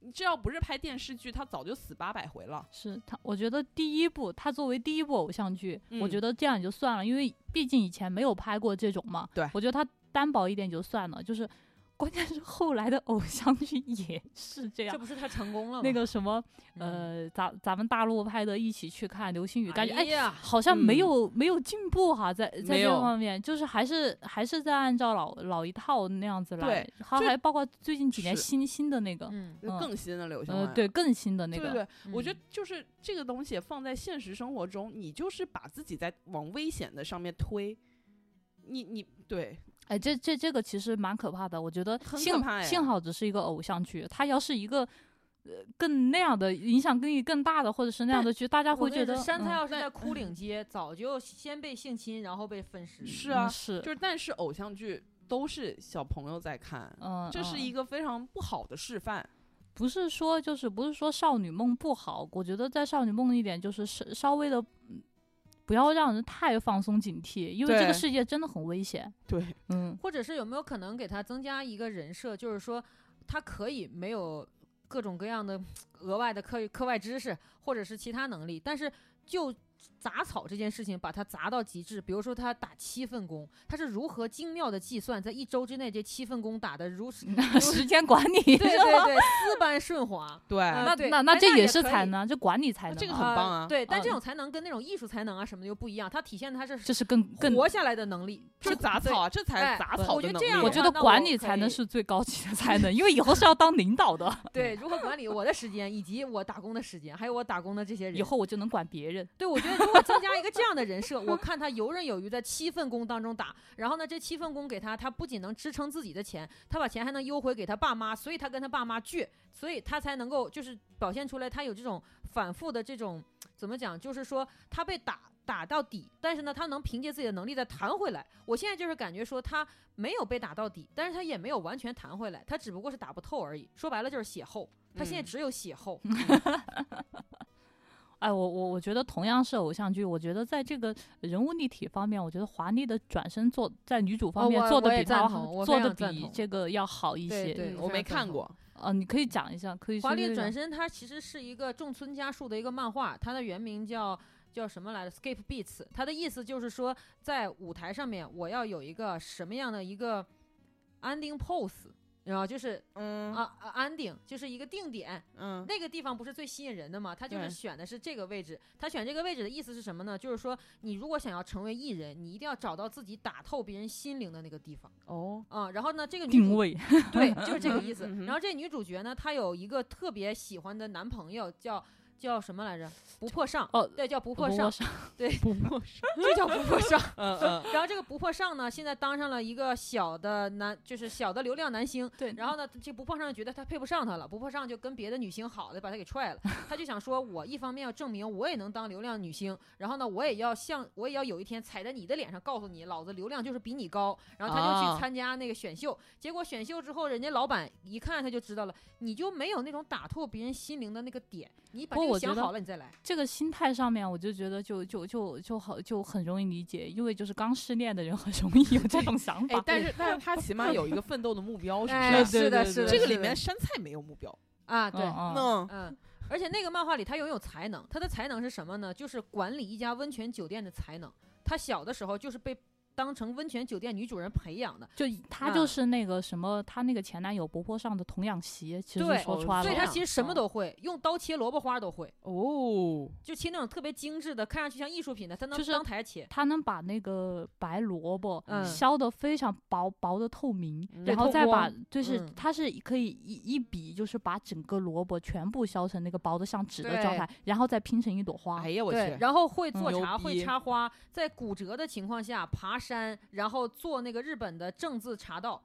Speaker 2: 你这要不是拍电视剧，他早就死八百回了。
Speaker 1: 是他，我觉得第一部，他作为第一部偶像剧，我
Speaker 2: 嗯
Speaker 1: 觉得这样也就算了，因为毕竟以前没有拍过这种嘛。
Speaker 2: 对
Speaker 1: 我觉得他单薄一点就算了，就是关键是后来的偶像剧也是这样
Speaker 3: 这。不是他成功了吗？
Speaker 1: 那个什么，
Speaker 3: 嗯，
Speaker 1: 呃，咱咱们大陆拍的《一起去看流星雨》，感觉哎，
Speaker 3: 呀，
Speaker 1: 好像
Speaker 2: 嗯
Speaker 1: 没有、没有进步哈、在在这
Speaker 2: 没有
Speaker 1: 方面，就是还是还是在按照老老一套那样子来
Speaker 2: 对，
Speaker 1: 还
Speaker 2: 就
Speaker 1: 还包括最近几年
Speaker 2: 是
Speaker 1: 新新的那个，
Speaker 3: 嗯，
Speaker 2: 就
Speaker 1: 嗯
Speaker 2: 更新的流行、
Speaker 1: 呃，对，，更新的那
Speaker 2: 对
Speaker 1: 个，
Speaker 2: 对对，我觉
Speaker 3: 嗯
Speaker 2: 得就是这个东西放在现实生活中，你就是把自己在往危险的上面推。你你对
Speaker 1: 哎，这这这个其实蛮可怕的，我觉得
Speaker 2: 很可
Speaker 1: 幸
Speaker 2: 怕呀
Speaker 1: 幸好只是一个偶像剧，它要是一个呃更那样的影响更更大的，或者是那样的剧，大家
Speaker 3: 我
Speaker 1: 会
Speaker 3: 跟
Speaker 1: 觉
Speaker 3: 你
Speaker 1: 得
Speaker 3: 说山
Speaker 1: 嗯
Speaker 3: 菜要是
Speaker 2: 那
Speaker 3: 在枯岭街，早就先被性侵，然后被分尸。
Speaker 2: 是
Speaker 1: 嗯
Speaker 2: 啊，
Speaker 1: 是
Speaker 2: 就是但是偶像剧都是小朋友在看，
Speaker 1: 嗯，
Speaker 2: 这是
Speaker 1: 嗯
Speaker 2: 一个非常不好的示范。
Speaker 1: 不是说就是不是说少女梦不好，我觉得在少女梦一点就是稍稍微的。嗯不要让人太放松警惕，因为这
Speaker 2: 对
Speaker 1: 个世界真的很危险。
Speaker 2: 对，
Speaker 1: 嗯，
Speaker 3: 或者是有没有可能给他增加一个人设，就是说他可以没有各种各样的额外的课课外知识，或者是其他能力，但是就杂草这件事情把它砸到极致。比如说他打七份工，他是如何精妙的计算，在一周之内这七份工打的 如此
Speaker 1: 时间管理，
Speaker 3: 对对
Speaker 1: 哦
Speaker 3: 对丝般顺滑。
Speaker 2: 对，
Speaker 3: 啊
Speaker 1: 那
Speaker 3: 对
Speaker 1: 那
Speaker 3: 哎
Speaker 1: 那这
Speaker 3: 那
Speaker 1: 也
Speaker 3: 也
Speaker 1: 是
Speaker 3: 可
Speaker 1: 才
Speaker 3: 以
Speaker 1: 能，这管理才
Speaker 2: 那
Speaker 1: 能啊，
Speaker 2: 这个很棒啊
Speaker 3: 对，但
Speaker 1: 嗯
Speaker 3: 这种才能跟那种艺术才能啊什么的又不一样，它体现的它是
Speaker 1: 这是更更，
Speaker 3: 活下来的能力，
Speaker 2: 这杂草啊，这才
Speaker 3: 哎
Speaker 2: 是杂
Speaker 1: 对
Speaker 2: 草
Speaker 3: 我
Speaker 2: 的
Speaker 3: 觉得
Speaker 2: 能
Speaker 3: 这样
Speaker 2: 力。啊
Speaker 1: 我
Speaker 3: 的
Speaker 1: 觉
Speaker 3: 话
Speaker 1: 得
Speaker 3: 那
Speaker 1: 管
Speaker 3: 我
Speaker 1: 理
Speaker 3: 可
Speaker 1: 才能
Speaker 3: 以
Speaker 1: 是最高级的才能，因为以后是要当领导 的，
Speaker 3: 对，如何管理我的时间，以及我打工的时间，还有我打工的这些人。
Speaker 1: 以后我就能管别人。
Speaker 3: 对，我觉得如果增加一个这样的人设，我看他游刃有余，在七份工当中打，然后呢，这七份工给他，他不仅能支撑自己的钱，他把钱还能邮回给他爸妈，所以他跟他爸妈倔，所以他才能够就是表现出来，他有这种反复的这种怎么讲，就是说他被打打到底，但是呢，他能凭借自己的能力再弹回来。我现在就是感觉说他没有被打到底，但是他也没有完全弹回来，他只不过是打不透而已。说白了就是血厚，他现在
Speaker 2: 嗯
Speaker 3: 只有血厚。
Speaker 1: 哎，我我我觉得同样是偶像剧，我觉得在这个人物立体方面，我觉得华丽的转身做在女主
Speaker 3: 哦
Speaker 1: 方面
Speaker 3: 我
Speaker 1: 做的
Speaker 3: 我也
Speaker 1: 比她
Speaker 3: 赞同我
Speaker 1: 做
Speaker 3: 非
Speaker 1: 的
Speaker 3: 常赞
Speaker 1: 比
Speaker 3: 同
Speaker 1: 这个要好一
Speaker 3: 对
Speaker 1: 些。
Speaker 3: 对，
Speaker 2: 我
Speaker 3: 非
Speaker 2: 没
Speaker 3: 常赞
Speaker 2: 看
Speaker 3: 同
Speaker 2: 过，
Speaker 1: 呃，你可以讲一下，可以
Speaker 3: 华丽
Speaker 1: 是
Speaker 3: 的转身，它其实是一个仲村家树的一个漫画，它的原名叫叫什么来着？Skip Beats。它的意思就是说，在舞台上面，我要有一个什么样的一个 ending pose，然后就是
Speaker 2: 嗯
Speaker 3: 啊、啊 ending，就是一个定点，
Speaker 2: 嗯
Speaker 3: 那个地方不是最吸引人的嘛？他就是
Speaker 2: 对
Speaker 3: 选的是这个位置。他选这个位置的意思是什么呢？就是说，你如果想要成为艺人，你一定要找到自己打透别人心灵的那个地方
Speaker 2: 哦，
Speaker 3: 啊、然后呢，这个女
Speaker 1: 定
Speaker 3: 主
Speaker 1: 位，
Speaker 3: 对，就是这个意思
Speaker 2: 嗯嗯。嗯
Speaker 3: 然后这女主角呢，她有一个特别喜欢的男朋友，叫叫什么来着？不破尚
Speaker 1: 哦
Speaker 3: 对，叫不
Speaker 1: 我
Speaker 3: 破 尚，
Speaker 2: 不陌生。
Speaker 3: 这叫不破 尚。
Speaker 2: 嗯嗯，
Speaker 3: 然后这个不破尚呢，现在当上了一个小的男，就是小的流量男星。
Speaker 1: 对，
Speaker 3: 然后呢，这不破尚就觉得他配不上她了，不破尚就跟别的女星好了，把她给踹了。他就想说，我一方面要证明我也能当流量女星，然后呢，我也要像我也要有一天踩在你的脸上，告诉你老子流量就是比你高。然后他就
Speaker 2: 啊
Speaker 3: 去参加那个选秀，结果选秀之后，人家老板一看他就知道了，你就没有那种打透别人心灵的那个点，你把
Speaker 1: 不
Speaker 3: 这
Speaker 1: 过
Speaker 3: 个
Speaker 1: 我觉
Speaker 3: 想
Speaker 1: 得
Speaker 3: 好了，你再来。
Speaker 1: 这个心态上面，我就觉得就就就就好就很容易理解，因为就是刚失恋的人很容易有这种想
Speaker 2: 哎
Speaker 1: 法，。
Speaker 2: 但是但是他起码有一个奋斗的目标，是
Speaker 3: 哎，
Speaker 2: 不是？
Speaker 3: 是的，
Speaker 1: 对对
Speaker 3: 是的，
Speaker 2: 这个
Speaker 3: 是
Speaker 2: 里面
Speaker 3: 的
Speaker 2: 山菜没有目标，
Speaker 3: 啊，对，
Speaker 1: 嗯嗯
Speaker 2: 嗯，
Speaker 3: 嗯，而且那个漫画里他拥有才能，他的才能是什么呢？就是管理一家温泉酒店的才能。他小的时候就是被当成温泉酒店女主人培养的，
Speaker 1: 就她
Speaker 3: 啊
Speaker 1: 就是那个什么，她那个前男友伯伯上的童养媳，其实
Speaker 3: 对
Speaker 1: 说
Speaker 2: 哦
Speaker 1: 穿
Speaker 3: 所以
Speaker 1: 了，
Speaker 3: 他
Speaker 2: 这
Speaker 3: 其实什么
Speaker 2: 样
Speaker 3: 都会，用刀切萝卜花都会，
Speaker 2: 哦，
Speaker 3: 就切那种特别精致的，看上去像艺术品的，他能
Speaker 1: 就是
Speaker 3: 当台切。
Speaker 1: 他能把那个白萝卜
Speaker 3: 嗯
Speaker 1: 削得非常薄薄的透明，然
Speaker 2: 嗯
Speaker 3: 对
Speaker 1: 后
Speaker 3: 透
Speaker 1: 再把
Speaker 3: 光
Speaker 1: 就是
Speaker 3: 嗯
Speaker 1: 它是可以一一笔就是把整个萝卜全部削成那个薄的像纸的状
Speaker 3: 对
Speaker 1: 态，然后再拼成一朵花
Speaker 2: 哎。呀，我
Speaker 3: 对
Speaker 2: 去，，
Speaker 3: 然后会做
Speaker 2: 牛
Speaker 3: 茶，会
Speaker 2: 逼
Speaker 3: 插花，在骨折的情况下爬山，然后做那个日本的正字茶道，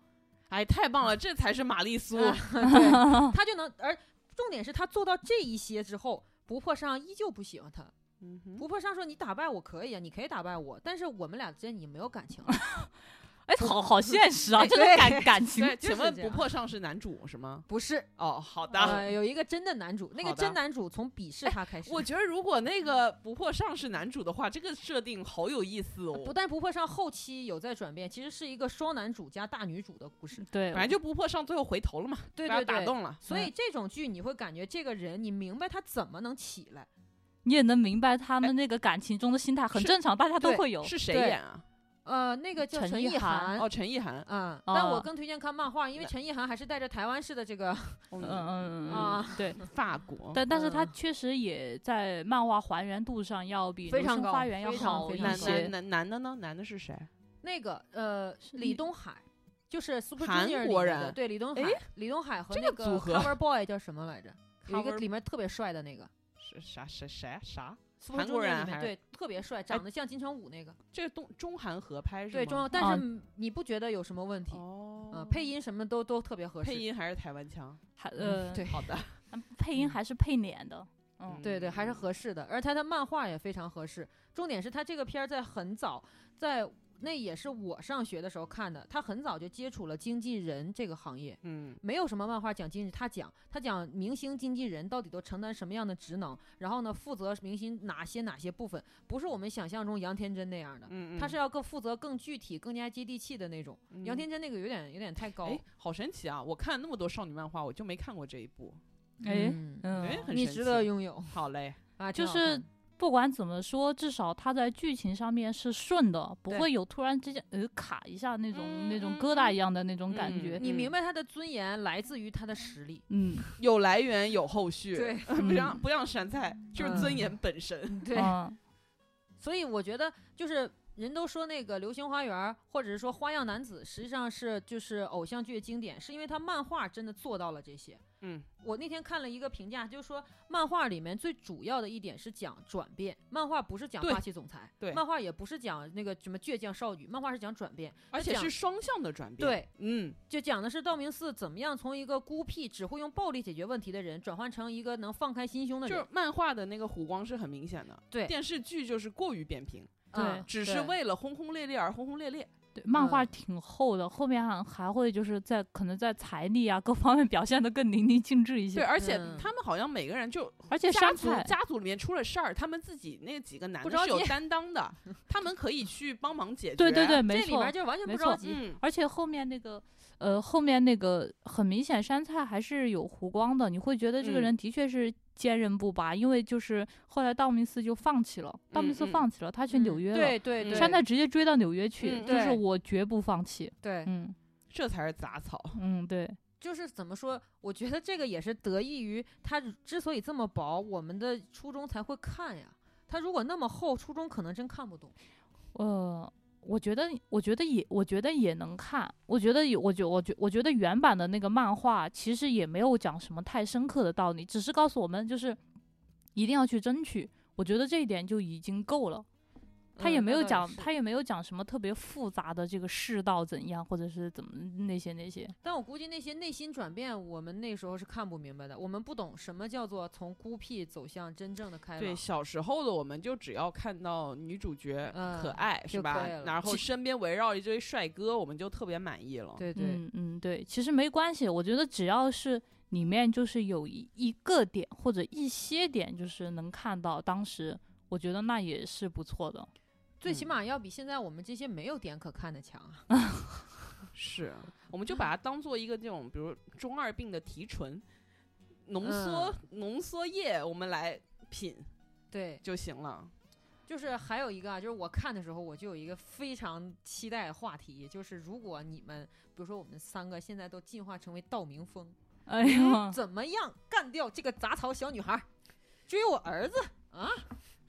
Speaker 2: 哎，太棒了，这才是玛丽苏。
Speaker 3: 啊
Speaker 2: 哦
Speaker 3: 对，他就能，而重点是他做到这一些之后，不破尚依旧不喜欢他。
Speaker 2: 嗯
Speaker 3: 不
Speaker 2: 哼，
Speaker 3: 破尚说：“你打败我可以啊，你可以打败我，但是我们俩之间你没有感情了。
Speaker 1: 哎， 好好现实啊，
Speaker 3: 哎
Speaker 1: 这个
Speaker 3: 对
Speaker 1: 感 感情
Speaker 2: 对，
Speaker 3: 就是
Speaker 2: 请问
Speaker 3: 这
Speaker 2: 不
Speaker 3: 样
Speaker 2: 破尚是男主是吗？
Speaker 3: 不是，
Speaker 2: 啊哦，好的。
Speaker 3: 呃，有一个真的男主，那个
Speaker 2: 好的
Speaker 3: 真男主从鄙视他开 始。
Speaker 2: 我觉得如果那个不破尚是男主的话，这个设定好有意思哦。
Speaker 3: 啊不但不破尚后期有在转变，其实是一个双男主加大女主的故事。
Speaker 1: 对
Speaker 2: 反，正就不破尚最后回头了嘛，
Speaker 3: 对
Speaker 2: 被他
Speaker 3: 对
Speaker 2: 打
Speaker 3: 对。
Speaker 2: 动了。
Speaker 3: 所以这种剧你会感觉这个人，你明白他怎么能起来？
Speaker 1: 你也能明白他们那个感情中的心态很
Speaker 2: 是
Speaker 1: 正常，大家都
Speaker 3: 对
Speaker 1: 会有。
Speaker 2: 是谁
Speaker 3: 对
Speaker 2: 演啊？
Speaker 3: 呃，那个叫
Speaker 1: 陈
Speaker 3: 陈
Speaker 1: 意
Speaker 3: 意
Speaker 1: 涵
Speaker 3: 涵。
Speaker 2: 哦，陈意涵。
Speaker 3: 嗯，但我
Speaker 1: 哦
Speaker 3: 更推荐看漫画，因为陈意涵还是带着台湾式的这个，
Speaker 1: 嗯
Speaker 2: 嗯
Speaker 1: 嗯嗯嗯
Speaker 3: 啊，
Speaker 1: 对，
Speaker 2: 法国。
Speaker 1: 但但是他
Speaker 3: 嗯
Speaker 1: 确实也在漫画还原度上要比《
Speaker 3: 非
Speaker 1: 流
Speaker 3: 常
Speaker 1: 星
Speaker 3: 高
Speaker 1: 花园》要
Speaker 3: 非常
Speaker 1: 好
Speaker 3: 非
Speaker 1: 一
Speaker 3: 常
Speaker 2: 男
Speaker 3: 高
Speaker 1: 些
Speaker 2: 男。男男的呢？男的是谁？
Speaker 3: 那个呃李东海，就是 Super
Speaker 2: 韩
Speaker 3: Junior 里
Speaker 2: 国
Speaker 3: 面的
Speaker 2: 人
Speaker 3: 对李东海
Speaker 2: 诶，
Speaker 3: 李东海和
Speaker 2: 这
Speaker 3: 那
Speaker 2: 个
Speaker 3: 个
Speaker 2: 组合
Speaker 3: Cover Boy 叫什么来着？有一个
Speaker 2: Cover-
Speaker 3: 里面特别帅的那个
Speaker 2: 是啥谁谁啥？
Speaker 3: Super
Speaker 2: 韩国
Speaker 3: Junior
Speaker 2: 人
Speaker 3: 里面
Speaker 2: 还是
Speaker 3: 对特别帅，长得像金城武那个，
Speaker 2: 这是东中韩合拍是吗？
Speaker 3: 对中，
Speaker 1: 啊
Speaker 3: 但是你不觉得有什么问题？
Speaker 2: 哦、
Speaker 3: 啊，配音什么都都特别合
Speaker 2: 配
Speaker 3: 适。
Speaker 2: 音还是台湾腔？
Speaker 1: 还
Speaker 3: 嗯
Speaker 1: 呃，
Speaker 3: 对
Speaker 2: 好 的，
Speaker 1: 配音
Speaker 3: 嗯
Speaker 1: 还是配脸的。嗯，
Speaker 3: 对对，还是合适的，而他的漫画也非常合适。重点是他这个片儿在很早，在那也是我上学的时候看的，他很早就接触了经纪人这个行业。
Speaker 2: 嗯，
Speaker 3: 没有什么漫画讲经济，他讲他讲明星经纪人到底都承担什么样的职能，然后呢，负责明星哪些哪些部分，不是我们想象中杨天真那样的，
Speaker 2: 嗯嗯，嗯
Speaker 3: 他是要更负责更具体、更加接地气的那种。杨天真那个有点有点太高
Speaker 2: 哎，，好神奇啊！我看了那么多少女漫画，我就没看过这一部。
Speaker 1: 哎
Speaker 3: 嗯，
Speaker 2: 哎
Speaker 1: 嗯，
Speaker 2: 很
Speaker 3: 你
Speaker 2: 神
Speaker 3: 值
Speaker 2: 奇
Speaker 3: 得拥有
Speaker 2: 好嘞，
Speaker 3: 啊，
Speaker 1: 就
Speaker 3: 挺好看
Speaker 1: 是
Speaker 3: 的
Speaker 1: 不管怎么说，至少它在剧情上面是顺的，不
Speaker 2: 对
Speaker 1: 会有突然之间呃卡一下那种、那种
Speaker 3: 嗯
Speaker 1: 疙瘩一样的那种感
Speaker 2: 嗯
Speaker 1: 觉。
Speaker 3: 你
Speaker 2: 嗯
Speaker 3: 明白他的尊严来自于他的实力。
Speaker 1: 嗯，
Speaker 2: 有来源有后续，
Speaker 3: 对，
Speaker 2: 不像
Speaker 1: 嗯
Speaker 2: 不像山菜，就是
Speaker 3: 嗯
Speaker 2: 尊严本身。
Speaker 3: 对
Speaker 1: 嗯
Speaker 3: 所以我觉得就是人都说那个《流星花园》或者是说《花样男子》，实际上是就是偶像剧的经典，是因为他漫画真的做到了这些。
Speaker 2: 嗯，
Speaker 3: 我那天看了一个评价，就是说漫画里面最主要的一点是讲转变，漫画不是讲
Speaker 2: 对
Speaker 3: 霸气总裁，
Speaker 2: 对
Speaker 3: 漫画也不是讲那个什么倔强少女，漫画是讲转变，
Speaker 2: 而且
Speaker 3: 讲
Speaker 2: 是双向的转变。，
Speaker 3: 对，
Speaker 2: 嗯，
Speaker 3: 就讲的是道明寺怎么样从一个孤僻只会用暴力解决问题的人，转换成一个能放开心胸的
Speaker 2: 就
Speaker 3: 人，
Speaker 2: 是漫画的那个弧光是很明显的，
Speaker 3: 对
Speaker 2: 电视剧就是过于扁平，
Speaker 3: 嗯
Speaker 2: 只是
Speaker 3: 对
Speaker 2: 为了轰轰烈烈而轰轰烈烈。
Speaker 1: 对，漫画
Speaker 3: 嗯
Speaker 1: 挺厚的，后面还还会就是在可能在财力啊各方面表现的更淋漓尽致一
Speaker 2: 对，
Speaker 1: 些。
Speaker 2: 而且
Speaker 3: 嗯
Speaker 2: 他们好像每个人就
Speaker 1: 而 且
Speaker 2: 家
Speaker 1: 山
Speaker 2: 族
Speaker 1: 菜
Speaker 2: 家族里面出了事儿，他们自己那几个男
Speaker 3: 不
Speaker 2: 的
Speaker 3: 着
Speaker 2: 是有
Speaker 3: 急
Speaker 2: 担当 的，他们可以去帮忙解决。
Speaker 1: 对对对，，没
Speaker 3: 这里
Speaker 1: 错
Speaker 3: 面。就完全
Speaker 1: 没
Speaker 3: 不
Speaker 1: 错
Speaker 3: 着急，
Speaker 2: 嗯，
Speaker 1: 而且后面那个，呃，后面那个很明显，山菜还是有弧光的，你会觉得这个
Speaker 2: 嗯
Speaker 1: 人的确是坚韧不拔，因为就是后来道明寺就放弃了，道明
Speaker 2: 嗯
Speaker 1: 寺
Speaker 2: 嗯
Speaker 1: 放弃了，他去
Speaker 3: 嗯
Speaker 1: 纽约了，
Speaker 3: 对对
Speaker 2: 嗯
Speaker 3: 对，
Speaker 1: 山菜直接追到纽约去，
Speaker 2: 嗯
Speaker 1: 就是
Speaker 3: 对
Speaker 1: 我绝不放弃。
Speaker 3: 对，
Speaker 1: 嗯
Speaker 2: 这才是杂草。
Speaker 1: 嗯，对，
Speaker 3: 就是怎么说？我觉得这个也是得益于它之所以这么薄，我们的初中才会看呀。它如果那么厚，初中可能真看不懂。
Speaker 1: 呃，我觉得，我觉得也，我觉得也能看。我觉得也，我觉，我觉，我觉得原版的那个漫画其实也没有讲什么太深刻的道理，只是告诉我们就是一定要去争取。我觉得这一点就已经够了。他也
Speaker 3: 嗯
Speaker 1: 没
Speaker 3: 那
Speaker 1: 有
Speaker 3: 倒
Speaker 1: 讲，
Speaker 3: 是
Speaker 1: 他也没有讲什么特别复杂的这个世道怎样，或者是怎么那些那些。
Speaker 3: 但我估计那些内心转变，我们那时候是看不明白的。我们不懂什么叫做从孤僻走向真正的开
Speaker 2: 对，
Speaker 3: 朗。
Speaker 2: 小时候的我们就只要看到女主角可
Speaker 3: 嗯
Speaker 2: 爱、是
Speaker 3: 就
Speaker 2: 吧
Speaker 3: 可以？了
Speaker 2: 然后
Speaker 3: 其
Speaker 2: 身边围绕一堆帅哥，我们就特别满意了。
Speaker 3: 对对
Speaker 1: 嗯嗯，对，其实没关系，我觉得只要是里面就是有一一个点或者一些点，就是能看到当时，我觉得那也是不错的。
Speaker 3: 最起
Speaker 2: 嗯
Speaker 3: 码要比现在我们这些没有点可看的强啊。
Speaker 2: 是，我们就把它当做一个这种，比如中二病的提纯，浓缩、
Speaker 3: 嗯
Speaker 2: 浓缩液，我们来品
Speaker 3: 对，
Speaker 2: 就行了。
Speaker 3: 就是还有一个啊，就是我看的时候，我就有一个非常期待的话题，就是如果你们，比如说我们三个现在都进化成为道明峰，
Speaker 1: 哎呦，
Speaker 3: 怎么样干掉这个杂草小女孩儿，追我儿子？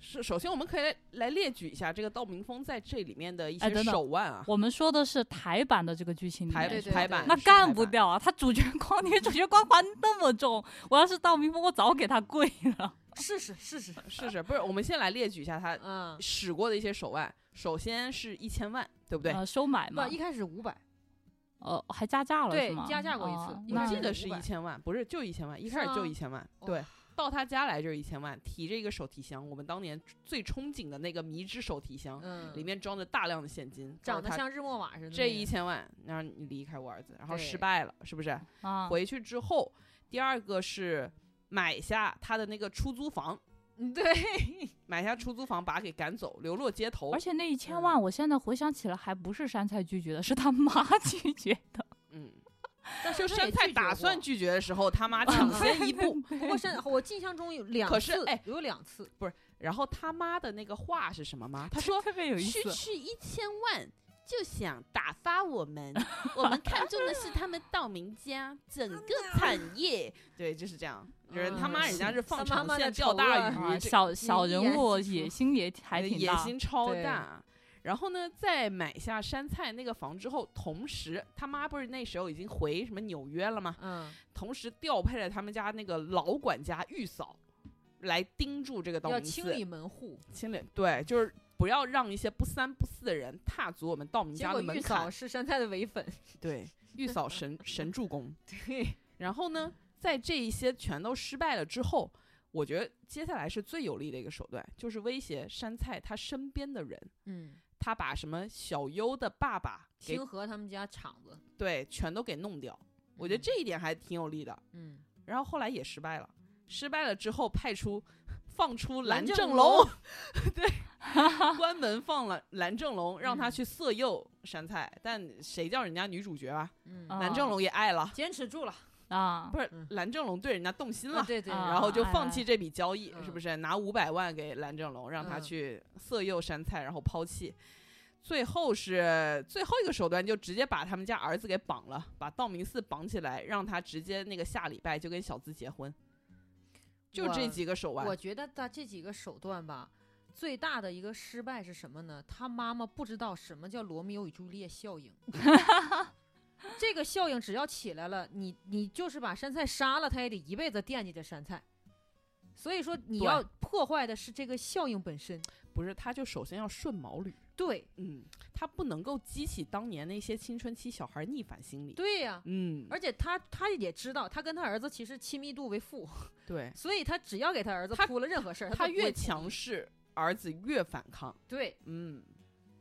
Speaker 2: 是，首先我们可以来列举一下这个道明峰在这里面的一
Speaker 1: 哎
Speaker 2: 些
Speaker 1: 等等
Speaker 2: 手腕啊，
Speaker 1: 我们说的是台版的这个剧情里面
Speaker 2: 排
Speaker 3: 嗯对对
Speaker 2: 排版
Speaker 1: 那
Speaker 2: 是
Speaker 1: 干
Speaker 2: 排
Speaker 1: 不
Speaker 2: 版。
Speaker 1: 掉啊！他主角 光，女主角光环那么重，我要是道明峰，我早给他跪了。
Speaker 3: 试试试试，
Speaker 2: 是是，不是？我们先来列举一下他
Speaker 3: 嗯，
Speaker 2: 使过的一些手腕。首先是一千万，对不对？
Speaker 1: 呃，收买
Speaker 3: 不
Speaker 1: 嘛，
Speaker 3: 一开始五百，
Speaker 1: 呃，还加价了
Speaker 3: 对
Speaker 1: 是吗？
Speaker 3: 加价过一次
Speaker 1: 哦
Speaker 3: 因为
Speaker 1: 那
Speaker 2: 我
Speaker 3: 这
Speaker 2: 记
Speaker 3: 个
Speaker 2: 得是一
Speaker 3: 500
Speaker 2: 千万，不是就一千万，一开始
Speaker 3: 吗
Speaker 2: 就一千万。对
Speaker 3: 哇，
Speaker 2: 到他家来就是一千万，提着一个手提箱，我们当年最憧憬的那个迷之手提箱，
Speaker 3: 嗯，
Speaker 2: 里面装着大量的现金，
Speaker 3: 长得
Speaker 2: 就是他
Speaker 3: 像日默瓦似的那个，
Speaker 2: 这一千万，让你离开我儿子，然后失
Speaker 3: 对
Speaker 2: 败了，是不是？
Speaker 1: 啊，
Speaker 2: 回去之后，第二个是买下他的那个出租房，
Speaker 3: 嗯，对，
Speaker 2: 买下出租房，把他给赶走，流落街头
Speaker 1: 而。且那一千万，我现在回想起来，还不是山菜拒绝的，是他妈 拒绝的。
Speaker 2: 嗯，
Speaker 3: 但
Speaker 2: 就山菜打算拒绝的时候，他
Speaker 1: 嗯
Speaker 2: 妈抢先 一步，
Speaker 3: 不过山，我印象中有两次，
Speaker 2: 可是哎
Speaker 3: 有两次，
Speaker 2: 然后他妈的那个话是什么吗？他说
Speaker 1: 特别有意思
Speaker 2: 区，区一千万就想打发我们，我们看中的是他们道明家整个产业。对，就是这样，就是他妈
Speaker 3: 嗯
Speaker 2: 人家是放
Speaker 3: 他妈
Speaker 2: 长
Speaker 3: 妈的
Speaker 2: 线钓
Speaker 3: 仇
Speaker 2: 大
Speaker 3: 啊
Speaker 2: 鱼，
Speaker 1: 啊，
Speaker 2: 这
Speaker 1: 小小
Speaker 3: 一
Speaker 1: 人
Speaker 3: 言
Speaker 1: 物
Speaker 3: 既出
Speaker 1: 野心也还
Speaker 2: 呃
Speaker 1: 挺
Speaker 2: 野
Speaker 1: 大。
Speaker 2: 心超
Speaker 3: 对
Speaker 2: 大。然后呢，在买下山菜那个房之后，同时他妈不是那时候已经回什么纽约了吗？
Speaker 3: 嗯，
Speaker 2: 同时调配了他们家那个老管家玉嫂来盯住这个道
Speaker 3: 要
Speaker 2: 明
Speaker 3: 清
Speaker 2: 寺
Speaker 3: 理门户，
Speaker 2: 清理，对，就是不要让一些不三不四的人踏足我们道明
Speaker 3: 结
Speaker 2: 家
Speaker 3: 果
Speaker 2: 的门
Speaker 3: 玉嫂
Speaker 2: 槛。
Speaker 3: 是山菜的唯粉，
Speaker 2: 对，玉嫂神神助攻。
Speaker 3: 对，
Speaker 2: 然后呢，在这一些全都失败了之后，我觉得接下来是最有力的一个手段，就是威胁山菜他身边的人。
Speaker 3: 嗯，
Speaker 2: 他把什么小优的爸爸给
Speaker 3: 清河他们家厂子，
Speaker 2: 对全都给弄掉，我觉得
Speaker 3: 嗯，
Speaker 2: 这一点还挺有利的。
Speaker 3: 嗯，
Speaker 2: 然后后来也失败了，失败了之后派出放出蓝
Speaker 3: 蓝正
Speaker 2: 正
Speaker 3: 龙
Speaker 2: 龙，对，关门放了蓝正龙，让他
Speaker 3: 嗯
Speaker 2: 去色诱山菜，但谁叫人家女主角啊？
Speaker 3: 嗯，
Speaker 1: 啊
Speaker 2: 蓝正龙也爱了，
Speaker 3: 坚持住了，
Speaker 1: 啊
Speaker 2: 不，是
Speaker 3: 嗯
Speaker 2: 蓝正龙对人家动心了，
Speaker 3: 哦对对，
Speaker 1: 啊
Speaker 2: 然后就
Speaker 1: 哎
Speaker 2: 放
Speaker 1: 哎
Speaker 2: 弃这笔交易，是
Speaker 3: 嗯
Speaker 2: 不是？拿五百万给蓝正龙，让他
Speaker 3: 嗯
Speaker 2: 去色诱山菜，然后抛弃。最后是最后一个手段，就直接把他们家儿子给绑了，把道明寺绑起来，让他直接那个下礼拜就跟小资结婚。就这
Speaker 3: 我
Speaker 2: 几个手腕
Speaker 3: 我，觉得他这几个手段吧，最大的一个失败是什么呢？他妈妈不知道什么叫罗密欧与朱丽叶 效应。这个效应只要起来了，你你就是把山菜杀了，他也得一辈子惦记着山菜。所以说，你
Speaker 2: 对
Speaker 3: 要破坏的是这个效应本身。
Speaker 2: 不是他就首先要顺毛驴，
Speaker 3: 对
Speaker 2: 嗯，他不能够激起当年那些青春期小孩逆反心理，
Speaker 3: 对呀、
Speaker 2: 嗯，
Speaker 3: 而且他他也知道，他跟他儿子其实亲密度为负，
Speaker 2: 对
Speaker 3: 所以他只要给他儿子
Speaker 2: 他
Speaker 3: 铺了任何事儿，
Speaker 2: 他
Speaker 3: 都不
Speaker 2: 越
Speaker 3: 会同
Speaker 2: 强
Speaker 3: 意。
Speaker 2: 势，儿子越反抗，
Speaker 3: 对，
Speaker 2: 嗯，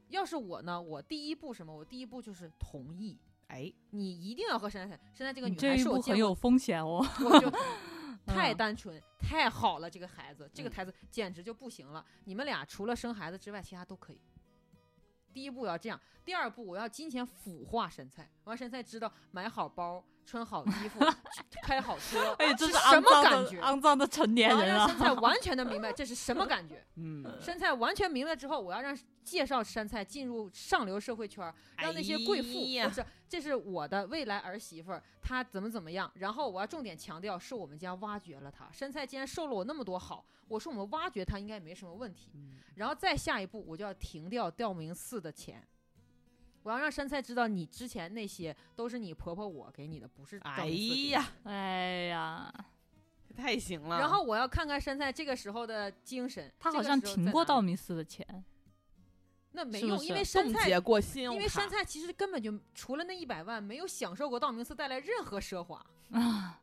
Speaker 3: 要是我呢，我第一步什么？我第一步就是同意。
Speaker 2: 哎，
Speaker 3: 你一定要和珊珊，珊珊这个
Speaker 1: 你
Speaker 3: 女
Speaker 1: 这
Speaker 3: 孩
Speaker 1: 一
Speaker 3: 是我
Speaker 1: 步
Speaker 3: 见
Speaker 1: 很
Speaker 3: 过，
Speaker 1: 有风险哦。
Speaker 3: 我 就太
Speaker 1: 嗯
Speaker 3: 单纯、太好了，这个孩子，这个
Speaker 2: 嗯
Speaker 3: 孩子简直就不行了。你们俩除了生孩子之外，其他都可以。第一步我要这样，第二步我要金钱腐化山菜，我让山菜知道买好包、穿好衣服、 开好车，
Speaker 1: 哎，这
Speaker 3: 是
Speaker 1: 是
Speaker 3: 什
Speaker 1: 肮
Speaker 3: 么
Speaker 1: 脏
Speaker 3: 感
Speaker 1: 的
Speaker 3: 觉？
Speaker 1: 肮脏的成年
Speaker 3: 然后
Speaker 1: 人
Speaker 3: 让
Speaker 1: 啊！
Speaker 3: 山菜完全的明白这是什么感 觉。
Speaker 2: 嗯，
Speaker 3: 山菜完全明白之后，我要让介绍山菜进入上流社会圈儿，让那些贵妇，
Speaker 2: 哎呀
Speaker 3: 不是，这是我的未来儿媳妇儿，她怎么怎么样。然后我要重点强调，是我们家挖掘了她。山菜既然受了我那么多好，我说我们挖掘她应该没什么问题。
Speaker 2: 嗯
Speaker 3: 然后再下一步，我就要停掉道明寺的钱。我要让山菜知道，你之前那些都是你婆婆我给你的，不是道
Speaker 2: 哎
Speaker 3: 明寺给你的
Speaker 2: 呀，
Speaker 1: 哎呀，
Speaker 2: 这太行了。
Speaker 3: 然后我要看看山菜这个时候的精神。
Speaker 1: 他
Speaker 3: 这
Speaker 1: 好
Speaker 3: 个
Speaker 1: 像
Speaker 3: 时候
Speaker 1: 停
Speaker 3: 在
Speaker 1: 过
Speaker 3: 哪
Speaker 1: 道
Speaker 3: 里，
Speaker 1: 明寺的钱，
Speaker 3: 那没
Speaker 1: 是不
Speaker 3: 用，因
Speaker 1: 是
Speaker 3: 为山
Speaker 2: 冻
Speaker 3: 菜
Speaker 2: 结过信用卡，
Speaker 3: 因为山菜其实根本就除了那一百万，没有享受过道明寺带来任何奢华。
Speaker 2: 嗯，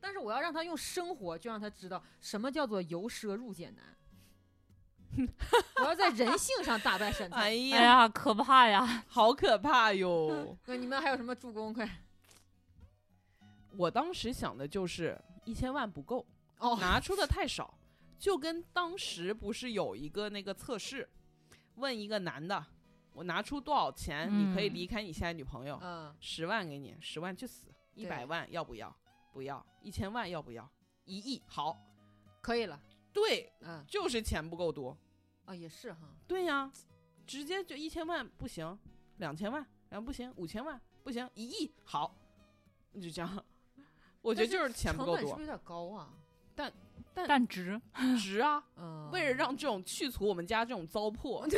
Speaker 3: 但是我要让他用生活，就让他知道什么叫做由奢入俭难。我要在人性上打败山
Speaker 2: 哎
Speaker 3: 菜。
Speaker 1: 哎
Speaker 2: 呀，
Speaker 1: 呀，可怕 呀！
Speaker 2: 好可怕哟！
Speaker 3: 那你们还有什么助攻？快
Speaker 2: 我当时想的就是一千万不够，
Speaker 3: 哦，
Speaker 2: 拿出的太少，就跟当时不是有一个那个测试，问一个男的，我拿出多少钱，你可以
Speaker 1: 嗯
Speaker 2: 离开你现在女朋友？
Speaker 3: 嗯，
Speaker 2: 十万给你，十万去死，一百万要不要？不要，一千万要不要？一亿好，
Speaker 3: 可以了，
Speaker 2: 对，
Speaker 3: 嗯，
Speaker 2: 就是钱不够多，
Speaker 3: 啊也是哈，
Speaker 2: 对呀、直接就一千万不行，两千万，然后不行，五千万不行，一亿好，就这样。我
Speaker 3: 我
Speaker 2: 觉得就是钱不
Speaker 3: 成
Speaker 2: 够
Speaker 3: 本是不
Speaker 2: 多
Speaker 3: 是，有点高啊？
Speaker 1: 但值
Speaker 2: 值啊！
Speaker 3: 嗯，
Speaker 2: 为了让这种去除我们家这种糟 粕，
Speaker 3: 用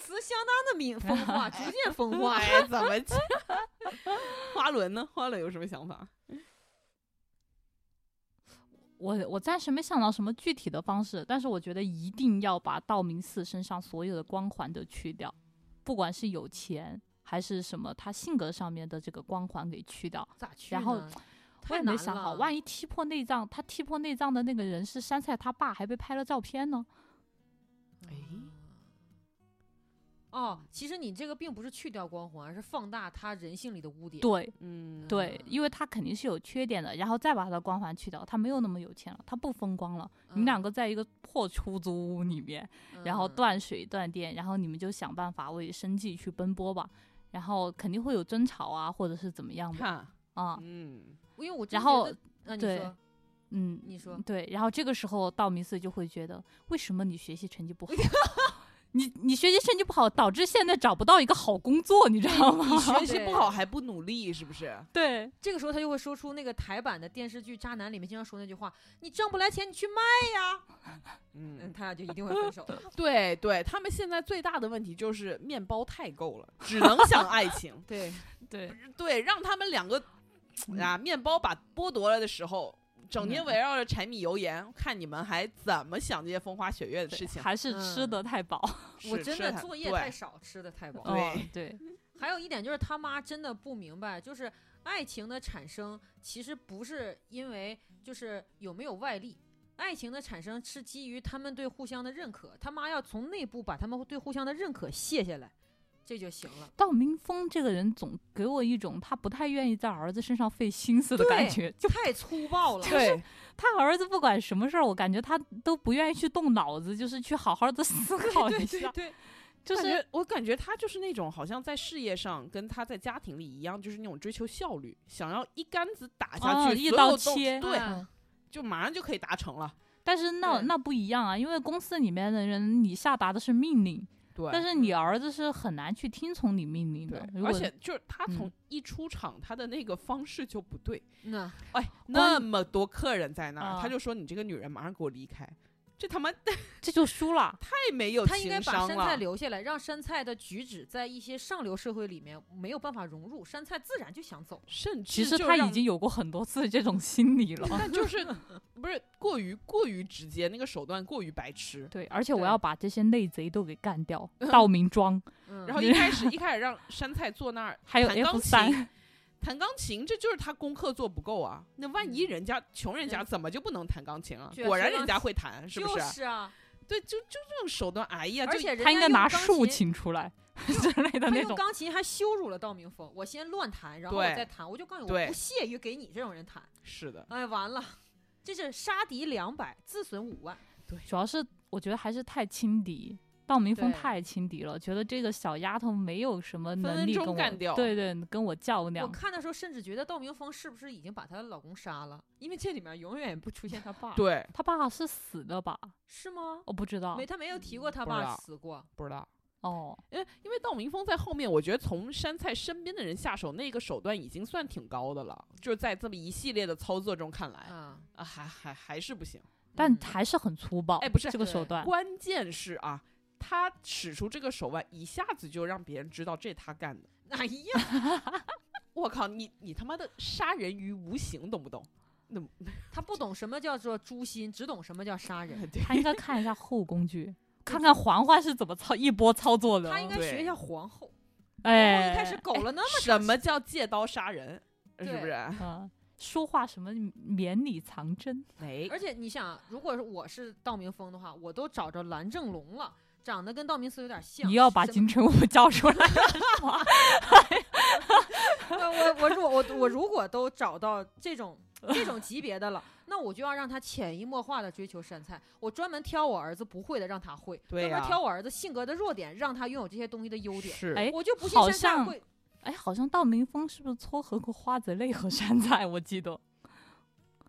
Speaker 3: 词相当的敏风 化，逐渐风化。
Speaker 2: 哎，怎么讲？花轮呢？花轮有什么想法？
Speaker 1: 我我暂时没想到什么具体的方式，但是我觉得一定要把道明寺身上所有的光环都去掉，不管是有钱还是什么，他性格上面的这个光环给去掉。
Speaker 3: 咋去呢？
Speaker 1: 然后我
Speaker 3: 太
Speaker 1: 也
Speaker 3: 难
Speaker 1: 没想好，
Speaker 3: 了
Speaker 1: 万一踢破内脏，他踢破内脏的那个人是山菜他爸，还被拍了照片呢。
Speaker 2: 哎
Speaker 3: 哦，其实你这个并不是去掉光环，而是放大他人性里的污点。
Speaker 1: 对，
Speaker 2: 嗯，
Speaker 1: 对，
Speaker 3: 嗯
Speaker 1: 因为他肯定是有缺点的，然后再把他的光环去掉，他没有那么有钱了，他不风光了。
Speaker 3: 嗯，
Speaker 1: 你们两个在一个破出租屋里面，然后
Speaker 3: 嗯，
Speaker 1: 断水断电，然后你们就想办法为生计去奔波吧。然后肯定会有争吵啊，或者是怎么样的
Speaker 2: 看，
Speaker 1: 啊，
Speaker 2: 嗯，
Speaker 3: 因为我真
Speaker 1: 然
Speaker 3: 觉
Speaker 1: 后
Speaker 3: 得，啊，你
Speaker 1: 对
Speaker 3: 说，
Speaker 1: 嗯，
Speaker 3: 你说，
Speaker 1: 对。然后这个时候，道明寺就会觉得，为什么你学习成绩 不好？你你学习成绩不好，导致现在找不到一个好工作，你知道吗
Speaker 2: 你？学习
Speaker 3: 对
Speaker 2: 不好还不努力，是不是？
Speaker 1: 对，
Speaker 3: 这个时候他就会说出那个台版的电视剧《渣男》里面经常说那句话：“你挣不来钱，你去卖呀。” 嗯，
Speaker 2: 嗯，
Speaker 3: 他俩就一定会分 手。
Speaker 2: 对对，他们现在最大的问题就是面包太够了，只能想爱情。
Speaker 3: 对，
Speaker 1: 对，
Speaker 2: 对，让他们两个啊，面包把剥夺了的时候，整天
Speaker 1: 嗯
Speaker 2: 围绕着柴米油盐，看你们还怎么想这些风花雪月的
Speaker 1: 对
Speaker 2: 事情。
Speaker 1: 还是吃
Speaker 3: 嗯
Speaker 1: 的太饱。
Speaker 3: 我
Speaker 2: 是
Speaker 3: 真
Speaker 2: 是
Speaker 3: 的
Speaker 2: 很
Speaker 3: 作业
Speaker 2: 对
Speaker 3: 太少，吃的太饱。
Speaker 2: 对
Speaker 1: 哦 对，
Speaker 3: 还有一点就是他妈真的不明白，就是爱情的产生其实不是因为就是有没有外力，爱情的产生是基于他们对互相的认可。他妈要从内部把他们对互相的认可卸下来，这就行了。
Speaker 1: 道明峰这个人总给我一种他不太愿意在儿子身上费心思的感
Speaker 3: 对
Speaker 1: 觉，就
Speaker 3: 太粗暴 了，
Speaker 2: 对，
Speaker 1: 他儿子不管什么事儿，我感觉他都不愿意去动脑子，就是去好好的思考一
Speaker 3: 对
Speaker 1: 下。
Speaker 3: 对对，
Speaker 1: 就
Speaker 2: 感
Speaker 1: 是
Speaker 2: 觉我感觉他就是那种好像在事业上跟他在家庭里一样，就是那种追求效率，想要一竿子打下
Speaker 1: 啊
Speaker 2: 去，
Speaker 1: 一
Speaker 2: 所
Speaker 1: 刀
Speaker 2: 有东
Speaker 1: 切
Speaker 2: 对，
Speaker 3: 啊
Speaker 2: 就马上就可以达成了。
Speaker 1: 但是那
Speaker 3: 对
Speaker 1: 那不一样啊，因为公司里面的人你下达的是命令，
Speaker 2: 对，
Speaker 1: 但是你儿子是很难去听从你命令
Speaker 2: 对
Speaker 1: 的。如，果
Speaker 2: 而且就是他从
Speaker 1: 嗯
Speaker 2: 一出场，他的那个方式就不对。
Speaker 3: 那
Speaker 2: 哎，
Speaker 1: 关
Speaker 2: 那么多客人在那儿，他
Speaker 1: 啊
Speaker 2: 就说你这个女人马上给我离开，这他妈太
Speaker 1: 这就输了，
Speaker 2: 没有
Speaker 3: 他应该
Speaker 2: 情
Speaker 3: 把
Speaker 2: 商啊
Speaker 3: 杉菜
Speaker 2: 了。
Speaker 3: 留下来，让杉菜的举止在一些上流社会里面没有办法融入，杉菜自然就想走。
Speaker 2: 甚至
Speaker 1: 其实
Speaker 2: 就
Speaker 1: 他已
Speaker 2: 让
Speaker 1: 经有过很多次这种心理了。
Speaker 2: 但就是不是过于过于直接，那个手段过于白痴。
Speaker 1: 对，而且我
Speaker 3: 对
Speaker 1: 要把这些内贼都给干掉， 道明庄，
Speaker 3: 嗯，
Speaker 2: 然后一开 始一开始让杉菜坐那儿
Speaker 1: 还有
Speaker 2: 弹钢
Speaker 1: F
Speaker 2: 琴，
Speaker 1: 三，
Speaker 2: 弹钢琴这就是他功课做不够啊。那万一人家穷人家
Speaker 3: 嗯
Speaker 2: 怎么就不能弹钢琴啊
Speaker 3: 对？啊
Speaker 2: 果然
Speaker 3: 学钢
Speaker 2: 人家
Speaker 3: 琴
Speaker 2: 会弹，是不？
Speaker 3: 就是是啊，
Speaker 2: 对，就就这种手段，哎呀，
Speaker 3: 而
Speaker 2: 就
Speaker 3: 且人
Speaker 1: 他应该
Speaker 3: 家
Speaker 1: 拿
Speaker 3: 用钢
Speaker 1: 竖
Speaker 3: 琴
Speaker 1: 琴出来 之类的
Speaker 3: 他
Speaker 1: 那
Speaker 3: 用
Speaker 1: 种。
Speaker 3: 钢琴还羞辱了道明峰，我先乱弹，然后我
Speaker 2: 对
Speaker 3: 再弹，我就告诉你，我
Speaker 2: 对
Speaker 3: 不屑于给你这种人弹。
Speaker 2: 是的，
Speaker 3: 哎，完了，这是杀敌两百，自损五万。
Speaker 1: 主要是我觉得还是太轻敌，道明峰
Speaker 3: 对
Speaker 1: 太轻敌了，觉得这个小丫头没有什么
Speaker 2: 分
Speaker 1: 能
Speaker 2: 分
Speaker 1: 力
Speaker 2: 钟
Speaker 1: 跟我
Speaker 2: 干掉
Speaker 1: 对对，跟我较
Speaker 3: 我
Speaker 1: 量。
Speaker 3: 看的时候甚至觉得道明峰是不是已经把她的老公杀了，因为这里面永远也不出现他爸，
Speaker 2: 对，
Speaker 1: 他爸是死的吧？
Speaker 3: 是吗？
Speaker 1: 我不知道
Speaker 3: 没，他没有提过他
Speaker 2: 不知
Speaker 3: 爸
Speaker 2: 道
Speaker 3: 死过。
Speaker 2: 不知道。
Speaker 1: 哦，
Speaker 2: 因为因为道明峰在后面，我觉得从杉菜身边的人下手，那个手段已经算挺高的了。就是在这么一系列的操作中看来，
Speaker 3: 啊，
Speaker 2: 啊，还还还是不行。
Speaker 1: 但
Speaker 3: 嗯
Speaker 1: 还是很粗暴。
Speaker 2: 哎不是
Speaker 1: 这个手
Speaker 3: 对
Speaker 1: 段，
Speaker 2: 关键是啊，他使出这个手腕，一下子就让别人知道这是他干的。
Speaker 3: 哎呀，
Speaker 2: 我靠，你你他妈的杀人于无形，懂不懂？
Speaker 3: 他不懂什么叫做诛心，只懂什么叫杀人。
Speaker 2: 对，
Speaker 1: 他应该看一下后宫 剧，看看嬛嬛是怎么操一波操作的。哦
Speaker 3: 他应 该
Speaker 2: 对
Speaker 3: 学一下皇后，皇后
Speaker 1: 哎，
Speaker 3: 一开始苟了那么
Speaker 2: 什么叫借刀杀人？是不
Speaker 3: 对
Speaker 2: 是？
Speaker 1: 嗯，说话什么绵里藏针，
Speaker 2: 哎，
Speaker 3: 而且你想，如果是我是道明峰的话，我都找着蓝正龙了，长得跟道明寺有点像。
Speaker 1: 你要把
Speaker 3: 什
Speaker 1: 金城武 叫出来。
Speaker 3: 么 我我如果我我如果都找到这种这种级别的了，那我就要让他潜移默化的追求山菜。我专门挑我儿子不会的让他会，
Speaker 2: 对
Speaker 3: 专门
Speaker 2: 呀
Speaker 3: 挑我儿子性格的弱点，让他拥有这些东西的优点。
Speaker 2: 是
Speaker 1: 哎，
Speaker 3: 我就不信
Speaker 1: 好
Speaker 3: 山菜
Speaker 1: 像
Speaker 3: 会。
Speaker 1: 哎，好像道明峰是不是撮合过花泽类和山菜？我记得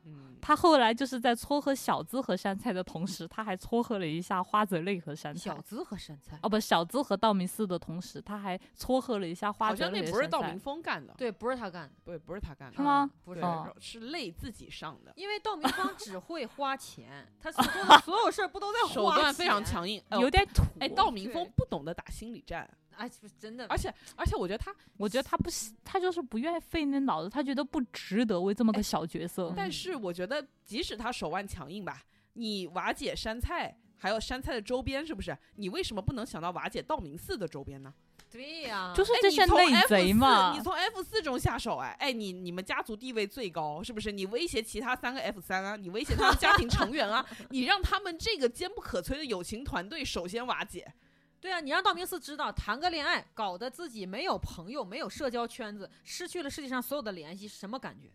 Speaker 2: 嗯，
Speaker 1: 他后来就是在撮合小资和山菜的同时，他还撮合了一下花泽类和山菜
Speaker 3: 小。资和山菜，
Speaker 1: 哦，不，小资和道明寺的同时，他还撮合了一下花
Speaker 2: 好
Speaker 1: 泽
Speaker 2: 像
Speaker 1: 类
Speaker 2: 那
Speaker 1: 和
Speaker 2: 不是
Speaker 1: 山
Speaker 2: 道
Speaker 1: 菜
Speaker 2: 明。峰干的，
Speaker 3: 对，不是他干的，
Speaker 2: 对，不是他干的
Speaker 1: 是，吗
Speaker 3: 嗯？不是
Speaker 2: 对，
Speaker 1: 对哦
Speaker 2: 是累自己上的。
Speaker 3: 因为道明芳只会花钱，他所做 的所有事儿不都在花
Speaker 2: 手段非常
Speaker 3: 钱。
Speaker 2: 强硬，
Speaker 1: 有
Speaker 2: 呃、
Speaker 1: 点土，
Speaker 2: 哎，道明峰
Speaker 3: 对
Speaker 2: 不懂得打心理战，
Speaker 3: 哎，不是真的，
Speaker 2: 而且而且我觉得他，
Speaker 1: 我觉得他不喜，他就是不愿意费那脑子，他觉得不值得为这么个
Speaker 2: 哎
Speaker 1: 小角色。
Speaker 2: 但是我觉得即使他手腕强硬吧，你瓦解山菜还有山菜的周边是不是？你为什么不能想到瓦解道明寺的周边呢？
Speaker 3: 对呀、
Speaker 1: 就是
Speaker 2: 哎，
Speaker 1: 这
Speaker 2: 你
Speaker 1: 些
Speaker 2: 从
Speaker 1: 内
Speaker 2: F
Speaker 1: 贼
Speaker 2: 四
Speaker 1: 嘛
Speaker 2: 你从 F 四中下手哎，哎，你你们家族地位最高是不是？你威胁其他三个 F 三啊，你威胁他们家庭成 员啊，你让他们这个坚不可摧的友情团队首先瓦解，
Speaker 3: 对啊，你让道明寺知道谈个恋爱，搞得自己没有朋友，没有社交圈子，失去了世界上所有的联系，是什么感觉？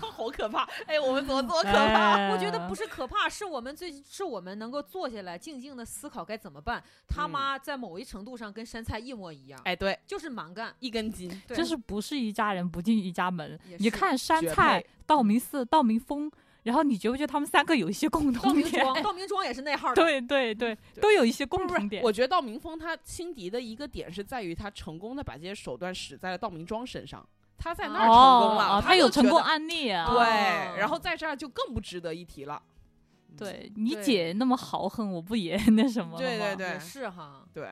Speaker 2: 好可怕！哎，我们怎么这么可怕？
Speaker 1: 哎
Speaker 3: 我觉得不是可怕，是我们最是我们能够坐下来静静的思考该怎么办。他妈在某一程度上跟山菜一模一样，
Speaker 2: 嗯哎，对，
Speaker 3: 就是蛮干。
Speaker 2: 一根筋。
Speaker 3: 对
Speaker 1: 就是不是一家人不进一家门
Speaker 3: 也。
Speaker 1: 你
Speaker 3: 是
Speaker 1: 看山
Speaker 2: 绝
Speaker 1: 菜
Speaker 2: 配、
Speaker 1: 道明寺、道明峰，然后你觉不觉得他们三个有一些共
Speaker 3: 道
Speaker 1: 同
Speaker 3: 明
Speaker 1: 点？
Speaker 3: 庄，道明庄也是内耗的。
Speaker 1: 对对对，
Speaker 2: 哎嗯对
Speaker 1: 都有一些共
Speaker 2: 不是
Speaker 1: 同，点。
Speaker 2: 我觉得道明峰他轻敌的一个点是在于他成功的把这些手段使在了道明庄身上，他在那儿成功了，
Speaker 1: 哦哦
Speaker 2: 他
Speaker 1: 他有
Speaker 2: 就觉
Speaker 1: 成功
Speaker 2: 得
Speaker 1: 案例啊。
Speaker 2: 对，
Speaker 3: 哦
Speaker 2: 然后在这儿就更不值得一提了。嗯
Speaker 1: 对你
Speaker 3: 对
Speaker 1: 姐那么豪横，我不也 那什么了
Speaker 2: 对对
Speaker 1: 吗
Speaker 2: 对
Speaker 3: 也是哈。
Speaker 2: 对，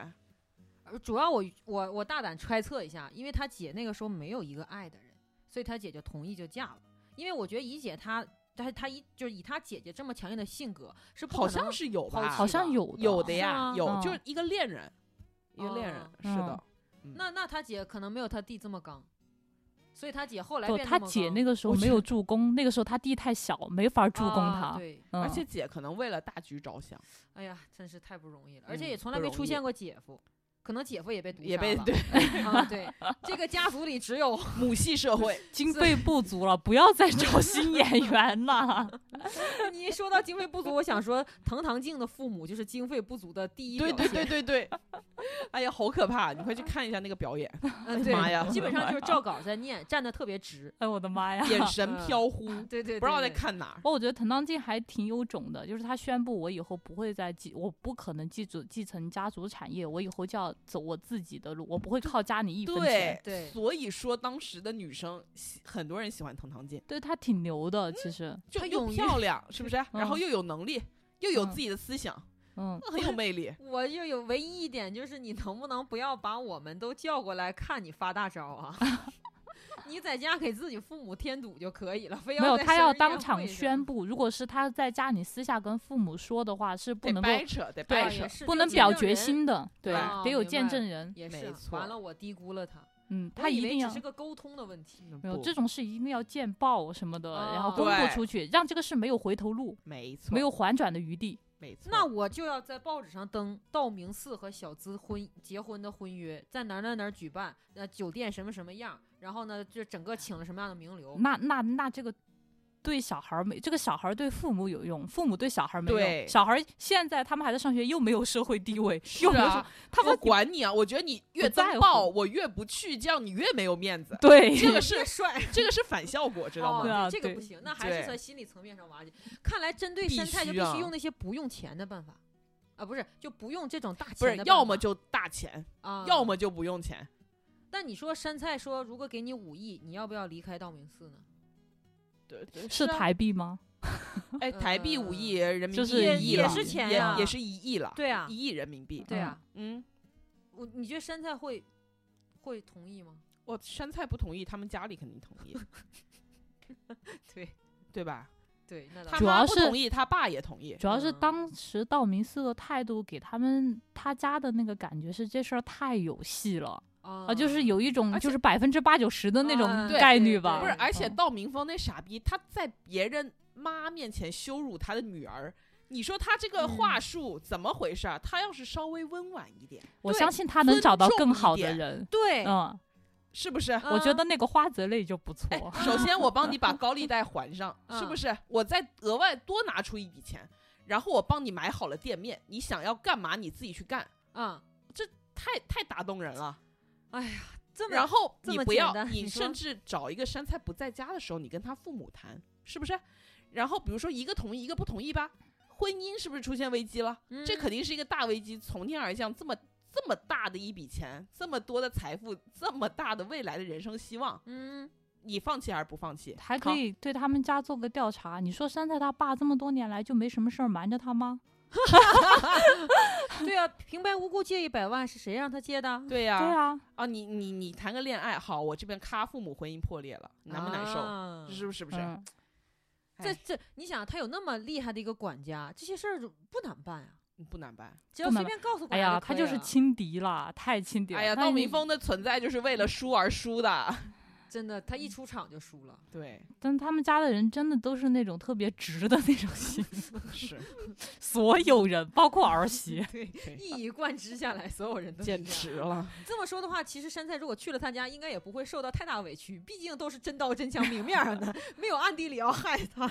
Speaker 3: 呃主要我我我大胆揣测一下，因为他姐那个时候没有一个爱的人，所以他姐就同意就嫁了。因为我觉得怡姐她她她一就是以她姐姐这么强硬的性格，是不
Speaker 2: 好
Speaker 3: 可能
Speaker 2: 像是有
Speaker 3: 抛
Speaker 2: 吧，
Speaker 3: 弃
Speaker 1: 好像有
Speaker 2: 有
Speaker 1: 的
Speaker 2: 的呀
Speaker 3: 吗，
Speaker 2: 有
Speaker 1: 嗯
Speaker 2: 就是一个恋人，一个恋人
Speaker 3: 哦，
Speaker 2: 是的，
Speaker 3: 那那他姐可能没有他弟这么刚，所以他姐后来
Speaker 1: 不，
Speaker 3: 变
Speaker 1: 他姐那
Speaker 3: 个
Speaker 1: 个时候
Speaker 2: 我
Speaker 1: 没
Speaker 2: 觉
Speaker 1: 有
Speaker 2: 得啊
Speaker 1: 助攻，那个时候他弟太小，没法助攻他。
Speaker 3: 啊对，
Speaker 1: 嗯
Speaker 2: 而且姐可能为了大局着想，
Speaker 3: 哎呀，真是太不容易了，而且
Speaker 2: 嗯
Speaker 3: 也从来
Speaker 2: 不
Speaker 3: 没
Speaker 2: 容
Speaker 3: 出
Speaker 2: 易
Speaker 3: 现过姐夫。可能姐夫也被毒
Speaker 2: 也
Speaker 3: 杀
Speaker 2: 被
Speaker 3: 了
Speaker 2: 对
Speaker 3: 啊，对，这个家族里只有
Speaker 2: 母系社会，
Speaker 1: 经费不足了，不要再找新 演员了。
Speaker 3: 你一说到经费不足，我想说藤堂静的父母就是经费不足的第一
Speaker 2: 对
Speaker 3: 表
Speaker 2: 对
Speaker 3: 现
Speaker 2: 对对对， 哎呀，好可怕！你快去看一下那个表演，
Speaker 1: 哎
Speaker 3: 嗯，
Speaker 2: 妈呀
Speaker 3: 对，基本上就是照稿在念，站得特别直。
Speaker 1: 哎，我的妈呀！
Speaker 2: 眼神
Speaker 3: 嗯
Speaker 2: 飘忽，
Speaker 3: 对对，
Speaker 2: 不知道在
Speaker 3: 对。
Speaker 2: 看哪儿。
Speaker 1: 哦，我觉得藤堂静还挺有种的，就是他宣布我以后不会再继，我不可能继承继承家族产业，我以后就要走我自己的路，我不会靠家里一分钱。
Speaker 2: 对
Speaker 3: 对
Speaker 2: 所以说当时的女生喜很多人喜欢藤堂静，
Speaker 1: 对他挺牛的，其实，
Speaker 2: 就
Speaker 3: 她
Speaker 2: 又
Speaker 3: 勇于
Speaker 2: 漂亮，是不是？然后
Speaker 1: 嗯
Speaker 2: 又有能力，又有
Speaker 1: 嗯
Speaker 2: 自己的思想，
Speaker 1: 嗯，
Speaker 2: 很有魅力。
Speaker 3: 我就有唯一一点就是，你能不能不要把我们都叫过来看你发大招 啊？你在家给自己父母添堵就可以了，非
Speaker 1: 没有，
Speaker 3: 在
Speaker 1: 他
Speaker 3: 生
Speaker 1: 要
Speaker 3: 日
Speaker 1: 当
Speaker 3: 宴
Speaker 1: 场
Speaker 3: 会上
Speaker 1: 宣布，如果是他在家里私下跟父母说的话，是不
Speaker 2: 得
Speaker 1: 能够
Speaker 2: 掰扯，
Speaker 1: 对
Speaker 2: 得掰
Speaker 3: 啊
Speaker 2: 扯
Speaker 3: 也。是
Speaker 1: 不
Speaker 3: 这个
Speaker 1: 能
Speaker 3: 见
Speaker 1: 表
Speaker 3: 证
Speaker 1: 决
Speaker 3: 人
Speaker 1: 心的，对，
Speaker 3: 哦
Speaker 1: 得有
Speaker 3: 明
Speaker 1: 见
Speaker 3: 白
Speaker 1: 证人。
Speaker 3: 也
Speaker 2: 没
Speaker 3: 是啊。
Speaker 2: 错
Speaker 3: 完了，我低估了他，
Speaker 1: 嗯，
Speaker 3: 我
Speaker 1: 他
Speaker 3: 以
Speaker 1: 一
Speaker 3: 为
Speaker 1: 定要
Speaker 3: 只是个沟通的问题。
Speaker 2: 嗯
Speaker 1: 没有
Speaker 2: 不
Speaker 1: 这种事一定要见报什么的，然
Speaker 3: 哦
Speaker 1: 后公
Speaker 2: 对
Speaker 1: 布出去，让这个事没有回头路，
Speaker 2: 没错，
Speaker 1: 没有缓转的余地。
Speaker 2: 没错。
Speaker 3: 那我就要在报纸上登道明寺和小资婚结婚的婚约在哪儿哪儿哪儿举办，呃，酒店什么什么样，然后呢，就整个请了什么样的名流，
Speaker 1: 那那那这个对小孩儿没，这个小孩儿对父母有用，父母对小孩儿没
Speaker 2: 对
Speaker 1: 用。小孩儿现在他们还在上学，又没有社会地位，又没有什么
Speaker 2: 啊，
Speaker 1: 他
Speaker 2: 我
Speaker 1: 们
Speaker 2: 管你啊！我觉得你越
Speaker 1: 不在
Speaker 2: 登
Speaker 1: 乎。
Speaker 2: 报，我越不去，这样你越没有面子
Speaker 1: 对
Speaker 2: 这个
Speaker 3: 越
Speaker 2: 是
Speaker 3: 帅。
Speaker 2: 这个是反效果，知道
Speaker 3: 哦，
Speaker 1: 对
Speaker 2: 吗？
Speaker 1: 啊
Speaker 3: 这个
Speaker 1: 对
Speaker 3: 不行，那还
Speaker 2: 对
Speaker 3: 是在心理层面上瓦解。看来针对
Speaker 2: 必
Speaker 3: 山菜就
Speaker 2: 须
Speaker 3: 必
Speaker 2: 啊
Speaker 3: 须用那些不用钱的办法，啊，不是，就不用这种大
Speaker 2: 不
Speaker 3: 钱
Speaker 2: 是
Speaker 3: 的办法，
Speaker 2: 要么就大钱，
Speaker 1: 嗯
Speaker 3: 啊，
Speaker 2: 要。么就不用钱。
Speaker 3: 但你说山菜说，如果给你五亿，你要不要离开道明寺呢？
Speaker 2: 对对，
Speaker 1: 是
Speaker 2: 啊
Speaker 1: 台币吗？
Speaker 2: 哎，台币五亿，人民
Speaker 1: 就
Speaker 2: 币
Speaker 1: 是
Speaker 2: 一
Speaker 1: 一
Speaker 2: 亿
Speaker 1: 亿
Speaker 2: 了，
Speaker 1: 也是
Speaker 3: 钱
Speaker 2: 也
Speaker 3: 啊
Speaker 2: 也是一亿了，
Speaker 3: 对啊
Speaker 2: 一亿人民币。
Speaker 3: 对啊，
Speaker 2: 嗯，
Speaker 3: 我你觉得山菜会会同意吗？
Speaker 2: 我山菜不同意，他们家里肯定同意，
Speaker 3: 对
Speaker 2: 对 吧？
Speaker 3: 对，那倒
Speaker 2: 他
Speaker 1: 主
Speaker 2: 妈
Speaker 1: 要
Speaker 2: 不
Speaker 1: 是
Speaker 2: 同意，他爸也同意。
Speaker 1: 主要是
Speaker 3: 嗯
Speaker 1: 当时道明寺的态度给他们他家的那个感觉是这事儿太有戏了
Speaker 3: 啊
Speaker 1: 啊，就是有一种
Speaker 2: 哦而且
Speaker 1: 就是百分之八九十的那种
Speaker 3: 啊
Speaker 2: 对
Speaker 1: 概
Speaker 3: 对
Speaker 1: 率
Speaker 3: 对
Speaker 1: 吧。
Speaker 2: 不是，
Speaker 3: 嗯
Speaker 2: 而且
Speaker 1: 嗯
Speaker 2: 道明峰那傻逼，他在别人妈面前羞辱他的女儿，你说他这个话术怎么回事儿？啊他要是稍微温婉一点，
Speaker 1: 我
Speaker 2: 对
Speaker 1: 相信他能找到
Speaker 2: 尊重
Speaker 1: 更
Speaker 2: 一
Speaker 1: 好的
Speaker 2: 点哎
Speaker 1: 人。
Speaker 3: 对，
Speaker 1: 嗯，
Speaker 2: 是不 是？
Speaker 1: 我觉
Speaker 3: 嗯
Speaker 1: 得那个花泽类就不错。
Speaker 2: 哎，首先我帮你把高利贷还 上，是不
Speaker 3: 嗯
Speaker 2: 是？我再额外多拿出一笔钱，然后我帮你买好了店面，你想要干嘛你自己去干，
Speaker 3: 啊，
Speaker 2: 太太打动人了。
Speaker 3: 这么
Speaker 2: 然后
Speaker 3: 这
Speaker 2: 你
Speaker 3: 么
Speaker 2: 不
Speaker 3: 简
Speaker 2: 要，
Speaker 3: 单
Speaker 2: 你
Speaker 3: 你
Speaker 2: 甚
Speaker 3: 说
Speaker 2: 至找一个山菜不在家的时候，你跟他父母谈，是不是？然后比如说一个同意，一个不同意吧，婚姻是不是出现危机了？这
Speaker 3: 嗯
Speaker 2: 肯定是一个大危机，从天而降，这么这么大的一笔钱，这么多的财富，这么大的未来的人生希望，
Speaker 3: 嗯，
Speaker 2: 你放弃还是不放弃？
Speaker 1: 还可以对他们家做个调查。你说山菜他爸这么多年来就没什么事儿瞒着他吗？
Speaker 3: 对啊，平白无故借一百万是谁让他借的
Speaker 2: 好。？对呀、
Speaker 1: 对
Speaker 2: 啊，
Speaker 1: 啊，
Speaker 2: 你你你谈个恋爱，好，我这边咔，父母婚姻破裂了， 难不难受？
Speaker 3: 啊
Speaker 2: 是不是？是不是？
Speaker 1: 嗯，
Speaker 3: 这
Speaker 2: 哎
Speaker 3: 这，你想他有那么厉害的一个管家，这些事儿就不难办呀、
Speaker 2: 不难办。
Speaker 3: 只要
Speaker 1: 不
Speaker 3: 随
Speaker 1: 难
Speaker 3: 便告诉
Speaker 1: 哎
Speaker 3: 管家
Speaker 1: 呀，
Speaker 3: 就
Speaker 1: 他
Speaker 3: 可以
Speaker 1: 就是
Speaker 3: 了
Speaker 1: 轻敌啦，太轻敌了。
Speaker 2: 哎呀，
Speaker 1: 那
Speaker 2: 道
Speaker 1: 你
Speaker 2: 明峰的存在就是为了输而输的。
Speaker 3: 真的，
Speaker 1: 嗯
Speaker 3: 他一出场就输了。
Speaker 2: 对，
Speaker 1: 但他们家的人真的都是那种特别直的那种 性格，
Speaker 2: 是，
Speaker 1: 所有人，包括儿媳。
Speaker 3: 对，
Speaker 2: 对
Speaker 1: 哎
Speaker 3: 一以贯之下来，所有人都是
Speaker 2: 简
Speaker 3: 这样
Speaker 2: 直了。
Speaker 3: 这么说的话，其实山菜如果去了他家，应该也不会受到太大委屈，毕竟都是真刀真枪明面上的， 没有暗地里要害他。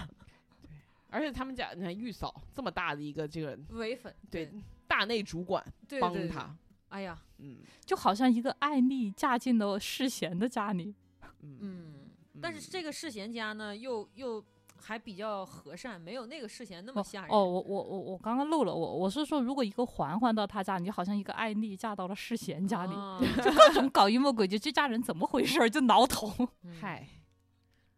Speaker 2: 而且他们家，你看玉嫂这么大的一个这个
Speaker 3: 唯粉
Speaker 2: 对
Speaker 3: 对
Speaker 2: 大内主管
Speaker 3: 对
Speaker 2: 帮
Speaker 3: 对
Speaker 2: 他，
Speaker 3: 哎呀，
Speaker 2: 嗯
Speaker 1: 就好像一个爱丽嫁进了世贤的家里，
Speaker 2: 嗯
Speaker 3: 嗯，但是
Speaker 2: 嗯
Speaker 3: 这个世贤家呢，又又还比较和善，没有那个世贤那么
Speaker 1: 哦
Speaker 3: 吓人。
Speaker 1: 哦，我我我我刚刚漏了，我我是说，如果一个嬛嬛到他家里，就好像一个爱丽嫁到了世贤家里，
Speaker 3: 啊
Speaker 1: 各种搞阴谋诡计，这家人怎么回事儿就挠 头。
Speaker 3: 嗯
Speaker 2: 嗨，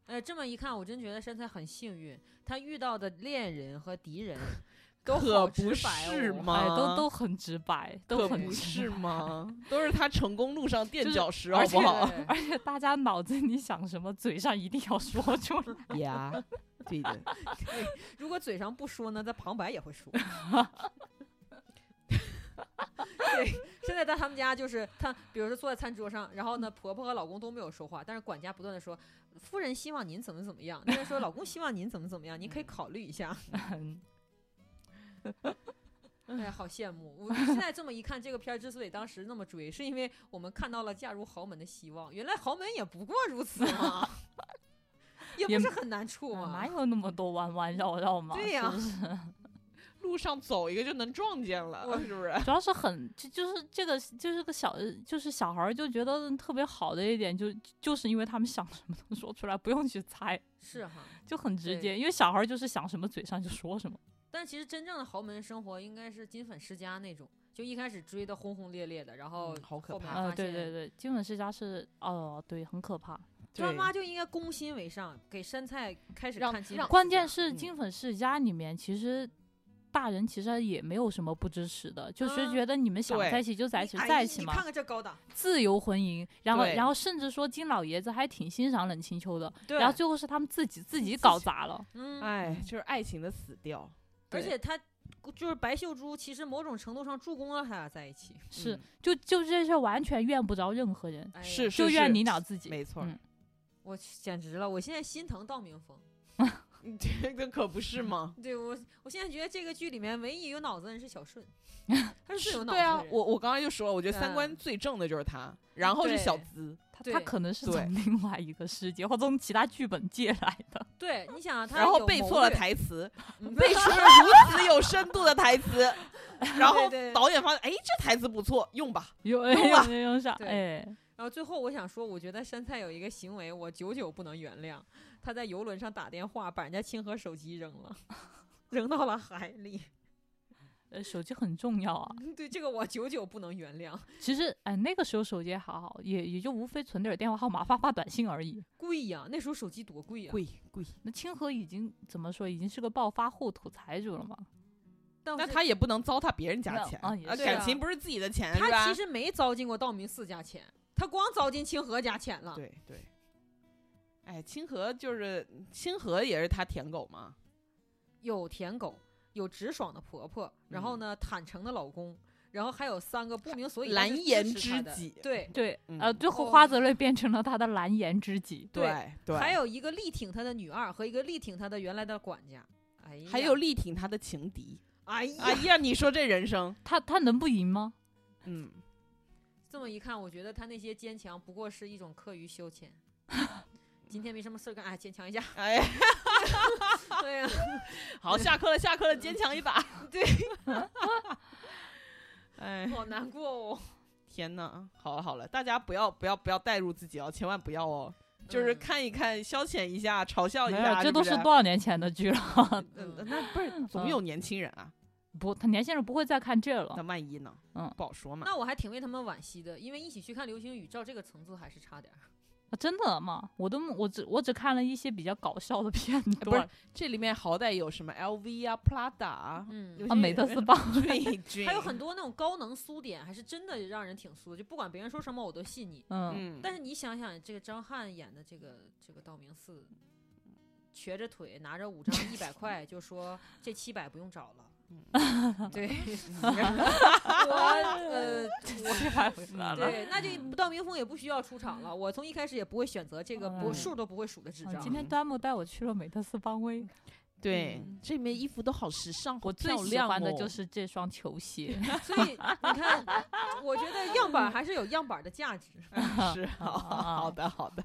Speaker 3: 呃，这么一看，我真觉得山菜很幸运，他遇到的恋人和敌 人都好
Speaker 2: 可
Speaker 3: 直
Speaker 2: 不
Speaker 3: 白
Speaker 2: 是
Speaker 3: 哦
Speaker 2: 吗？
Speaker 1: 哎，都都很直白，都
Speaker 2: 可
Speaker 1: 很
Speaker 2: 不
Speaker 1: 直
Speaker 2: 是
Speaker 1: 白，
Speaker 2: 吗？都是他成功路上垫
Speaker 1: 就是
Speaker 2: 脚石，好
Speaker 1: 而
Speaker 2: 不
Speaker 1: 且
Speaker 2: 好？
Speaker 3: 对
Speaker 1: 而且大家脑子里想什么，嘴上一定要 说出来。
Speaker 2: 呀， 对的，
Speaker 3: 如果嘴上不说呢，在旁白也 会说。对，现在在他们家就是他，比如说坐在餐桌上，然后呢，婆婆和老公都没有说话，但是管家不断的说：“夫人希望您怎么怎么样。”那边说：“
Speaker 1: 嗯
Speaker 3: 老公希望您怎么怎么样，您可以考虑一下。
Speaker 1: 嗯”
Speaker 3: 哎，好羡慕！我现在这么一看，这个片儿之所以当时那么追，是因为我们看到了嫁入豪门的希望。原来豪门也不过如此 嘛，也
Speaker 1: 也
Speaker 3: 不是很难处嘛。
Speaker 1: 哪有那么多弯弯绕绕嘛？
Speaker 3: 对呀
Speaker 1: 是不是
Speaker 2: 路上走一个就能撞见了，
Speaker 3: 我
Speaker 2: 是不是？
Speaker 1: 主要是很就就是这个就是个小就是小孩儿就觉得特别好的一点，就就是因为他们想什么都说出来，不用去猜，
Speaker 3: 是哈，
Speaker 1: 就很直
Speaker 3: 对
Speaker 1: 接。因为小孩儿就是想什么嘴上就说什么。
Speaker 3: 但其实真正的豪门生活应该是金粉世家那种，就一开始追的轰轰烈烈的，然后
Speaker 2: 嗯好可
Speaker 3: 后面
Speaker 2: 怕
Speaker 3: 发
Speaker 1: 呃，对
Speaker 3: 现
Speaker 1: 对对，金粉世家是哦，对，很可怕。
Speaker 3: 他
Speaker 2: 对
Speaker 3: 妈就应该攻心为上，给杉菜开始
Speaker 2: 让
Speaker 3: 看金
Speaker 2: 让
Speaker 3: 粉世家。
Speaker 1: 关键是
Speaker 2: 嗯
Speaker 1: 金粉世家里面其实。大人其实也没有什么不支持的，就是
Speaker 3: 嗯
Speaker 1: 觉得你们想
Speaker 2: 对
Speaker 1: 在一起就在一
Speaker 3: 你
Speaker 1: 起，
Speaker 3: 哎
Speaker 1: 在一起
Speaker 3: 你
Speaker 1: 嘛
Speaker 3: 看，看这高档，
Speaker 1: 自由婚姻。然后，
Speaker 2: 对
Speaker 1: 然后甚至说金老爷子还挺欣赏冷清秋的，
Speaker 3: 对
Speaker 1: 然后最后是他们自己自己
Speaker 3: 自
Speaker 1: 搞
Speaker 3: 己
Speaker 1: 砸了。
Speaker 3: 嗯，
Speaker 2: 哎，就是爱情的死调。
Speaker 3: 而
Speaker 2: 对
Speaker 3: 且他就是白秀珠，其实某种程度上助攻了他俩在一起。
Speaker 1: 是
Speaker 2: 嗯，
Speaker 1: 就就这事儿完全怨不着任何人，
Speaker 3: 哎呀
Speaker 2: 是
Speaker 1: 就怨你俩自己。
Speaker 2: 没 错，
Speaker 1: 嗯
Speaker 3: 我去简直了！我现在心疼道明峰。
Speaker 2: 这个可不是吗？
Speaker 3: 对我，我现在觉得这个剧里面唯一有脑子的人是小 顺，他是最有脑
Speaker 2: 对
Speaker 3: 子的人。
Speaker 2: 啊，我我刚才就说了，我觉得三观
Speaker 3: 嗯
Speaker 2: 最正的就是他，然后是小
Speaker 3: 对
Speaker 2: 资，
Speaker 1: 他
Speaker 3: 对
Speaker 1: 他可能是
Speaker 2: 对
Speaker 1: 从另外一个世界或从其他剧本借来的。
Speaker 3: 对，你想啊他
Speaker 2: 然后
Speaker 3: 有
Speaker 2: 背
Speaker 3: 谋
Speaker 2: 错了
Speaker 3: 略，
Speaker 2: 台词，
Speaker 3: 嗯
Speaker 2: 背出了如此有深度的台词， 然后
Speaker 3: 对对
Speaker 2: 导演发现，哎，这台词不错，用吧。
Speaker 1: 有
Speaker 2: 用啊
Speaker 1: 有没有啥？
Speaker 3: 对
Speaker 1: 哎，
Speaker 3: 然后最后我想说，我觉得杉菜有一个行为我久久不能原谅，他在游轮上打电话把人家清河手机扔了， 扔到了海里。
Speaker 1: 呃，手机很重要
Speaker 2: 嗯
Speaker 1: 啊。
Speaker 3: 对这个我久久不能原谅，
Speaker 1: 其实，哎，那个时候手机还好好，也也就无非存点电话号码、发发短信而已。
Speaker 3: 贵呀、那时候手机多贵呀、啊
Speaker 2: 贵贵，
Speaker 1: 那清河已经怎么说，已经是个暴发户、土财主了嘛？
Speaker 2: 嗯
Speaker 3: 但
Speaker 2: 那
Speaker 3: 哦是
Speaker 2: 他也不能糟蹋别人家
Speaker 1: 那
Speaker 2: 钱
Speaker 1: 啊也
Speaker 2: 啊
Speaker 1: 是
Speaker 2: 感
Speaker 3: 啊
Speaker 2: 情不是自己的钱，是
Speaker 3: 他
Speaker 2: 吧
Speaker 3: 其实没糟践过道明寺家钱，他光糟践清河家钱了。
Speaker 2: 对对。哎，清河就是清河也是他舔狗嘛，
Speaker 3: 有舔狗，有直爽的婆婆，
Speaker 2: 嗯
Speaker 3: 然后呢，坦诚的老公，然后还有三个不明所以
Speaker 2: 蓝
Speaker 3: 但是支
Speaker 2: 颜
Speaker 3: 持他
Speaker 2: 知
Speaker 3: 的
Speaker 2: 己
Speaker 3: 对
Speaker 1: 对，
Speaker 2: 嗯
Speaker 1: 呃，最后
Speaker 3: 哦
Speaker 1: 花泽类变成了他的蓝颜知己。
Speaker 3: 对
Speaker 2: 对对，
Speaker 3: 还有一个力挺他的女二和一个力挺他的原来的管家。哎呀，
Speaker 2: 还有力挺他的情 敌。
Speaker 3: 哎呀，
Speaker 2: 哎呀，你说这人 生，
Speaker 1: 他他能不赢吗？
Speaker 2: 嗯，
Speaker 3: 这么一看，我觉得他那些坚强不过是一种课余消 遣。今天没什么事儿干，哎，坚强一下。
Speaker 2: 哎，
Speaker 3: 对啊呀、
Speaker 2: 好，下课了，下课了，坚强一把。
Speaker 3: 对，
Speaker 2: 哎，
Speaker 3: 好难过哦。
Speaker 2: 天哪，好了好了，大家不要不要不要带入自己哦，千万不要哦， 就是
Speaker 3: 嗯
Speaker 2: 看一看，消遣一下，嘲笑一
Speaker 1: 没有
Speaker 2: 下，，
Speaker 1: 这
Speaker 2: 啊是
Speaker 1: 都
Speaker 2: 不
Speaker 1: 是
Speaker 2: 是
Speaker 1: 多少年前的剧了。
Speaker 2: 嗯嗯那不是总
Speaker 1: 嗯
Speaker 2: 有年轻人啊，
Speaker 1: 不，他年轻人不会再看这
Speaker 2: 那
Speaker 1: 了。
Speaker 2: 万一呢？
Speaker 1: 嗯
Speaker 2: 不好说嘛。
Speaker 3: 那我还挺为他们惋惜的，因为一起去看《流星雨》，照这个层次还是差点儿。
Speaker 1: 啊真的吗？我都我只我只看了一些比较搞笑的片
Speaker 2: 不是
Speaker 1: 段，
Speaker 2: 这里面好歹有什么 LV 啊、Prada 啊，
Speaker 3: 嗯
Speaker 2: 有，
Speaker 1: 啊，
Speaker 2: 些
Speaker 1: 美特斯邦。
Speaker 2: 对，
Speaker 3: 还有很多那种高能酥点，还是真的让人挺酥的，就不管别人说什么我都信你。
Speaker 1: 嗯，
Speaker 2: 嗯，
Speaker 3: 但是你想想，这个张翰演的这个这个道明寺，瘸着腿拿着五张一百块，就说这七百不用找 了。对，我呃，
Speaker 1: 这还回来了。
Speaker 3: 对，那就道明峰也不需要出场了。我从一开始也不会选择这
Speaker 2: 哦
Speaker 3: 个，不
Speaker 1: 嗯
Speaker 3: 数都不会数的智
Speaker 1: 嗯
Speaker 3: 障。
Speaker 1: 今天端木带我去了美特斯邦威，
Speaker 2: 对
Speaker 3: 嗯
Speaker 2: 这里面衣服都好时尚，
Speaker 1: 我
Speaker 2: 好
Speaker 1: 最
Speaker 2: 漂
Speaker 1: 喜
Speaker 2: 亮
Speaker 1: 欢的
Speaker 2: 哦
Speaker 1: 就是这双球 鞋。
Speaker 3: 所以你看，我觉得样板还是有样板的 价值。
Speaker 2: 是好好的好的，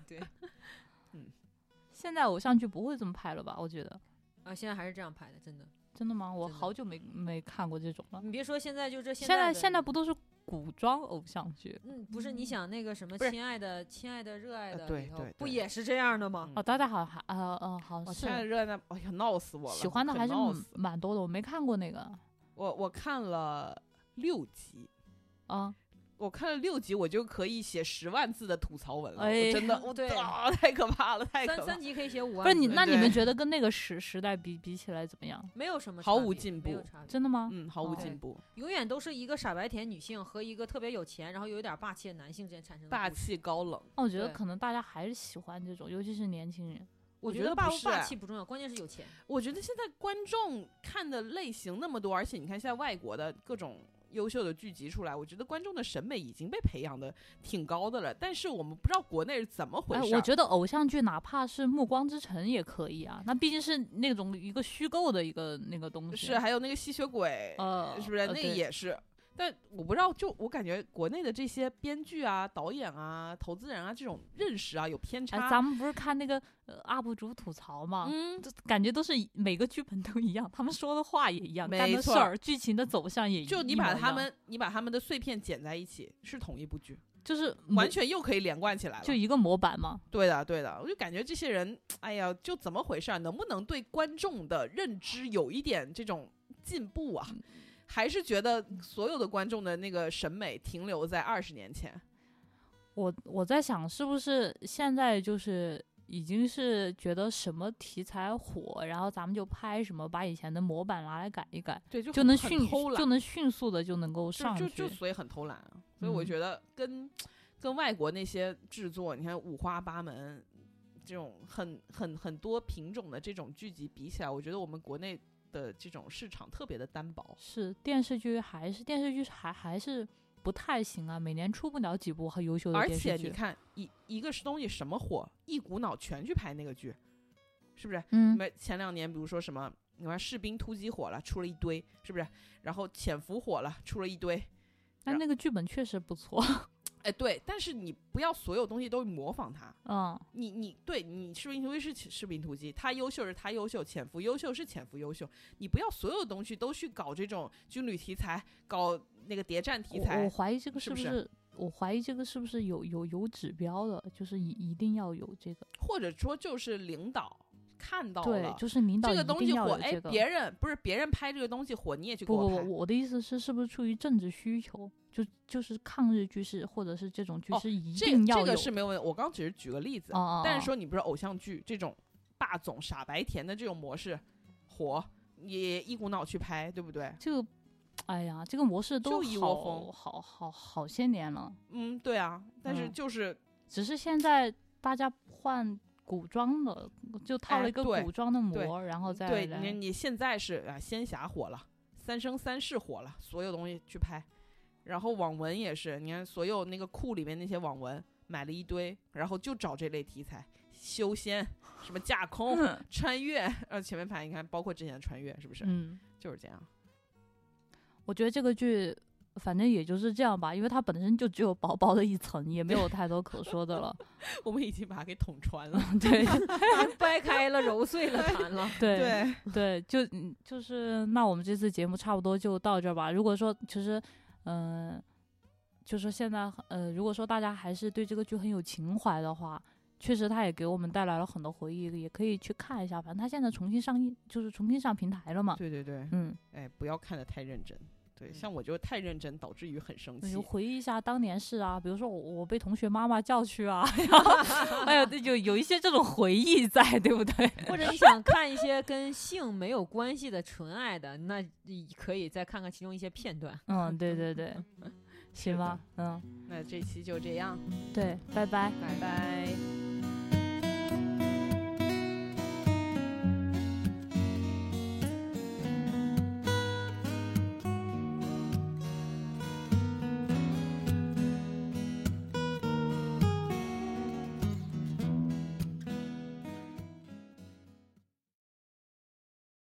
Speaker 1: 现在偶像剧不会这么拍了吧？我觉得，
Speaker 3: 啊，现在还是这样拍的，真的。
Speaker 1: 真的吗？我
Speaker 3: 真的
Speaker 1: 好久没没看过这种了。
Speaker 3: 你别说现在就这
Speaker 1: 现
Speaker 3: 在
Speaker 1: 在
Speaker 3: 的
Speaker 1: 现在不都是古装偶像剧？
Speaker 3: 嗯，不是你想那个什么，
Speaker 2: 不是
Speaker 3: 亲爱的，亲爱的，热爱
Speaker 2: 呃
Speaker 3: 的，
Speaker 2: 对
Speaker 3: 里头
Speaker 2: 对
Speaker 3: 不
Speaker 2: 对
Speaker 3: 也是这样的吗？
Speaker 2: 嗯
Speaker 1: 哦，大家好，还呃呃，好
Speaker 2: 我现在
Speaker 1: 是
Speaker 2: 热爱，哎呀，闹死我了！
Speaker 1: 喜欢的
Speaker 2: 很
Speaker 1: 还是嗯
Speaker 2: 闹
Speaker 1: 蛮
Speaker 2: 死
Speaker 1: 蛮多的，我没看过那个
Speaker 2: 我，我看了六集，
Speaker 1: 啊。
Speaker 2: 我看了六集，我就可以写十万字的吐槽文了。
Speaker 1: 哎
Speaker 2: 我真的，我
Speaker 3: 对
Speaker 2: 啊，太可怕了，太
Speaker 3: 三
Speaker 2: 可怕
Speaker 3: 三
Speaker 2: 了！
Speaker 3: 级可以写五万字，
Speaker 1: 不是你，那你们
Speaker 2: 对
Speaker 1: 觉得跟那个时时代比比起来怎么样？
Speaker 3: 没有什么
Speaker 2: 毫
Speaker 3: 差
Speaker 2: 无
Speaker 3: 别
Speaker 2: 进
Speaker 3: 没有
Speaker 2: 步
Speaker 3: 差别
Speaker 1: 真的吗？
Speaker 2: 嗯，毫无
Speaker 1: 哦
Speaker 2: 进步，
Speaker 3: 永远都是一个傻白甜女性和一个特别有钱，然后有点霸气的男性之间
Speaker 1: 嗯
Speaker 3: 产生的
Speaker 2: 霸
Speaker 3: 故事。
Speaker 2: 气高冷。
Speaker 1: 那我觉得
Speaker 3: 对
Speaker 1: 可能大家还是喜欢这种，尤其是年轻人。
Speaker 3: 我
Speaker 2: 我
Speaker 3: 觉
Speaker 2: 觉
Speaker 3: 得
Speaker 2: 得
Speaker 3: 霸
Speaker 2: 不
Speaker 3: 不
Speaker 2: 是
Speaker 3: 霸
Speaker 2: 哎
Speaker 3: 气不重要，关键是有钱。
Speaker 2: 我觉得现在观众看的类型那么多，而且你看现在外国的各种优秀的剧集出来，我觉得观众的审美已经被培养的挺高的了。但是我们不知道国内是怎么回
Speaker 1: 哎，
Speaker 2: 事儿。
Speaker 1: 我觉得偶像剧哪怕是《暮光之城》也可以啊，那毕竟是那种一个虚构的一个那个东西。
Speaker 2: 是，还有那个吸血鬼，
Speaker 1: 呃，
Speaker 2: 是不是、
Speaker 1: 呃
Speaker 2: 那个
Speaker 1: 对
Speaker 2: 也是？哦但我不知道，就我感觉国内的这些编剧啊、导演啊、投资人啊这种认识啊有偏差。
Speaker 1: 哎，咱们不是看那个、呃、UP 主吐槽吗？
Speaker 2: 嗯，
Speaker 1: 这感觉都是一每个剧本都一样，他们说的话也一样，干
Speaker 2: 没
Speaker 1: 的事
Speaker 2: 错
Speaker 1: 儿、剧情的走向也一
Speaker 2: 就你
Speaker 1: 一模
Speaker 2: 把
Speaker 1: 一
Speaker 2: 他
Speaker 1: 样
Speaker 2: 们，你把他们的碎片剪在一起，是同一部剧，
Speaker 1: 就是模
Speaker 2: 完全又可以连贯起来了。
Speaker 1: 就一个模板嘛。
Speaker 2: 对的，对的，我就感觉这些人，哎呀，就怎么回事啊儿？能不能对观众的认知有一点这种进步啊？还是觉得所有的观众的那个审美停留在二十年前？
Speaker 1: 我我在想，是不是现在就是已经是觉得什么题材火，然后咱们就拍什么，把以前的模板拿来改一改，
Speaker 2: 对，就
Speaker 1: 就
Speaker 2: 很
Speaker 1: 能
Speaker 2: 很
Speaker 1: 迅
Speaker 2: 偷懒
Speaker 1: 就能迅速的就能够
Speaker 2: 就
Speaker 1: 上去。
Speaker 2: 就就所以很偷懒啊，所以我
Speaker 1: 嗯
Speaker 2: 觉得跟、跟外国那些制作，你看五花八门这种很很很多品种的这种剧集比起来，我觉得我们国内的这种市场特别的单薄。
Speaker 1: 是电视剧还是电视剧还还是不太行啊，每年出不了几部很优秀的
Speaker 2: 而
Speaker 1: 电
Speaker 2: 且
Speaker 1: 视剧。
Speaker 2: 你看一一个是东西什么火，一股脑全去拍那个剧，是不是？
Speaker 1: 嗯，
Speaker 2: 没前两年比如说什么，你看《士兵突击》火了，出了一堆，是不是？然后《潜伏》火了，出了一堆。
Speaker 1: 但那个剧本确实不 错。
Speaker 2: 哎，对，但是你不要所有东西都模仿它，
Speaker 1: 嗯，
Speaker 2: 你你对你士兵突击是起士兵突击，他优秀是他优秀，潜伏优秀是潜伏优秀，你不要所有东西都去搞这种军旅题材，搞那个谍战题
Speaker 1: 我我
Speaker 2: 材。
Speaker 1: 怀疑这个
Speaker 2: 是
Speaker 1: 不
Speaker 2: 不
Speaker 1: 是
Speaker 2: 是
Speaker 1: 我怀疑这个是不是有有有指标的，就是一一定要有这个。
Speaker 2: 或者说就是领导看到
Speaker 1: 对
Speaker 2: 哦了，
Speaker 1: 就是领导
Speaker 2: 这
Speaker 1: 一
Speaker 2: 个东
Speaker 1: 定
Speaker 2: 西
Speaker 1: 要
Speaker 2: 火，
Speaker 1: 有
Speaker 2: 哎
Speaker 1: 这，个。
Speaker 2: 别人不是别人拍这个东西火，你也去给
Speaker 1: 不
Speaker 2: 我
Speaker 1: 不
Speaker 2: 拍。
Speaker 1: 不，我的意思是，是不是出于政治需求？就就是抗日剧是或者是这种剧
Speaker 2: 哦
Speaker 1: 是一
Speaker 2: 这
Speaker 1: 定要有
Speaker 2: 这
Speaker 1: 的。
Speaker 2: 个是没有问题，我刚只是举个例子，
Speaker 1: 哦哦
Speaker 2: 但
Speaker 1: 哦
Speaker 2: 是说你不是偶像剧这种霸总傻白甜的这种模式火，也一股脑去拍，对不对？
Speaker 1: 这个，哎呀，这个模式都
Speaker 2: 就一窝蜂
Speaker 1: 好好好好些年了，
Speaker 2: 嗯，对啊，但是
Speaker 1: 嗯
Speaker 2: 就是
Speaker 1: 只是现在大家换古装了，就套
Speaker 2: 哎
Speaker 1: 了一个
Speaker 2: 对
Speaker 1: 古装的
Speaker 2: 对
Speaker 1: 膜，然后再
Speaker 2: 对
Speaker 1: 来
Speaker 2: 你，你现在是啊，仙侠火了，三生三世火了，所有东西去拍，然后网文也是，你看所有那个库里面那些网文买了一堆，然后就找这类题材，修仙、什么架空、穿越，呃，前面盘你看，包括之前的穿越是不是、
Speaker 1: 嗯，
Speaker 2: 就是这样？
Speaker 1: 我觉得这个剧。反正也就是这样吧，因为它本身就只有薄薄的一层，也没有太多可说的了。
Speaker 2: 我们已经把它给捅穿了，
Speaker 1: 对
Speaker 3: 掰开了、揉碎了、弹了。
Speaker 1: 对，对，就嗯就是那我们这次节目差不多就到这儿吧。如果说其实，嗯、就说现在呃，如果说大家还是对这个剧很有情怀的话，确实它也给我们带来了很多回忆，也可以去看一下。反正它现在重新上映，就是重新上平台了嘛。
Speaker 2: 对对对，
Speaker 1: 嗯，
Speaker 2: 哎，不要看得太认真。对，
Speaker 3: 嗯
Speaker 2: 像我就太认真，导致于很生
Speaker 1: 那
Speaker 2: 气
Speaker 1: 就。回忆一下当年事啊，比如说我我被同学妈妈叫去啊， 然后哎呀，这就有一些这种回忆在，对不对？
Speaker 3: 或者你想看一些跟性没有关系的纯爱的，那你可以再看看其中一些片段。
Speaker 1: 嗯，对对对，行
Speaker 2: 的
Speaker 1: 吧，嗯，
Speaker 2: 那这期就这样，
Speaker 1: 对，拜拜。
Speaker 2: 拜拜。